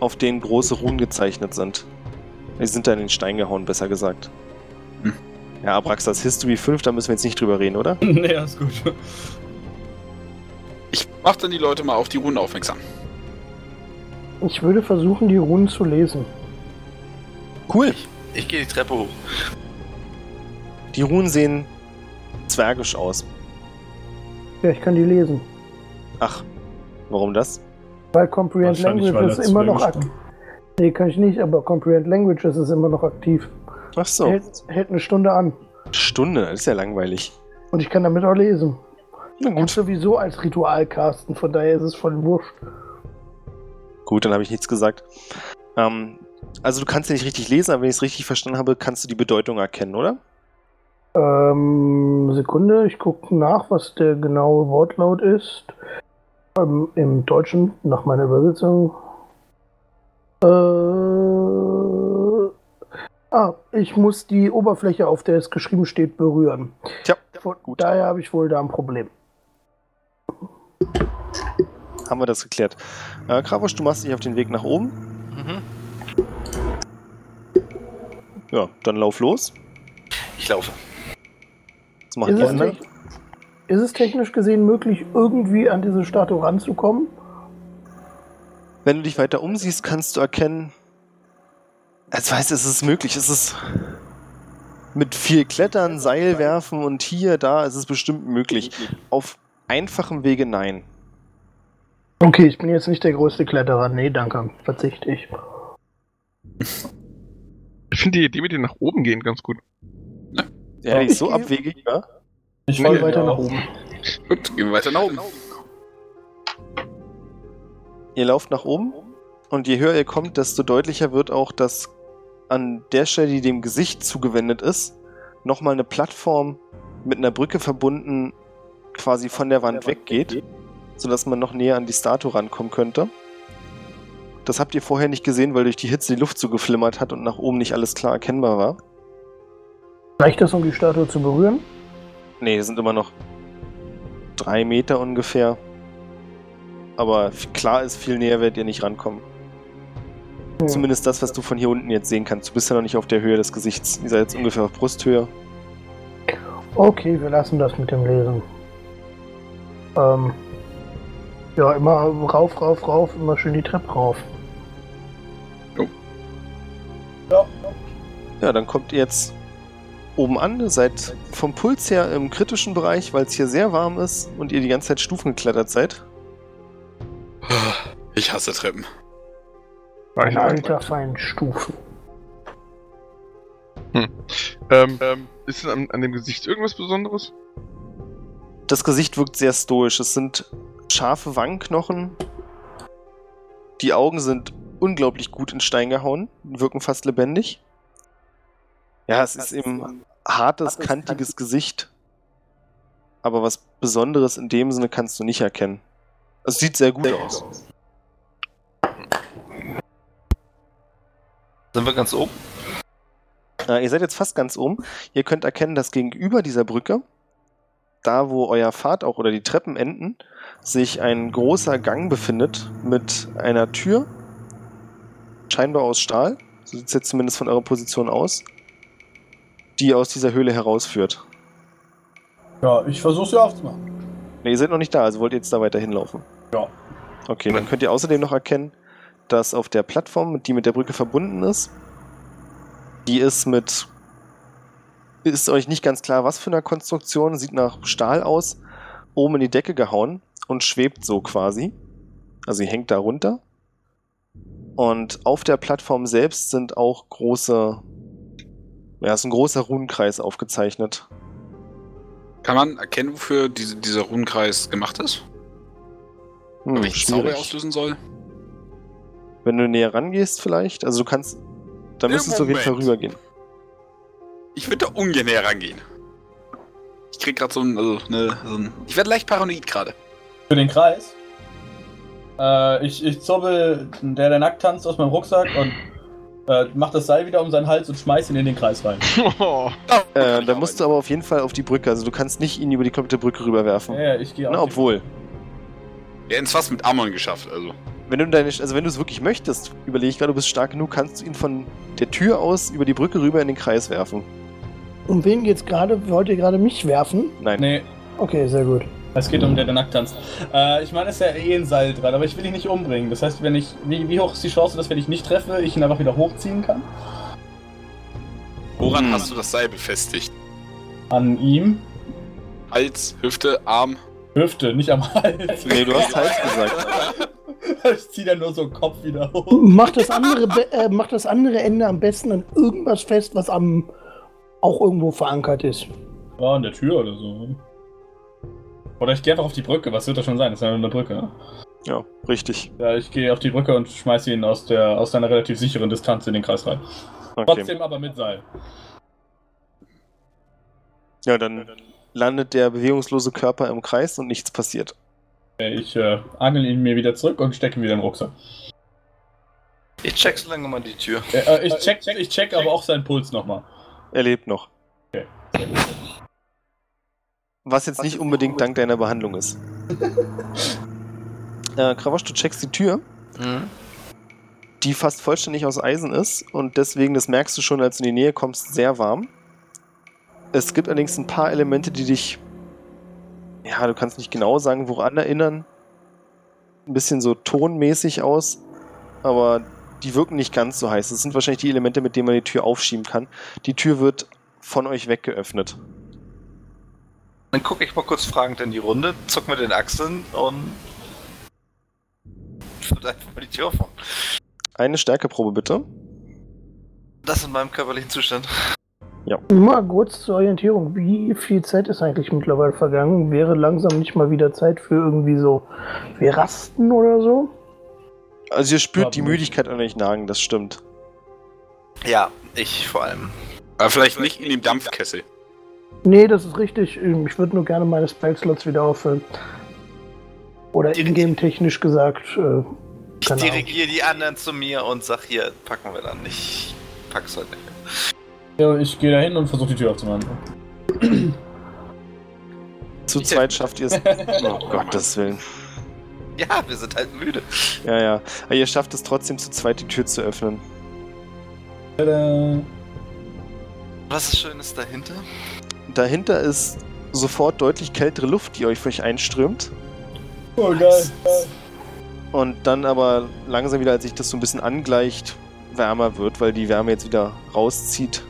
[SPEAKER 1] auf denen große Runen gezeichnet sind. Die sind da in den Stein gehauen, besser gesagt.
[SPEAKER 2] Hm.
[SPEAKER 1] Ja, Abraxas History 5, da müssen wir jetzt nicht drüber reden, oder?
[SPEAKER 3] nee, ist gut.
[SPEAKER 2] Ich mach dann die Leute mal auf die Runen aufmerksam.
[SPEAKER 4] Ich würde versuchen, die Runen zu lesen.
[SPEAKER 1] Cool.
[SPEAKER 6] Ich gehe die Treppe hoch.
[SPEAKER 1] Die Runen sehen zwergisch aus.
[SPEAKER 4] Ja, ich kann die lesen.
[SPEAKER 1] Ach, warum das?
[SPEAKER 4] Weil Comprehend
[SPEAKER 3] Wahrscheinlich, weil
[SPEAKER 4] Languages
[SPEAKER 3] er
[SPEAKER 4] ist immer noch
[SPEAKER 3] Zwerge
[SPEAKER 4] aktiv. Nee, kann ich nicht, aber Comprehend Languages ist immer noch aktiv.
[SPEAKER 1] Ach so.
[SPEAKER 4] Hält, hält eine Stunde an.
[SPEAKER 1] Stunde, das ist ja langweilig.
[SPEAKER 4] Und ich kann damit auch lesen.
[SPEAKER 1] Na
[SPEAKER 4] Und sowieso als Ritual casten, von daher ist es voll wurscht.
[SPEAKER 1] Gut, dann habe ich nichts gesagt. Ähm, also du kannst ja nicht richtig lesen, aber wenn ich es richtig verstanden habe, kannst du die Bedeutung erkennen, oder?
[SPEAKER 4] Ähm, Sekunde, ich gucke nach, was der genaue Wortlaut ist. Ähm, Im Deutschen, nach meiner Übersetzung. Äh, ah, ich muss die Oberfläche, auf der es geschrieben steht, berühren.
[SPEAKER 1] Tja,
[SPEAKER 4] Von
[SPEAKER 1] gut.
[SPEAKER 4] daher habe ich wohl da ein Problem.
[SPEAKER 1] Haben wir das geklärt. Äh, Kravosch, du machst dich auf den Weg nach oben.
[SPEAKER 6] Mhm.
[SPEAKER 1] Ja, dann lauf los.
[SPEAKER 6] Ich laufe.
[SPEAKER 1] Das machen
[SPEAKER 4] Ist
[SPEAKER 1] die
[SPEAKER 4] es,
[SPEAKER 1] anderen.
[SPEAKER 4] tech- ist es technisch gesehen möglich, irgendwie an diese Statue ranzukommen?
[SPEAKER 1] Wenn du dich weiter umsiehst, kannst du erkennen. Als weißt du, es ist möglich. Es ist mit viel Klettern, Seil werfen und hier, da, es ist bestimmt möglich. Auf einfachem Wege nein.
[SPEAKER 4] Okay, ich bin jetzt nicht der größte Kletterer. Nee, danke. Verzichte ich.
[SPEAKER 5] Ich finde die Idee mit dem nach oben gehen ganz gut.
[SPEAKER 1] Ja, die ist so abwegig, ja?
[SPEAKER 3] Ich
[SPEAKER 5] Nee,
[SPEAKER 3] folge
[SPEAKER 5] ja.
[SPEAKER 3] weiter nach oben.
[SPEAKER 2] Gut, gehen wir weiter nach oben.
[SPEAKER 1] Ihr lauft nach oben und je höher ihr kommt, desto deutlicher wird auch, dass an der Stelle, die dem Gesicht zugewendet ist, nochmal eine Plattform mit einer Brücke verbunden quasi von der Wand weggeht, sodass man noch näher an die Statue rankommen könnte. Das habt ihr vorher nicht gesehen, weil durch die Hitze die Luft so geflimmert hat und nach oben nicht alles klar erkennbar war.
[SPEAKER 4] Reicht das, um die Statue zu berühren?
[SPEAKER 1] Nee, das sind immer noch drei Meter ungefähr. Aber f- klar ist, viel näher werdet ihr nicht rankommen.
[SPEAKER 4] Hm.
[SPEAKER 1] Zumindest das, was du von hier unten jetzt sehen kannst. Du bist ja noch nicht auf der Höhe des Gesichts. Ihr seid jetzt ungefähr auf Brusthöhe.
[SPEAKER 4] Okay, wir lassen das mit dem Lesen. Ähm, ja, immer rauf, rauf, rauf, immer schön die Treppe rauf.
[SPEAKER 1] Ja, dann kommt ihr jetzt oben an. Ihr seid vom Puls her im kritischen Bereich, weil es hier sehr warm ist und ihr die ganze Zeit Stufen geklettert seid.
[SPEAKER 2] Ich hasse Treppen.
[SPEAKER 4] Ein alter Feind Stufen.
[SPEAKER 5] Ähm, ähm, ist denn an, an dem Gesicht irgendwas Besonderes?
[SPEAKER 1] Das Gesicht wirkt sehr stoisch. Es sind scharfe Wangenknochen. Die Augen sind unglaublich gut in Stein gehauen, wirken fast lebendig. Ja, es ist eben ein hartes, kantiges Gesicht. Aber was Besonderes in dem Sinne kannst du nicht erkennen. Es sieht sehr gut aus.
[SPEAKER 6] Sind wir ganz oben?
[SPEAKER 1] Äh, ihr seid jetzt fast ganz oben. Ihr könnt erkennen, dass gegenüber dieser Brücke, da wo euer Pfad auch oder die Treppen enden, sich ein großer Gang befindet mit einer Tür, scheinbar aus Stahl, so sieht es jetzt zumindest von eurer Position aus, die aus dieser Höhle herausführt.
[SPEAKER 3] Ja, ich versuch's ja aufzumachen.
[SPEAKER 1] Ne, ihr seid noch nicht da, also wollt ihr jetzt da weiter hinlaufen?
[SPEAKER 3] Ja.
[SPEAKER 1] Okay, dann könnt ihr außerdem noch erkennen, dass auf der Plattform, die mit der Brücke verbunden ist, die ist mit. Ist euch nicht ganz klar, was für eine Konstruktion, sieht nach Stahl aus, oben in die Decke gehauen und schwebt so quasi. Also sie hängt da runter. Und auf der Plattform selbst sind auch große. Ja, ist ein großer Runenkreis aufgezeichnet.
[SPEAKER 2] Kann man erkennen, wofür diese, dieser Runenkreis gemacht ist?
[SPEAKER 1] Hm,
[SPEAKER 2] Welchen Zauber er auslösen soll?
[SPEAKER 1] Wenn du näher rangehst, vielleicht. Also du kannst. Da
[SPEAKER 2] Im
[SPEAKER 1] müsstest du auf jeden Fall
[SPEAKER 2] Moment.
[SPEAKER 1] rübergehen.
[SPEAKER 2] Ich würde da ungern näher rangehen. Ich krieg gerade so ein, also, ne, so ein. Ich werde leicht paranoid gerade.
[SPEAKER 3] Für den Kreis? Äh, ich, ich zobbel der, der nackt tanzt, aus meinem Rucksack und äh, mach das Seil wieder um seinen Hals und schmeiß ihn in den Kreis rein.
[SPEAKER 5] Oh,
[SPEAKER 1] Äh, da musst du aber auf jeden Fall auf die Brücke. Also du kannst nicht ihn über die komplette Brücke rüberwerfen.
[SPEAKER 3] Ja, ja, ich gehe
[SPEAKER 1] Na, obwohl.
[SPEAKER 2] Wir hätten es fast mit Ammon geschafft, also.
[SPEAKER 1] Wenn du deine, also wenn du es wirklich möchtest, überlege ich gerade, du bist stark genug, kannst du ihn von der Tür aus über die Brücke rüber in den Kreis werfen.
[SPEAKER 4] Um wen geht's gerade? Wollt ihr gerade mich werfen?
[SPEAKER 1] Nein.
[SPEAKER 3] Nee,
[SPEAKER 4] Okay, sehr gut.
[SPEAKER 3] es geht um der, der nackt tanzt. Äh, ich meine, es ist ja eh ein Seil dran, aber ich will ihn nicht umbringen. Das heißt, wenn ich. Wie, wie hoch ist die Chance, dass wenn ich nicht treffe, ich ihn einfach wieder hochziehen kann?
[SPEAKER 2] Woran
[SPEAKER 1] Hm.
[SPEAKER 2] hast du das Seil befestigt?
[SPEAKER 3] An ihm.
[SPEAKER 2] Hals, Hüfte, Arm.
[SPEAKER 3] Hüfte, nicht am Hals.
[SPEAKER 1] Nee, du hast Hals gesagt.
[SPEAKER 3] ich zieh dann nur so den Kopf wieder hoch.
[SPEAKER 4] Mach das andere, be- äh, mach das andere Ende am besten an irgendwas fest, was am auch irgendwo verankert ist.
[SPEAKER 3] War an der Tür oder so. Oder ich gehe einfach auf die Brücke. Was wird das schon sein? Das ist ja nur eine Brücke. Ne?
[SPEAKER 1] Ja, richtig.
[SPEAKER 3] Ja, ich gehe auf die Brücke und schmeiße ihn aus, der, aus einer relativ sicheren Distanz in den Kreis rein.
[SPEAKER 1] Okay.
[SPEAKER 3] Trotzdem aber mit Seil.
[SPEAKER 1] Ja, dann landet der bewegungslose Körper im Kreis und nichts passiert.
[SPEAKER 3] Ich äh, angel ihn mir wieder zurück und stecke ihn wieder in den Rucksack.
[SPEAKER 6] Ich check so lange mal die Tür.
[SPEAKER 3] Äh, äh, ich, check, ich check aber auch seinen Puls nochmal.
[SPEAKER 1] Er lebt noch.
[SPEAKER 3] Okay.
[SPEAKER 1] Was jetzt nicht unbedingt dank deiner Behandlung ist. äh, Kravosch, du checkst die Tür,
[SPEAKER 6] Hm.
[SPEAKER 1] die fast vollständig aus Eisen ist und deswegen, das merkst du schon, als du in die Nähe kommst, sehr warm. Es gibt allerdings ein paar Elemente, die dich, ja, du kannst nicht genau sagen, woran erinnern. Ein bisschen so tonmäßig aus, aber die wirken nicht ganz so heiß. Das sind wahrscheinlich die Elemente, mit denen man die Tür aufschieben kann. Die Tür wird von euch weggeöffnet.
[SPEAKER 6] Dann gucke ich mal kurz fragend in die Runde, zuck mit den Achseln und. Vielleicht mal die Tür aufmachen.
[SPEAKER 1] Eine Stärkeprobe bitte.
[SPEAKER 6] Das in meinem körperlichen Zustand.
[SPEAKER 4] Mal kurz zur Orientierung. Wie viel Zeit ist eigentlich mittlerweile vergangen? Wäre langsam nicht mal wieder Zeit für irgendwie so, wir rasten oder so?
[SPEAKER 1] Also ihr spürt
[SPEAKER 3] Ja,
[SPEAKER 1] die
[SPEAKER 3] aber-
[SPEAKER 1] Müdigkeit an euch nagen, das stimmt.
[SPEAKER 6] Ja, ich vor allem.
[SPEAKER 2] Aber vielleicht nicht in dem Dampfkessel.
[SPEAKER 4] Nee, das ist richtig. Ähm, Ich würde nur gerne meine Spellslots wieder auffüllen. Oder ingame technisch gesagt. Äh,
[SPEAKER 6] Ich
[SPEAKER 4] keine Ahnung.
[SPEAKER 6] dirigiere die anderen zu mir und sag hier, packen wir dann. Ich pack's heute nicht.
[SPEAKER 3] Ja, ich gehe da hin und versuche die Tür aufzumachen.
[SPEAKER 1] Zu zweit schafft ihr es. Oh Gottes Willen.
[SPEAKER 6] Ja, wir sind halt müde.
[SPEAKER 1] Ja, ja. Aber ihr schafft es trotzdem zu zweit die Tür zu öffnen.
[SPEAKER 3] Tada.
[SPEAKER 6] Was ist Schönes dahinter?
[SPEAKER 1] Dahinter ist sofort deutlich kältere Luft, die euch für euch einströmt.
[SPEAKER 3] Oh, geil.
[SPEAKER 1] Und dann aber langsam wieder, als sich das so ein bisschen angleicht, wärmer wird, weil die Wärme jetzt wieder rauszieht.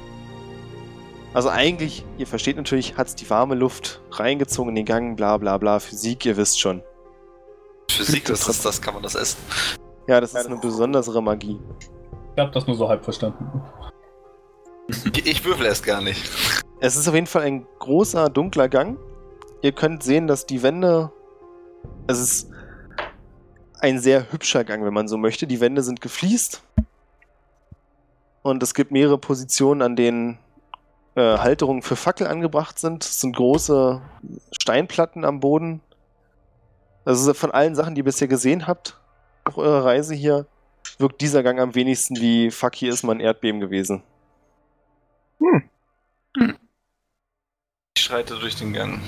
[SPEAKER 1] Also eigentlich, ihr versteht natürlich, hat's die warme Luft reingezogen in den Gang, bla bla bla, Physik, ihr wisst schon.
[SPEAKER 6] Physik, das ist das, kann man das essen.
[SPEAKER 1] Ja, das ist eine besondere Magie.
[SPEAKER 3] Ich habe das nur so halb verstanden.
[SPEAKER 6] Ich würfel erst gar nicht.
[SPEAKER 1] Es ist auf jeden Fall ein großer, dunkler Gang. Ihr könnt sehen, dass die Wände. Es ist ein sehr hübscher Gang, wenn man so möchte. Die Wände sind gefliest. Und es gibt mehrere Positionen, an denen äh, Halterungen für Fackel angebracht sind. Es sind große Steinplatten am Boden. Also von allen Sachen, die ihr bisher gesehen habt, auf eurer Reise hier, wirkt dieser Gang am wenigsten wie Fuck, hier ist mal ein Erdbeben gewesen.
[SPEAKER 6] Ich schreite durch den Gang.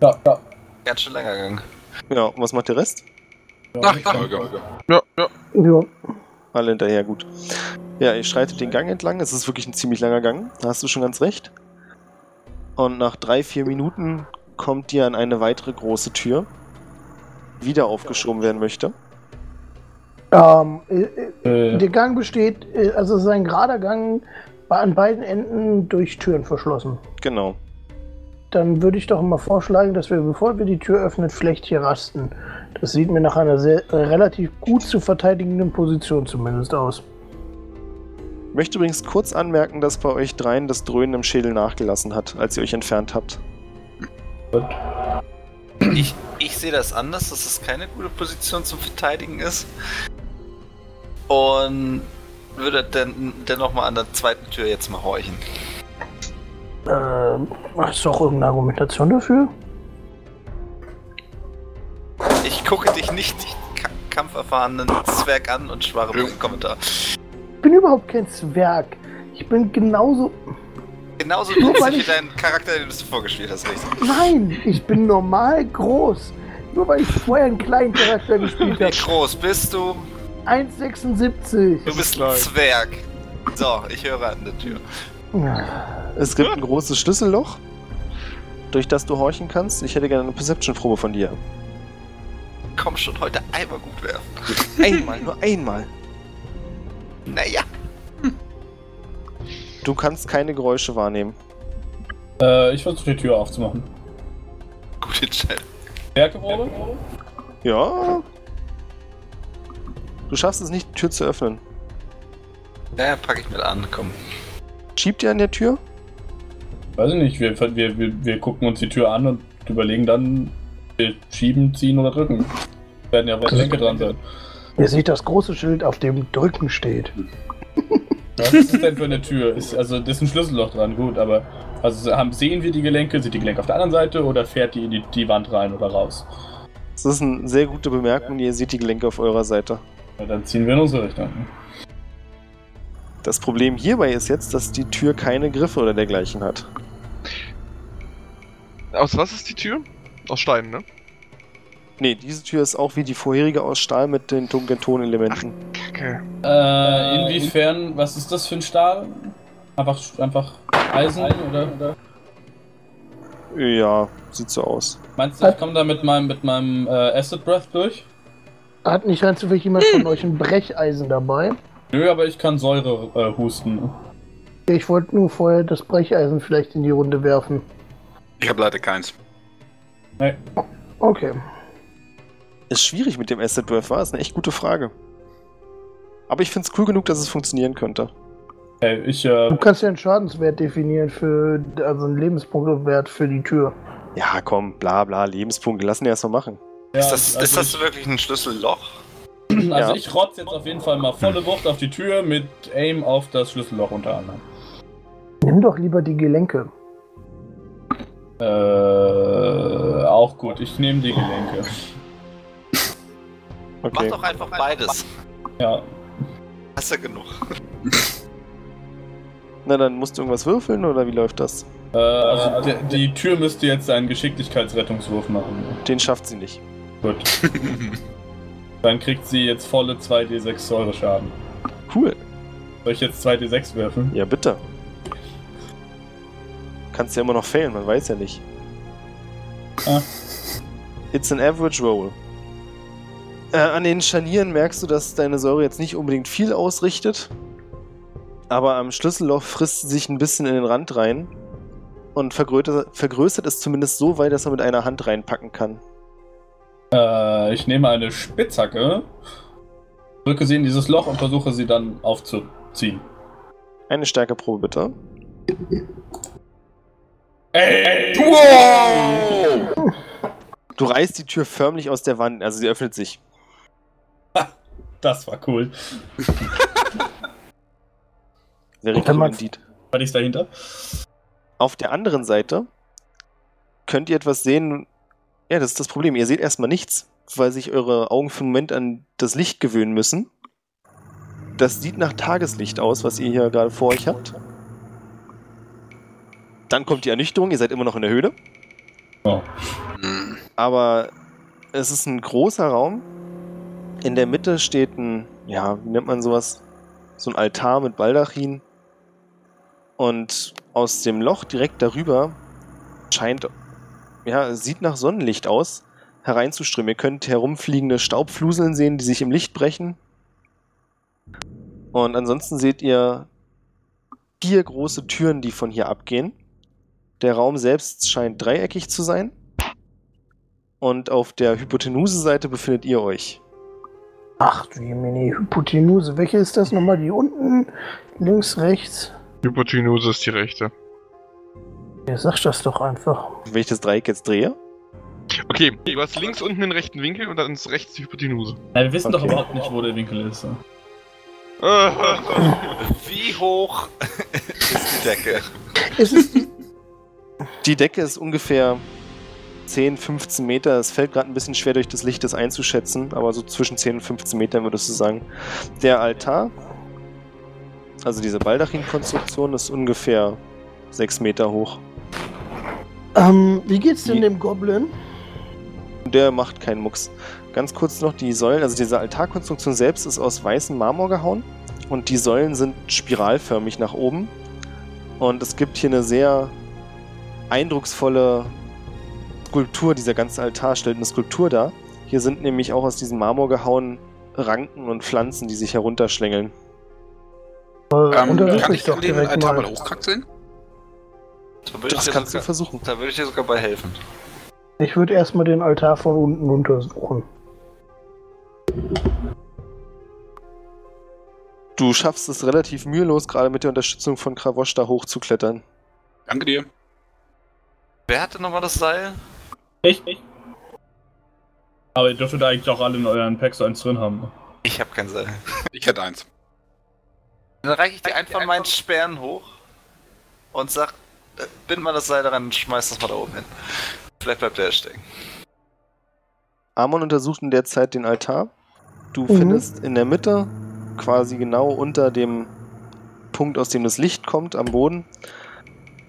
[SPEAKER 3] Ja, ja.
[SPEAKER 6] Ganz schön langer Gang.
[SPEAKER 1] Ja, Genau, und was macht der Rest?
[SPEAKER 2] Nachfolger.
[SPEAKER 5] ja, ja.
[SPEAKER 4] Ja.
[SPEAKER 1] Alle hinterher, gut. Ja, ihr schreitet den Gang entlang. Es ist wirklich ein ziemlich langer Gang. Da hast du schon ganz recht. Und nach drei, vier Minuten kommt ihr an eine weitere große Tür, die wieder aufgeschoben werden möchte.
[SPEAKER 4] Ähm, äh, äh,
[SPEAKER 3] Äh,
[SPEAKER 4] der Gang besteht, äh, also es ist ein gerader Gang, bei- an beiden Enden durch Türen verschlossen.
[SPEAKER 1] Genau.
[SPEAKER 4] Dann würde ich doch mal vorschlagen, dass wir, bevor wir die Tür öffnen, vielleicht hier rasten. Das sieht mir nach einer sehr, äh, relativ gut zu verteidigenden Position zumindest aus.
[SPEAKER 1] Ich möchte übrigens kurz anmerken, dass bei euch dreien das Dröhnen im Schädel nachgelassen hat, als ihr euch entfernt habt.
[SPEAKER 6] Ich, ich sehe das anders, dass es keine gute Position zum Verteidigen ist. Und würde dann dennoch mal an der zweiten Tür jetzt mal horchen.
[SPEAKER 4] Ähm, hast du auch irgendeine Argumentation dafür?
[SPEAKER 6] gucke dich nicht, ka kampferfahrenen Zwerg an und schware
[SPEAKER 2] Ja.
[SPEAKER 6] ja. Kommentar.
[SPEAKER 4] Ich bin überhaupt kein Zwerg. Ich bin genauso.
[SPEAKER 6] Genauso
[SPEAKER 4] Nur weil
[SPEAKER 6] witzig wie
[SPEAKER 4] ich-
[SPEAKER 6] dein Charakter, den du vorgespielt hast, richtig?
[SPEAKER 4] Nein, ich bin normal groß. Nur weil ich vorher einen kleinen Charakter gespielt
[SPEAKER 6] Wie
[SPEAKER 4] habe.
[SPEAKER 6] groß bist du?
[SPEAKER 4] 1,76.
[SPEAKER 6] Du bist ein
[SPEAKER 5] klein.
[SPEAKER 6] Zwerg. So, ich höre an der Tür.
[SPEAKER 1] Es gibt ein großes Schlüsselloch, durch das du horchen kannst. Ich hätte gerne eine Perception-Probe von dir.
[SPEAKER 6] Komm schon, heute einmal gut werfen.
[SPEAKER 1] Einmal, nur einmal.
[SPEAKER 6] Naja.
[SPEAKER 1] Du kannst keine Geräusche wahrnehmen.
[SPEAKER 3] Äh, ich versuche die Tür aufzumachen.
[SPEAKER 6] Gute Entscheidung.
[SPEAKER 3] Werkeprobe?
[SPEAKER 1] Ja. Du schaffst es nicht, die Tür zu öffnen.
[SPEAKER 6] Naja, packe ich mit an, komm.
[SPEAKER 1] Schiebt ihr an der Tür?
[SPEAKER 3] Weiß ich nicht, wir, wir, wir, wir gucken uns die Tür an und überlegen dann, wir schieben, ziehen oder drücken. Werden ja wohl Lenke dran sein.
[SPEAKER 4] Ihr seht das große Schild, auf dem Drücken steht.
[SPEAKER 3] Was ist das denn für eine Tür? Ist, also, da ist ein Schlüsselloch dran, gut, aber. Also, haben, sehen wir die Gelenke? Sind die Gelenke auf der anderen Seite oder fährt die in die, die Wand rein oder raus?
[SPEAKER 1] Das ist eine sehr gute Bemerkung. Ihr seht die Gelenke auf eurer Seite.
[SPEAKER 3] Ja, dann ziehen wir in unsere Richtung.
[SPEAKER 1] Das Problem hierbei ist jetzt, dass die Tür keine Griffe oder dergleichen hat.
[SPEAKER 5] Aus was ist die Tür? Aus Stein, ne?
[SPEAKER 1] Nee, diese Tür ist auch wie die vorherige aus Stahl mit den dunklen Tonelementen.
[SPEAKER 5] Kacke.
[SPEAKER 3] Äh, inwiefern, was ist das für ein Stahl? Einfach, einfach Eisen oder? oder?
[SPEAKER 1] Ja, sieht so aus.
[SPEAKER 3] Meinst du, ich komme da mit meinem, mit meinem äh, Acid Breath durch?
[SPEAKER 4] Hat nicht ganz zufällig jemand von euch ein Brecheisen dabei?
[SPEAKER 3] Nö, aber ich kann Säure äh, husten.
[SPEAKER 4] Ich wollte nur vorher das Brecheisen vielleicht in die Runde werfen.
[SPEAKER 2] Ich habe leider keins.
[SPEAKER 4] Okay.
[SPEAKER 1] Ist schwierig mit dem Acid Breath, war? Ist eine echt gute Frage. Aber ich finde es cool genug, dass es funktionieren könnte.
[SPEAKER 3] Hey, ich, äh,
[SPEAKER 4] Du kannst ja einen Schadenswert definieren für, also einen Lebenspunktewert für die Tür.
[SPEAKER 1] Ja, komm, bla bla, Lebenspunkte, lassen wir erst mal machen.
[SPEAKER 6] Ist das,
[SPEAKER 3] also
[SPEAKER 6] ist das wirklich ein Schlüsselloch?
[SPEAKER 3] ich, also
[SPEAKER 1] ja.
[SPEAKER 3] ich rotze jetzt auf jeden Fall mal volle Wucht auf die Tür mit Aim auf das Schlüsselloch unter anderem.
[SPEAKER 4] Nimm doch lieber die Gelenke.
[SPEAKER 3] Äh, auch gut, ich nehme die Gelenke.
[SPEAKER 6] Mach
[SPEAKER 1] Okay.
[SPEAKER 6] doch einfach beides.
[SPEAKER 3] Ja,
[SPEAKER 6] Hast ja genug.
[SPEAKER 1] Na, dann musst du irgendwas würfeln oder wie läuft das?
[SPEAKER 3] äh, also die, die Tür müsste jetzt einen Geschicklichkeitsrettungswurf machen.
[SPEAKER 1] Den schafft sie nicht.
[SPEAKER 3] Gut. Dann kriegt sie jetzt volle 2d6 Säureschaden.
[SPEAKER 1] Cool.
[SPEAKER 3] Soll ich jetzt 2d6 werfen?
[SPEAKER 1] Ja, bitte. Kannst ja immer noch failen, man weiß ja nicht.
[SPEAKER 3] Ah.
[SPEAKER 1] It's an average roll. Äh, an den Scharnieren merkst du, dass deine Säure jetzt nicht unbedingt viel ausrichtet. Aber am Schlüsselloch frisst sie sich ein bisschen in den Rand rein. Und vergrößert, vergrößert es zumindest so weit, dass man mit einer Hand reinpacken kann.
[SPEAKER 3] Äh, ich nehme eine Spitzhacke, drücke sie in dieses Loch und versuche sie dann aufzuziehen.
[SPEAKER 1] Eine Stärkeprobe bitte.
[SPEAKER 3] Ey!
[SPEAKER 1] Du reißt die Tür förmlich aus der Wand, also sie öffnet sich.
[SPEAKER 3] Das war cool.
[SPEAKER 1] Very
[SPEAKER 4] Wenn
[SPEAKER 1] cool
[SPEAKER 4] man-
[SPEAKER 1] indeed.
[SPEAKER 3] War nichts dahinter?
[SPEAKER 1] Auf der anderen Seite könnt ihr etwas sehen. Ja, das ist das Problem. Ihr seht erstmal nichts, weil sich eure Augen für einen Moment an das Licht gewöhnen müssen. Das sieht nach Tageslicht aus, was ihr hier gerade vor euch habt. Dann kommt die Ernüchterung, ihr seid immer noch in der Höhle.
[SPEAKER 3] Oh.
[SPEAKER 2] Hm.
[SPEAKER 1] Aber es ist ein großer Raum. In der Mitte steht ein, ja, wie nennt man sowas? So ein Altar mit Baldachin. Und aus dem Loch direkt darüber scheint, ja, es sieht nach Sonnenlicht aus, hereinzuströmen. Ihr könnt herumfliegende Staubfluseln sehen, die sich im Licht brechen. Und ansonsten seht ihr vier große Türen, die von hier abgehen. Der Raum selbst scheint dreieckig zu sein. Und auf der Hypotenuse-Seite befindet ihr euch.
[SPEAKER 4] Ach du Jemini, Hypotenuse. Welche ist das nochmal? Die unten? Links, rechts?
[SPEAKER 5] Hypotenuse ist die rechte.
[SPEAKER 4] Ja, sag das doch einfach.
[SPEAKER 1] Wenn ich das Dreieck jetzt drehe,
[SPEAKER 5] Okay, du hast links unten den rechten Winkel und dann ist rechts die Hypotenuse.
[SPEAKER 3] Na, wir wissen doch
[SPEAKER 1] Okay.
[SPEAKER 3] überhaupt nicht, wo der Winkel ist.
[SPEAKER 5] Äh,
[SPEAKER 6] Wie hoch ist die Decke?
[SPEAKER 4] Ist es die,
[SPEAKER 1] die Decke ist ungefähr 10, 15 Meter. Es fällt gerade ein bisschen schwer, durch das Licht das einzuschätzen, aber so zwischen 10 und 15 Metern würdest du sagen. Der Altar, also diese Baldachin-Konstruktion, ist ungefähr 6 Meter hoch.
[SPEAKER 4] Ähm, wie geht's denn
[SPEAKER 1] Wie-
[SPEAKER 4] dem Goblin?
[SPEAKER 1] Der macht keinen Mucks. Ganz kurz noch die Säulen, also diese Altarkonstruktion selbst ist aus weißem Marmor gehauen und die Säulen sind spiralförmig nach oben. Und es gibt hier eine sehr eindrucksvolle Skulptur, dieser ganze Altar stellt eine Skulptur dar. Hier sind nämlich auch aus diesem Marmor gehauen Ranken und Pflanzen, die sich herunterschlängeln.
[SPEAKER 2] Ähm,
[SPEAKER 4] untersuch
[SPEAKER 2] kann
[SPEAKER 4] mich
[SPEAKER 2] ich
[SPEAKER 4] doch
[SPEAKER 2] den
[SPEAKER 4] direkt
[SPEAKER 2] Altar
[SPEAKER 4] mal.
[SPEAKER 2] mal hochkraxeln?
[SPEAKER 6] Da würde ich,
[SPEAKER 1] Das
[SPEAKER 6] dir
[SPEAKER 1] kannst du
[SPEAKER 6] sogar-
[SPEAKER 1] versuchen.
[SPEAKER 6] da würd ich dir sogar bei helfen.
[SPEAKER 4] Ich würde erstmal den Altar von unten untersuchen.
[SPEAKER 1] Du schaffst es relativ mühelos, gerade mit der Unterstützung von Kravosch da hochzuklettern.
[SPEAKER 2] Danke dir.
[SPEAKER 6] Wer hatte nochmal das Seil?
[SPEAKER 3] Echt? Aber ihr dürftet eigentlich auch alle in euren Packs eins drin haben.
[SPEAKER 6] Ich habe kein Seil.
[SPEAKER 2] Ich hätte eins.
[SPEAKER 6] Dann reiche ich dir einfach meinen Sperren hoch und sag, äh, bind mal das Seil daran und schmeiß das mal da oben hin. Vielleicht bleibt der stecken.
[SPEAKER 1] Amon untersucht in der Zeit den Altar. Du
[SPEAKER 4] Mhm.
[SPEAKER 1] findest in der Mitte, quasi genau unter dem Punkt, aus dem das Licht kommt, am Boden,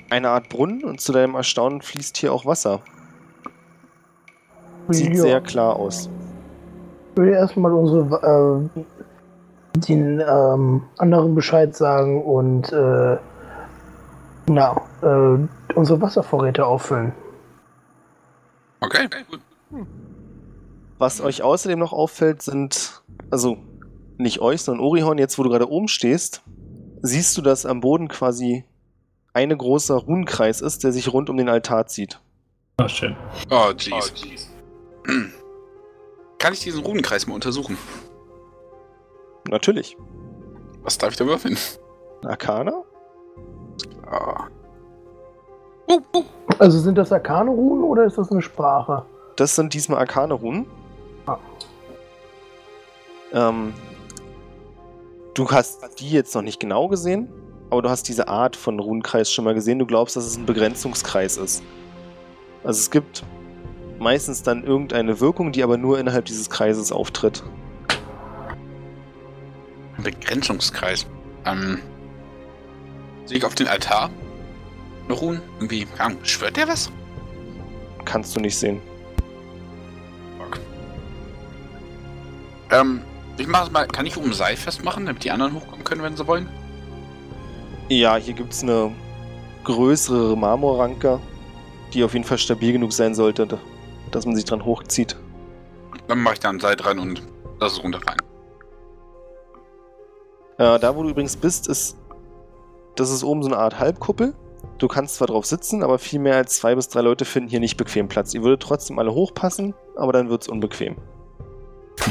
[SPEAKER 1] eine Art Brunnen und zu deinem Erstaunen fließt hier auch Wasser. Sieht
[SPEAKER 4] Ja.
[SPEAKER 1] sehr klar aus.
[SPEAKER 4] Ich würde erstmal unsere äh, den ähm, anderen Bescheid sagen und äh, na, äh, unsere Wasservorräte auffüllen.
[SPEAKER 2] Okay, gut.
[SPEAKER 1] Was euch außerdem noch auffällt, sind, also nicht euch, sondern Orihorn, jetzt wo du gerade oben stehst, siehst du, dass am Boden quasi eine großer Runenkreis ist, der sich rund um den Altar zieht.
[SPEAKER 3] Ach, schön.
[SPEAKER 2] Oh, jeez. Kann ich diesen Runenkreis mal untersuchen?
[SPEAKER 1] Natürlich.
[SPEAKER 2] Was darf ich da würfeln?
[SPEAKER 1] Arcana?
[SPEAKER 2] Ah. Uh, uh.
[SPEAKER 4] Also sind das Arkane-Runen oder ist das eine Sprache?
[SPEAKER 1] Das sind diesmal arkane Runen.
[SPEAKER 4] Ah.
[SPEAKER 1] Ähm, du hast die jetzt noch nicht genau gesehen, aber du hast diese Art von Runenkreis schon mal gesehen. Du glaubst, dass es ein Begrenzungskreis ist. Also es gibt meistens dann irgendeine Wirkung, die aber nur innerhalb dieses Kreises auftritt.
[SPEAKER 2] Begrenzungskreis. Ähm. Sehe ich auf den Altar? Noch Ruhen? Irgendwie, keine Ahnung, schwört der was?
[SPEAKER 1] Kannst du nicht sehen.
[SPEAKER 2] Ähm, ich mach's mal. Kann ich oben ein Seil festmachen, damit die anderen hochkommen können, wenn sie wollen?
[SPEAKER 1] Ja, hier gibt es eine größere Marmorranke, die auf jeden Fall stabil genug sein sollte, da- dass man sich dran hochzieht.
[SPEAKER 2] Dann mache ich da ein Seil dran und lass es runterfallen.
[SPEAKER 1] Äh, da, wo du übrigens bist, ist. Das ist oben so eine Art Halbkuppel. Du kannst zwar drauf sitzen, aber viel mehr als zwei bis drei Leute finden hier nicht bequem Platz. Ihr würdet trotzdem alle hochpassen, aber dann wird's unbequem.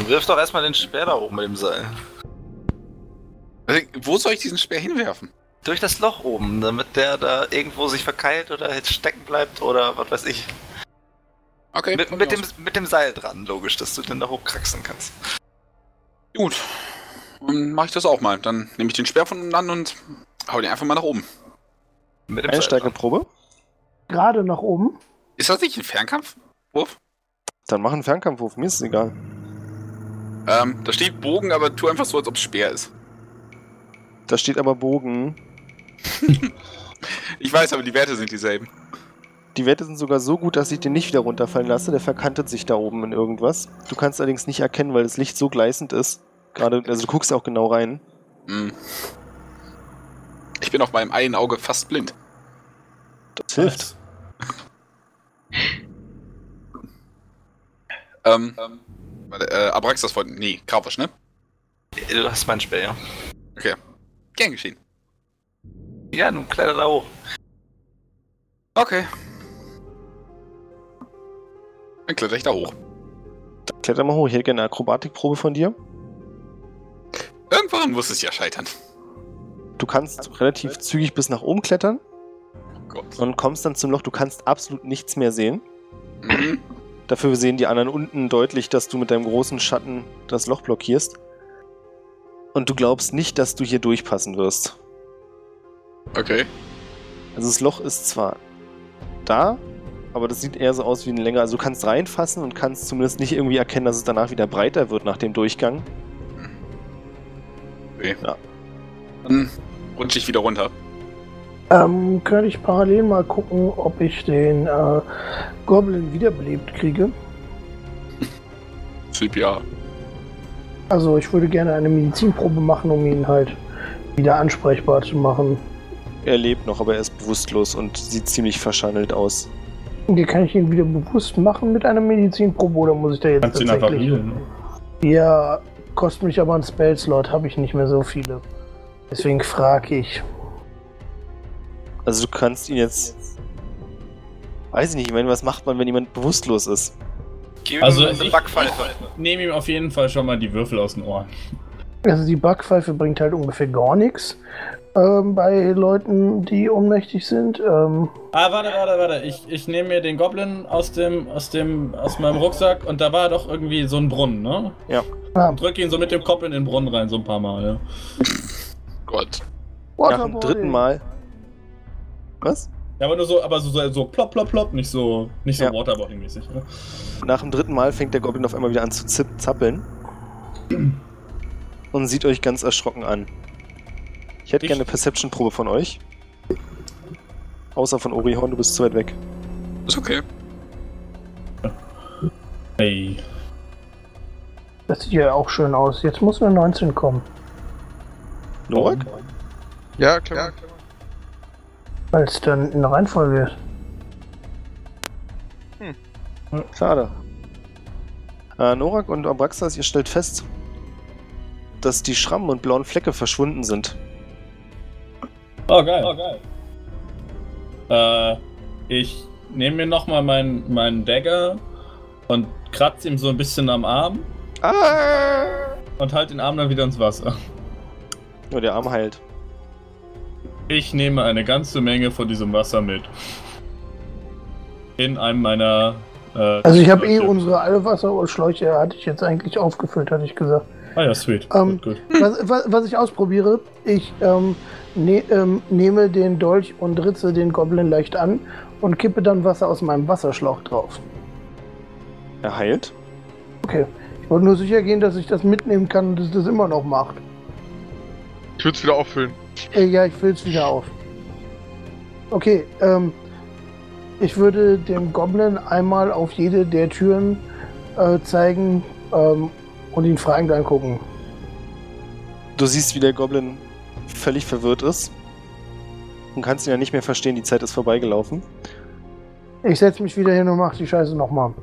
[SPEAKER 6] Wirf doch erstmal den Speer da oben mit dem Seil.
[SPEAKER 2] Also, Wo soll ich diesen Speer hinwerfen?
[SPEAKER 6] Durch das Loch oben, damit der da irgendwo sich verkeilt oder jetzt stecken bleibt oder was weiß ich.
[SPEAKER 2] Okay,
[SPEAKER 6] Mit,
[SPEAKER 2] von
[SPEAKER 6] mit,
[SPEAKER 2] mir
[SPEAKER 6] dem, mit dem Seil dran, logisch, dass du den da hochkraxeln kannst.
[SPEAKER 2] aus. Gut. Dann mache ich das auch mal. Dann nehme ich den Speer von unten an und hau den einfach mal nach oben.
[SPEAKER 6] Mit dem
[SPEAKER 1] Eine
[SPEAKER 6] Seil
[SPEAKER 1] starke Probe.
[SPEAKER 4] Gerade nach oben.
[SPEAKER 2] Ist das nicht ein Fernkampf? Wurf?
[SPEAKER 1] Dann mach einen Fernkampfwurf, mir ist es egal.
[SPEAKER 2] Ähm, da steht Bogen, aber tu einfach so, als ob es Speer ist.
[SPEAKER 1] Da steht aber Bogen.
[SPEAKER 2] Ich weiß, aber die Werte sind dieselben.
[SPEAKER 1] Die Werte sind sogar so gut, dass ich den nicht wieder runterfallen lasse. Der verkantet sich da oben in irgendwas. Du kannst allerdings nicht erkennen, weil das Licht so gleißend ist. Gerade, also du guckst auch genau rein.
[SPEAKER 2] Hm. Ich bin auf meinem einen Auge fast blind.
[SPEAKER 1] Das hilft.
[SPEAKER 2] Ähm, warte, äh, Abraxas von. Nee, Kravosch, ne?
[SPEAKER 6] dran. Du hast meinen Speer, ja.
[SPEAKER 2] Gern geschehen.
[SPEAKER 6] Ja, nun kletter da hoch.
[SPEAKER 2] Okay. Dann kletter ich da hoch.
[SPEAKER 1] Dann kletter mal hoch. Ich hätte gerne eine Akrobatikprobe von dir.
[SPEAKER 2] Irgendwann muss es ja scheitern.
[SPEAKER 1] Du kannst relativ zügig bis nach oben klettern.
[SPEAKER 2] Oh Gott.
[SPEAKER 1] und kommst dann zum Loch. Du kannst absolut nichts mehr sehen.
[SPEAKER 2] Mhm.
[SPEAKER 1] Dafür sehen die anderen unten deutlich, dass du mit deinem großen Schatten das Loch blockierst. Und du glaubst nicht, dass du hier durchpassen wirst.
[SPEAKER 2] Okay.
[SPEAKER 1] Also das Loch ist zwar da, aber das sieht eher so aus wie ein länger. Also du kannst reinfassen und kannst zumindest nicht irgendwie erkennen, dass es danach wieder breiter wird nach dem Durchgang.
[SPEAKER 2] Dann rutsche Mhm. ich wieder runter.
[SPEAKER 4] Ähm, könnte ich parallel mal gucken, ob ich den äh, Goblin wiederbelebt kriege.
[SPEAKER 2] Typ, ja.
[SPEAKER 4] Also ich würde gerne eine Medizinprobe machen, um ihn halt wieder ansprechbar zu machen.
[SPEAKER 1] Er lebt noch, aber er ist bewusstlos und sieht ziemlich verschandelt aus.
[SPEAKER 4] Und hier kann ich ihn wieder bewusst machen mit einer Medizinprobe oder muss ich da jetzt
[SPEAKER 3] Kannst du ihn einfach ne? healen.
[SPEAKER 4] Ja, kostet mich aber einen Spellslot, habe ich nicht mehr so viele. Deswegen frage ich.
[SPEAKER 1] Also du kannst ihn jetzt. Weiß ich nicht, ich meine, was macht man, wenn jemand bewusstlos ist?
[SPEAKER 7] Gib
[SPEAKER 3] Also
[SPEAKER 7] ihm eine
[SPEAKER 3] ich-
[SPEAKER 7] Backpfeife.
[SPEAKER 3] Nehme ihm auf jeden Fall schon mal die Würfel aus den Ohren.
[SPEAKER 4] Also die Backpfeife bringt halt ungefähr gar nichts ähm, bei Leuten, die ohnmächtig sind. Ähm,
[SPEAKER 3] Ah, warte, warte, warte. Ich, ich nehme mir den Goblin aus dem, aus dem, aus meinem Rucksack und da war doch irgendwie so ein Brunnen, ne?
[SPEAKER 4] ah,
[SPEAKER 3] Drück ihn so mit dem Kopf in den Brunnen rein, so ein paar Mal. Ja.
[SPEAKER 2] Gott.
[SPEAKER 1] Nach dem
[SPEAKER 4] Waterboy.
[SPEAKER 1] dritten Mal. Was?
[SPEAKER 3] Ja, aber nur so, aber so, so, so plopp, plopp, plopp, nicht so, nicht so
[SPEAKER 1] Ja.
[SPEAKER 3] Waterboarding-mäßig. Ne?
[SPEAKER 1] Nach dem dritten Mal fängt der Goblin auf einmal wieder an zu zipp- zappeln. Und sieht euch ganz erschrocken an. Ich hätte
[SPEAKER 3] Ich-
[SPEAKER 1] gerne eine Perception-Probe von euch. Außer von Orihorn, du bist zu weit weg.
[SPEAKER 2] Ist okay.
[SPEAKER 3] Hey.
[SPEAKER 4] Das sieht ja auch schön aus. Jetzt muss eine 19 kommen.
[SPEAKER 1] Norak?
[SPEAKER 5] Ja, klar.
[SPEAKER 4] Weil es dann in der Reihenfolge ist.
[SPEAKER 1] Schade. Äh, Norak und Abraxas, ihr stellt fest, dass die Schrammen und blauen Flecke verschwunden sind.
[SPEAKER 3] Oh, geil. Oh, geil. Äh, ich nehme mir nochmal meinen meinen Dagger und kratze ihm so ein bisschen am Arm
[SPEAKER 1] Ah!
[SPEAKER 3] und halt den Arm dann wieder ins Wasser.
[SPEAKER 1] Nur der Arm heilt.
[SPEAKER 3] Ich nehme eine ganze Menge von diesem Wasser mit. In einem meiner. Äh,
[SPEAKER 4] Also ich habe eh
[SPEAKER 3] Schläuche.
[SPEAKER 4] unsere Allwasserschläuche, hatte ich jetzt eigentlich aufgefüllt, hatte ich gesagt.
[SPEAKER 3] Ah ja, sweet.
[SPEAKER 4] Ähm,
[SPEAKER 3] gut, gut.
[SPEAKER 4] Was, was, was ich ausprobiere, ich ähm, ne, ähm, nehme den Dolch und ritze den Goblin leicht an und kippe dann Wasser aus meinem Wasserschlauch drauf.
[SPEAKER 1] Er heilt.
[SPEAKER 4] Ich wollte nur sicher gehen, dass ich das mitnehmen kann und dass das immer noch macht.
[SPEAKER 5] Ich würde es wieder auffüllen.
[SPEAKER 4] Äh, ja, ich fülle es wieder auf. Okay, ähm, ich würde dem Goblin einmal auf jede der Türen äh, zeigen ähm, und ihn fragend angucken.
[SPEAKER 1] Du siehst, wie der Goblin völlig verwirrt ist. Und kannst ihn ja nicht mehr verstehen, die Zeit ist vorbeigelaufen.
[SPEAKER 4] Ich setze mich wieder hin und mache die Scheiße nochmal.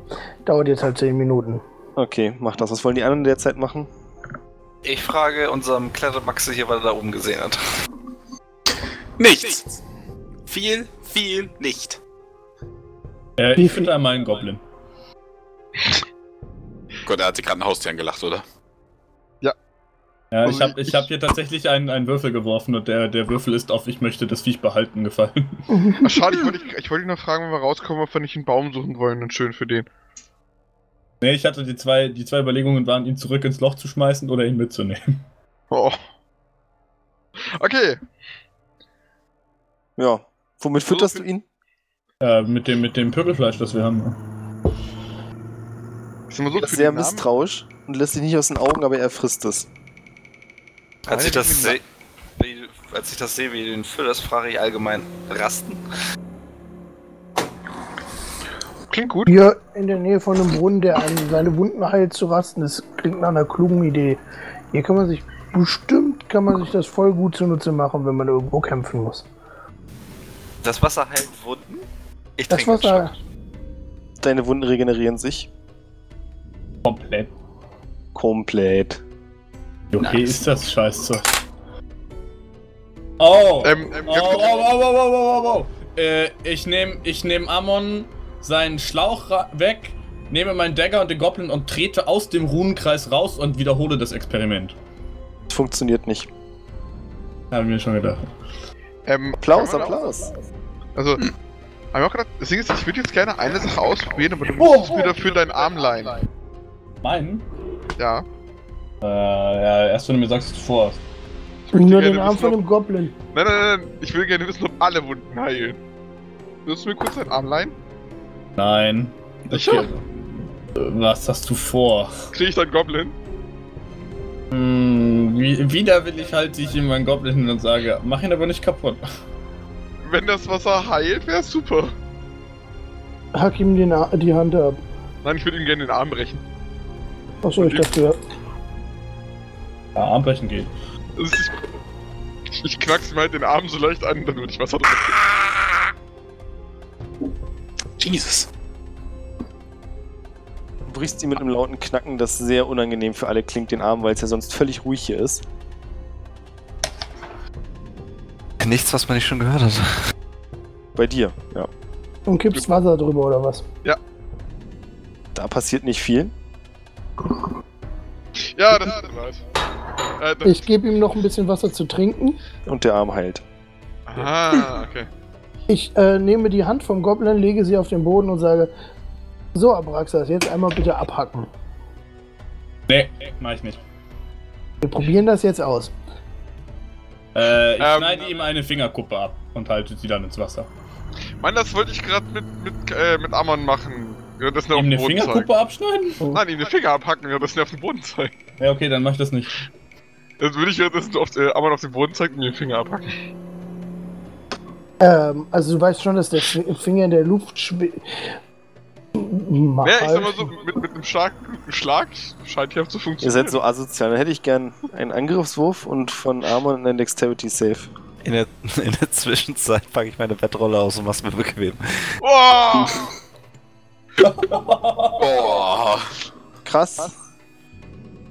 [SPEAKER 4] Dauert jetzt halt 10 Minuten.
[SPEAKER 1] Okay, mach das. Was wollen die anderen derzeit machen?
[SPEAKER 6] Ich frage unserem Klettermaxe hier, was er da oben gesehen hat.
[SPEAKER 2] Nichts. Viel, viel nicht.
[SPEAKER 3] Äh,
[SPEAKER 4] wie
[SPEAKER 3] ich
[SPEAKER 4] viel-
[SPEAKER 3] finde meinen Goblin.
[SPEAKER 2] Gott, er hat sich gerade ein Haustier angelacht, oder?
[SPEAKER 3] Ja, ich
[SPEAKER 5] Also
[SPEAKER 3] habe ich hab hier tatsächlich einen, einen Würfel geworfen und der, der Würfel ist auf Ich möchte das Viech behalten gefallen.
[SPEAKER 5] Ach, Ah, schade, ich wollte dich- ich wollte dich noch fragen, wenn wir rauskommen, ob wir nicht einen Baum suchen wollen und schön für den.
[SPEAKER 3] nee, ich hatte die zwei, die zwei Überlegungen waren, ihn zurück ins Loch zu schmeißen oder ihn mitzunehmen.
[SPEAKER 5] Oh. Okay.
[SPEAKER 1] Ja. Womit
[SPEAKER 5] So
[SPEAKER 1] fütterst
[SPEAKER 5] viel-
[SPEAKER 1] du ihn?
[SPEAKER 3] Äh, mit dem, mit dem Pöbelfleisch, das wir haben.
[SPEAKER 5] Ich sag mal so,
[SPEAKER 1] Er ist
[SPEAKER 5] für
[SPEAKER 1] sehr
[SPEAKER 5] den Namen-
[SPEAKER 1] misstrauisch und lässt sich nicht aus den Augen, aber er frisst es.
[SPEAKER 6] Als ich das
[SPEAKER 5] Alter,
[SPEAKER 6] sehe, wie, als ich das sehe, wie du den füllerst, frage ich allgemein, rasten?
[SPEAKER 5] Klingt gut.
[SPEAKER 4] Hier in der Nähe von einem Brunnen, der einem seine Wunden heilt, zu rasten, das klingt nach einer klugen Idee. Hier kann man sich, bestimmt kann man sich das voll gut zunutze machen, wenn man irgendwo kämpfen muss.
[SPEAKER 6] Das Wasser heilt Wunden? Ich
[SPEAKER 4] Das
[SPEAKER 6] trinke einen
[SPEAKER 4] Wasser,
[SPEAKER 6] Schluck.
[SPEAKER 1] Deine Wunden regenerieren sich
[SPEAKER 3] Komplett.
[SPEAKER 1] komplett.
[SPEAKER 3] Wie okay ist das Scheißzeug? Oh!
[SPEAKER 5] Ähm, ähm,
[SPEAKER 3] Oh, oh, oh, oh, oh, oh, oh, oh. Äh, ich nehme ich nehm Amon seinen Schlauch ra- weg, nehme meinen Dagger und den Goblin und trete aus dem Runenkreis raus und wiederhole das Experiment.
[SPEAKER 1] Funktioniert nicht.
[SPEAKER 3] Haben wir schon gedacht.
[SPEAKER 5] ähm,
[SPEAKER 1] Applaus,
[SPEAKER 5] kann man auch-
[SPEAKER 1] Applaus.
[SPEAKER 5] Also, hab ich auch gedacht, das Ding ist, ich würde jetzt gerne eine Sache ausprobieren, aber du musst
[SPEAKER 3] Oh,
[SPEAKER 5] es mir dafür deinen Arm leihen.
[SPEAKER 3] Meinen?
[SPEAKER 5] Ja.
[SPEAKER 3] Äh, ja, erst wenn du mir sagst, was du vorhast.
[SPEAKER 4] nur
[SPEAKER 5] gerne
[SPEAKER 4] den Arm
[SPEAKER 5] wissen,
[SPEAKER 4] von
[SPEAKER 5] ob-
[SPEAKER 4] dem Goblin.
[SPEAKER 5] Nein, nein, nein, nein, ich will gerne wissen, ob alle Wunden heilen. Würdest du mir kurz deinen Arm leihen?
[SPEAKER 3] Nein.
[SPEAKER 5] Sicher?
[SPEAKER 3] Äh, Was hast du vor?
[SPEAKER 5] Krieg ich dann Goblin?
[SPEAKER 3] Hm, wie, wieder will ich halt dich in meinen Goblin hin und sage, mach ihn aber nicht kaputt.
[SPEAKER 5] Wenn das Wasser heilt, wäre super.
[SPEAKER 4] Hack ihm die, Na die Hand ab.
[SPEAKER 5] Nein, ich würde ihm gerne den Arm brechen.
[SPEAKER 4] Achso, ich dachte,
[SPEAKER 3] Ja, Armbrechen geht.
[SPEAKER 5] Also ich, ich knack's ihm halt den Arm so leicht an, dann würde ich Wasser drauf.
[SPEAKER 2] Jesus.
[SPEAKER 1] Du brichst ihm mit einem lauten Knacken, das sehr unangenehm für alle klingt, den Arm, weil es ja sonst völlig ruhig hier ist.
[SPEAKER 6] Nichts, was man nicht schon gehört hat.
[SPEAKER 1] Bei dir, ja.
[SPEAKER 4] und kippst Wasser drüber oder was?
[SPEAKER 1] Da passiert nicht viel.
[SPEAKER 5] Ja, das ist bereit. Äh, dann,
[SPEAKER 4] Ich gebe ihm noch ein bisschen Wasser zu trinken.
[SPEAKER 1] Und der Arm heilt.
[SPEAKER 5] ah, okay.
[SPEAKER 4] Ich äh, nehme die Hand vom Goblin, lege sie auf den Boden und sage: So, Abraxas, jetzt einmal bitte abhacken.
[SPEAKER 3] Nee, mach ich nicht.
[SPEAKER 4] Wir probieren das jetzt aus.
[SPEAKER 3] Äh, ich
[SPEAKER 5] Ähm,
[SPEAKER 3] schneide ihm eine Fingerkuppe ab und halte sie dann ins Wasser.
[SPEAKER 5] Mann, das wollte ich gerade mit, mit, äh, mit Ammon machen. Ja, das auf
[SPEAKER 3] ihm
[SPEAKER 5] den
[SPEAKER 3] eine
[SPEAKER 5] Boden
[SPEAKER 3] Fingerkuppe
[SPEAKER 5] zeigen.
[SPEAKER 3] abschneiden?
[SPEAKER 5] Nein, ihm den Finger abhacken, ja, das auf den Boden zeigen.
[SPEAKER 3] Ja, okay, dann mach ich das nicht.
[SPEAKER 5] Das würde ich währenddessen auf, äh, Ammon auf den Boden zeigen und ihm den Finger abhacken.
[SPEAKER 4] Ähm, also, du weißt schon, dass der Schw- Finger in der Luft halt. schwebt.
[SPEAKER 5] Ja, ich sag mal so, mit, mit einem starken Schlag scheint hier zu
[SPEAKER 1] Ihr
[SPEAKER 5] funktionieren.
[SPEAKER 1] seid so asozial. Dann hätte ich gern einen Angriffswurf und von Armor einen Dexterity Save.
[SPEAKER 7] In der, in der Zwischenzeit packe ich meine Bettrolle aus und mach's mir bequem.
[SPEAKER 5] Boah!
[SPEAKER 2] Boah.
[SPEAKER 1] Krass.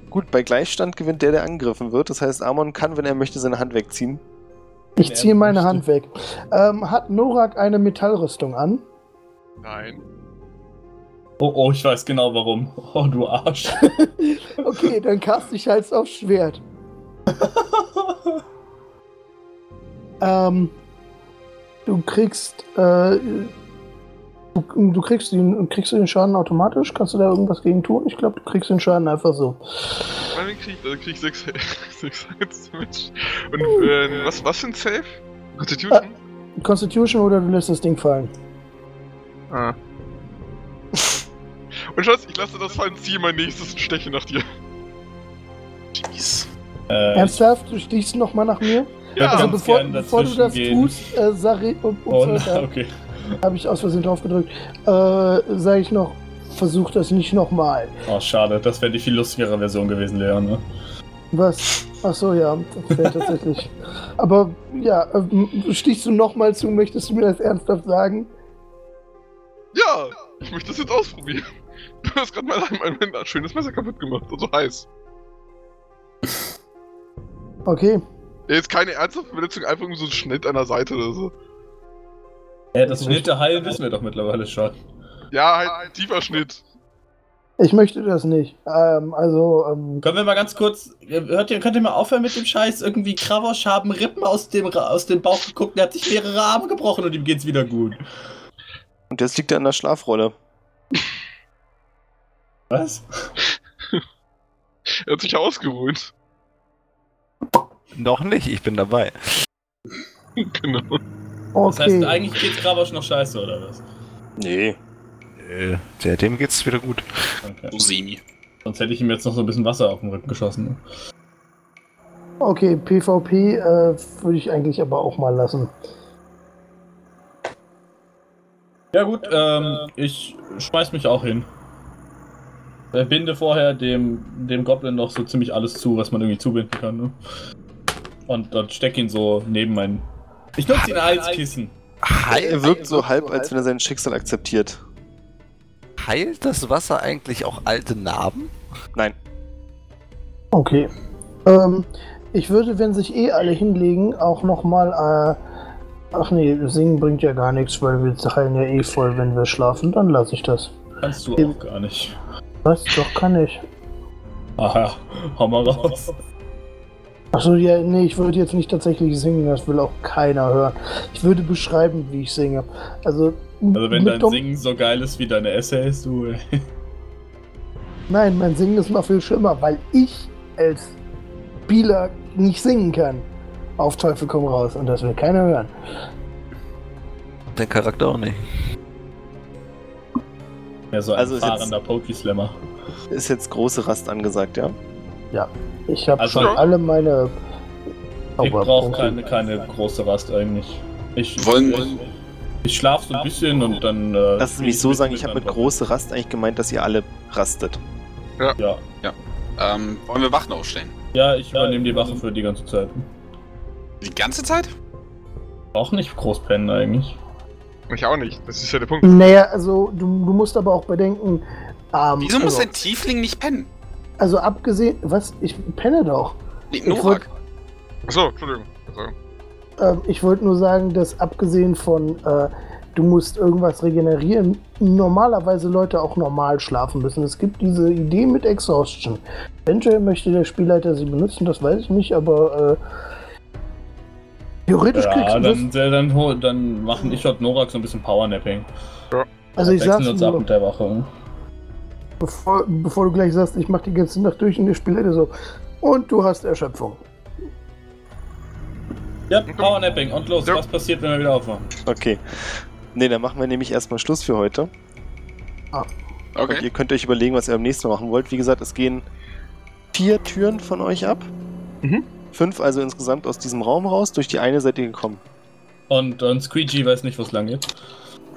[SPEAKER 1] Gut, bei Gleichstand gewinnt der, der angegriffen wird. Das heißt, Amon kann, wenn er möchte, seine Hand wegziehen.
[SPEAKER 4] Ich ziehe meine Hand weg. Ähm, hat Norak eine Metallrüstung an?
[SPEAKER 5] Nein.
[SPEAKER 3] Oh, oh, ich weiß genau warum. Oh, du Arsch.
[SPEAKER 4] Okay, dann cast ich halt auf Schwert. ähm, du kriegst, äh, du, du kriegst den, kriegst du den Schaden automatisch? Kannst du da irgendwas gegen tun? Ich glaube, du kriegst den Schaden einfach so.
[SPEAKER 5] Bei mir krieg ich, also krieg ich 6 6 Damage. Und äh, was, was sind Safe? Constitution?
[SPEAKER 4] Constitution oder du lässt das Ding fallen.
[SPEAKER 5] Ah. Und Schatz, ich lasse das fallen, ziehe mein nächstes und steche nach dir.
[SPEAKER 2] Jeez.
[SPEAKER 3] Äh, ich
[SPEAKER 4] Ernsthaft, du stichst nochmal nach mir?
[SPEAKER 3] würd
[SPEAKER 4] Also
[SPEAKER 3] ganz
[SPEAKER 4] bevor,
[SPEAKER 3] gern
[SPEAKER 4] bevor du
[SPEAKER 3] dazwischen
[SPEAKER 4] das
[SPEAKER 3] gehen.
[SPEAKER 4] tust, äh, sag ich, und, und
[SPEAKER 3] Oh,
[SPEAKER 4] so,
[SPEAKER 3] na,
[SPEAKER 4] da
[SPEAKER 3] okay.
[SPEAKER 4] habe ich aus Versehen drauf gedrückt, äh, sage ich noch, versuch das nicht nochmal.
[SPEAKER 3] Oh, schade. Das wäre die viel lustigere Version gewesen, Leon. Ne?
[SPEAKER 4] Was? Ach so, ja, das wäre tatsächlich. Aber ja, ähm, stichst du nochmal zu, möchtest du mir das ernsthaft sagen?
[SPEAKER 5] Ja, ich möchte das jetzt ausprobieren. Du hast gerade mein, mein, mein schönes Messer kaputt gemacht und so heiß.
[SPEAKER 4] Okay.
[SPEAKER 5] Ja, Jetzt keine ernsthafte Verletzung, einfach nur so ein Schnitt an der Seite oder so.
[SPEAKER 3] Ja, das schnitte Heil wissen wir doch mittlerweile schon.
[SPEAKER 5] Ja, halt ein tiefer Schnitt.
[SPEAKER 4] Ich möchte das nicht. Ähm, also, ähm,
[SPEAKER 3] Können wir mal ganz kurz. äh, Hört ihr, könnt ihr mal aufhören mit dem Scheiß? Irgendwie Kravosch haben Rippen aus dem, Ra- aus dem Bauch geguckt, der hat sich mehrere Arme gebrochen und ihm geht's wieder gut.
[SPEAKER 1] Und jetzt liegt er an der Schlafrolle.
[SPEAKER 3] Was?
[SPEAKER 5] Er hat sich ausgeruht.
[SPEAKER 7] Noch nicht, ich bin dabei.
[SPEAKER 5] Genau.
[SPEAKER 3] Das heißt,
[SPEAKER 4] okay.
[SPEAKER 3] eigentlich geht Kravosch noch scheiße, oder was?
[SPEAKER 1] Nee.
[SPEAKER 7] Nö, Äh, der, dem geht's wieder gut.
[SPEAKER 3] Okay.
[SPEAKER 2] So semi.
[SPEAKER 3] Sonst hätte ich ihm jetzt noch so ein bisschen Wasser auf den Rücken geschossen. ne?
[SPEAKER 4] Okay, PvP äh, würde ich eigentlich aber auch mal lassen.
[SPEAKER 3] Ja gut, ähm, ich schmeiß mich auch hin. Äh, Binde vorher dem, dem Goblin noch so ziemlich alles zu, was man irgendwie zubinden kann. Ne? Und dann steck ihn so neben meinen. Ich nutze ihn als Kissen.
[SPEAKER 1] Er
[SPEAKER 7] Heil,
[SPEAKER 1] wirkt so halb, als wenn er sein Schicksal akzeptiert.
[SPEAKER 7] heilt das Wasser eigentlich auch alte Narben?
[SPEAKER 1] Nein.
[SPEAKER 4] Okay. Ähm, ich würde, wenn sich eh alle hinlegen, auch nochmal, äh, ach nee, singen bringt ja gar nichts, weil wir heilen ja eh voll, wenn wir schlafen, dann lasse ich das.
[SPEAKER 3] Kannst du auch gar nicht.
[SPEAKER 4] Was? Doch, kann ich.
[SPEAKER 3] Aha, hau mal raus.
[SPEAKER 4] Achso, ja, nee, ich würde jetzt nicht tatsächlich singen, das will auch keiner hören. Ich würde beschreiben, wie ich singe. Also,
[SPEAKER 3] Also wenn
[SPEAKER 4] mit
[SPEAKER 3] dein
[SPEAKER 4] Dom-
[SPEAKER 3] Singen so geil ist wie deine Essays, du. ey.
[SPEAKER 4] Nein, mein Singen ist noch viel schlimmer, weil ich als Spieler nicht singen kann. Auf Teufel komm raus und das will keiner hören.
[SPEAKER 7] Dein Charakter auch nicht.
[SPEAKER 3] Ja, so ein
[SPEAKER 1] Also
[SPEAKER 3] also
[SPEAKER 1] ist jetzt-
[SPEAKER 3] fahrender Pokeslammer.
[SPEAKER 1] Ist jetzt große Rast angesagt, ja?
[SPEAKER 4] Ich habe
[SPEAKER 3] Also-
[SPEAKER 4] schon alle meine
[SPEAKER 3] Ich brauche keine,
[SPEAKER 4] Zauberpunkte.
[SPEAKER 3] keine große Rast eigentlich. Ich,
[SPEAKER 2] Wollen-
[SPEAKER 3] ich, ich schlaf so ein bisschen und dann. Äh,
[SPEAKER 1] Lass es mich so sagen, ich habe mit große Rast eigentlich gemeint, dass ihr alle rastet.
[SPEAKER 3] Ja.
[SPEAKER 2] Ähm, wollen wir Wachen aufstellen?
[SPEAKER 3] ja, ich übernehme die Wache für die ganze Zeit.
[SPEAKER 2] Die ganze Zeit?
[SPEAKER 3] Auch nicht groß pennen eigentlich.
[SPEAKER 5] Ich auch nicht. Das ist ja der Punkt.
[SPEAKER 4] Naja, also du, du musst aber auch bedenken. Ähm,
[SPEAKER 2] Wieso muss
[SPEAKER 4] also,
[SPEAKER 2] ein Tiefling nicht pennen?
[SPEAKER 4] also abgesehen, was? Ich penne doch.
[SPEAKER 2] Nee,
[SPEAKER 4] Ich wollt-
[SPEAKER 2] Norak.
[SPEAKER 5] Achso, Entschuldigung. Also,
[SPEAKER 4] Ähm, ich wollte nur sagen, dass abgesehen von, äh, du musst irgendwas regenerieren, normalerweise Leute auch normal schlafen müssen. Es gibt diese Idee mit Exhaustion. Eventuell möchte der Spielleiter sie benutzen, das weiß ich nicht, aber äh, theoretisch kriegst
[SPEAKER 3] Ja,
[SPEAKER 4] du
[SPEAKER 3] dann, äh, dann, hol- dann machen ich und Norak so ein bisschen Powernapping.
[SPEAKER 4] das. Also ich
[SPEAKER 3] Wechseln
[SPEAKER 4] sag's
[SPEAKER 3] uns ab
[SPEAKER 4] nur,
[SPEAKER 3] mit der ne? Wache.
[SPEAKER 4] bevor, bevor du gleich sagst, ich mach die ganze Nacht durch und der Spielleiter so, und du hast Erschöpfung.
[SPEAKER 3] Ja, Powernapping und los.
[SPEAKER 5] Ja.
[SPEAKER 3] Was passiert, wenn wir wieder aufwachen?
[SPEAKER 1] Okay. Nee, dann machen wir nämlich erstmal Schluss für heute. Und
[SPEAKER 2] Okay.
[SPEAKER 1] ihr könnt euch überlegen, was ihr am nächsten Mal machen wollt. Wie gesagt, es gehen vier Türen von euch ab.
[SPEAKER 5] Mhm.
[SPEAKER 1] Fünf also insgesamt aus diesem Raum raus. Durch die eine seid ihr gekommen.
[SPEAKER 3] Und, und Squeegee weiß nicht, wo es lang geht.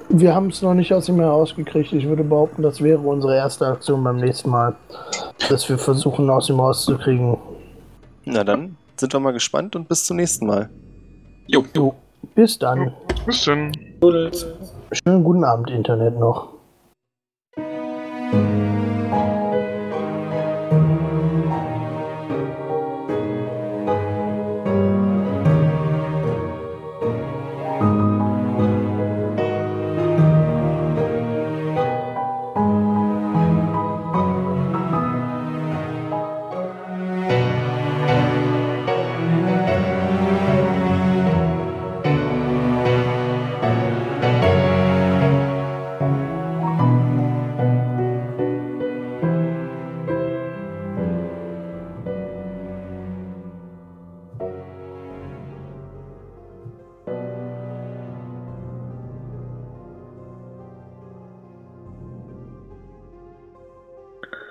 [SPEAKER 4] Wir haben es noch nicht aus ihm herausgekriegt. Ich würde behaupten, das wäre unsere erste Aktion beim nächsten Mal, dass wir versuchen, aus ihm rauszukriegen.
[SPEAKER 1] Na dann sind wir mal gespannt und bis zum nächsten Mal.
[SPEAKER 2] Jo.
[SPEAKER 4] Bis dann.
[SPEAKER 5] bis dann.
[SPEAKER 4] Schönen guten Abend, Internet noch.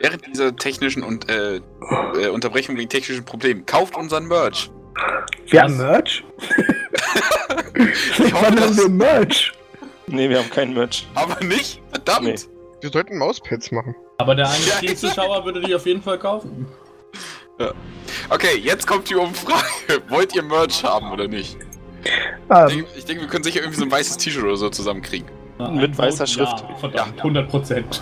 [SPEAKER 2] Während dieser technischen und äh, äh, Unterbrechung wegen technischen Problemen, kauft unseren Merch.
[SPEAKER 4] Wir haben Merch?
[SPEAKER 2] Ich hoffe, das
[SPEAKER 4] Merch?
[SPEAKER 1] Nee, wir haben keinen Merch.
[SPEAKER 2] aber nicht. Verdammt.
[SPEAKER 5] Wir sollten Mauspads machen.
[SPEAKER 3] Aber der eine
[SPEAKER 2] Ja.
[SPEAKER 3] Zuschauer würde die auf jeden Fall kaufen.
[SPEAKER 2] Okay, jetzt kommt die Umfrage. Wollt ihr Merch haben oder nicht? Ich
[SPEAKER 4] Ähm,
[SPEAKER 2] denke, ich denke, wir können sicher irgendwie
[SPEAKER 3] Oh,
[SPEAKER 2] so ein weißes T-Shirt oder so zusammenkriegen.
[SPEAKER 1] Mit weißer Schrift.
[SPEAKER 3] Ja, verdammt, 100 Prozent.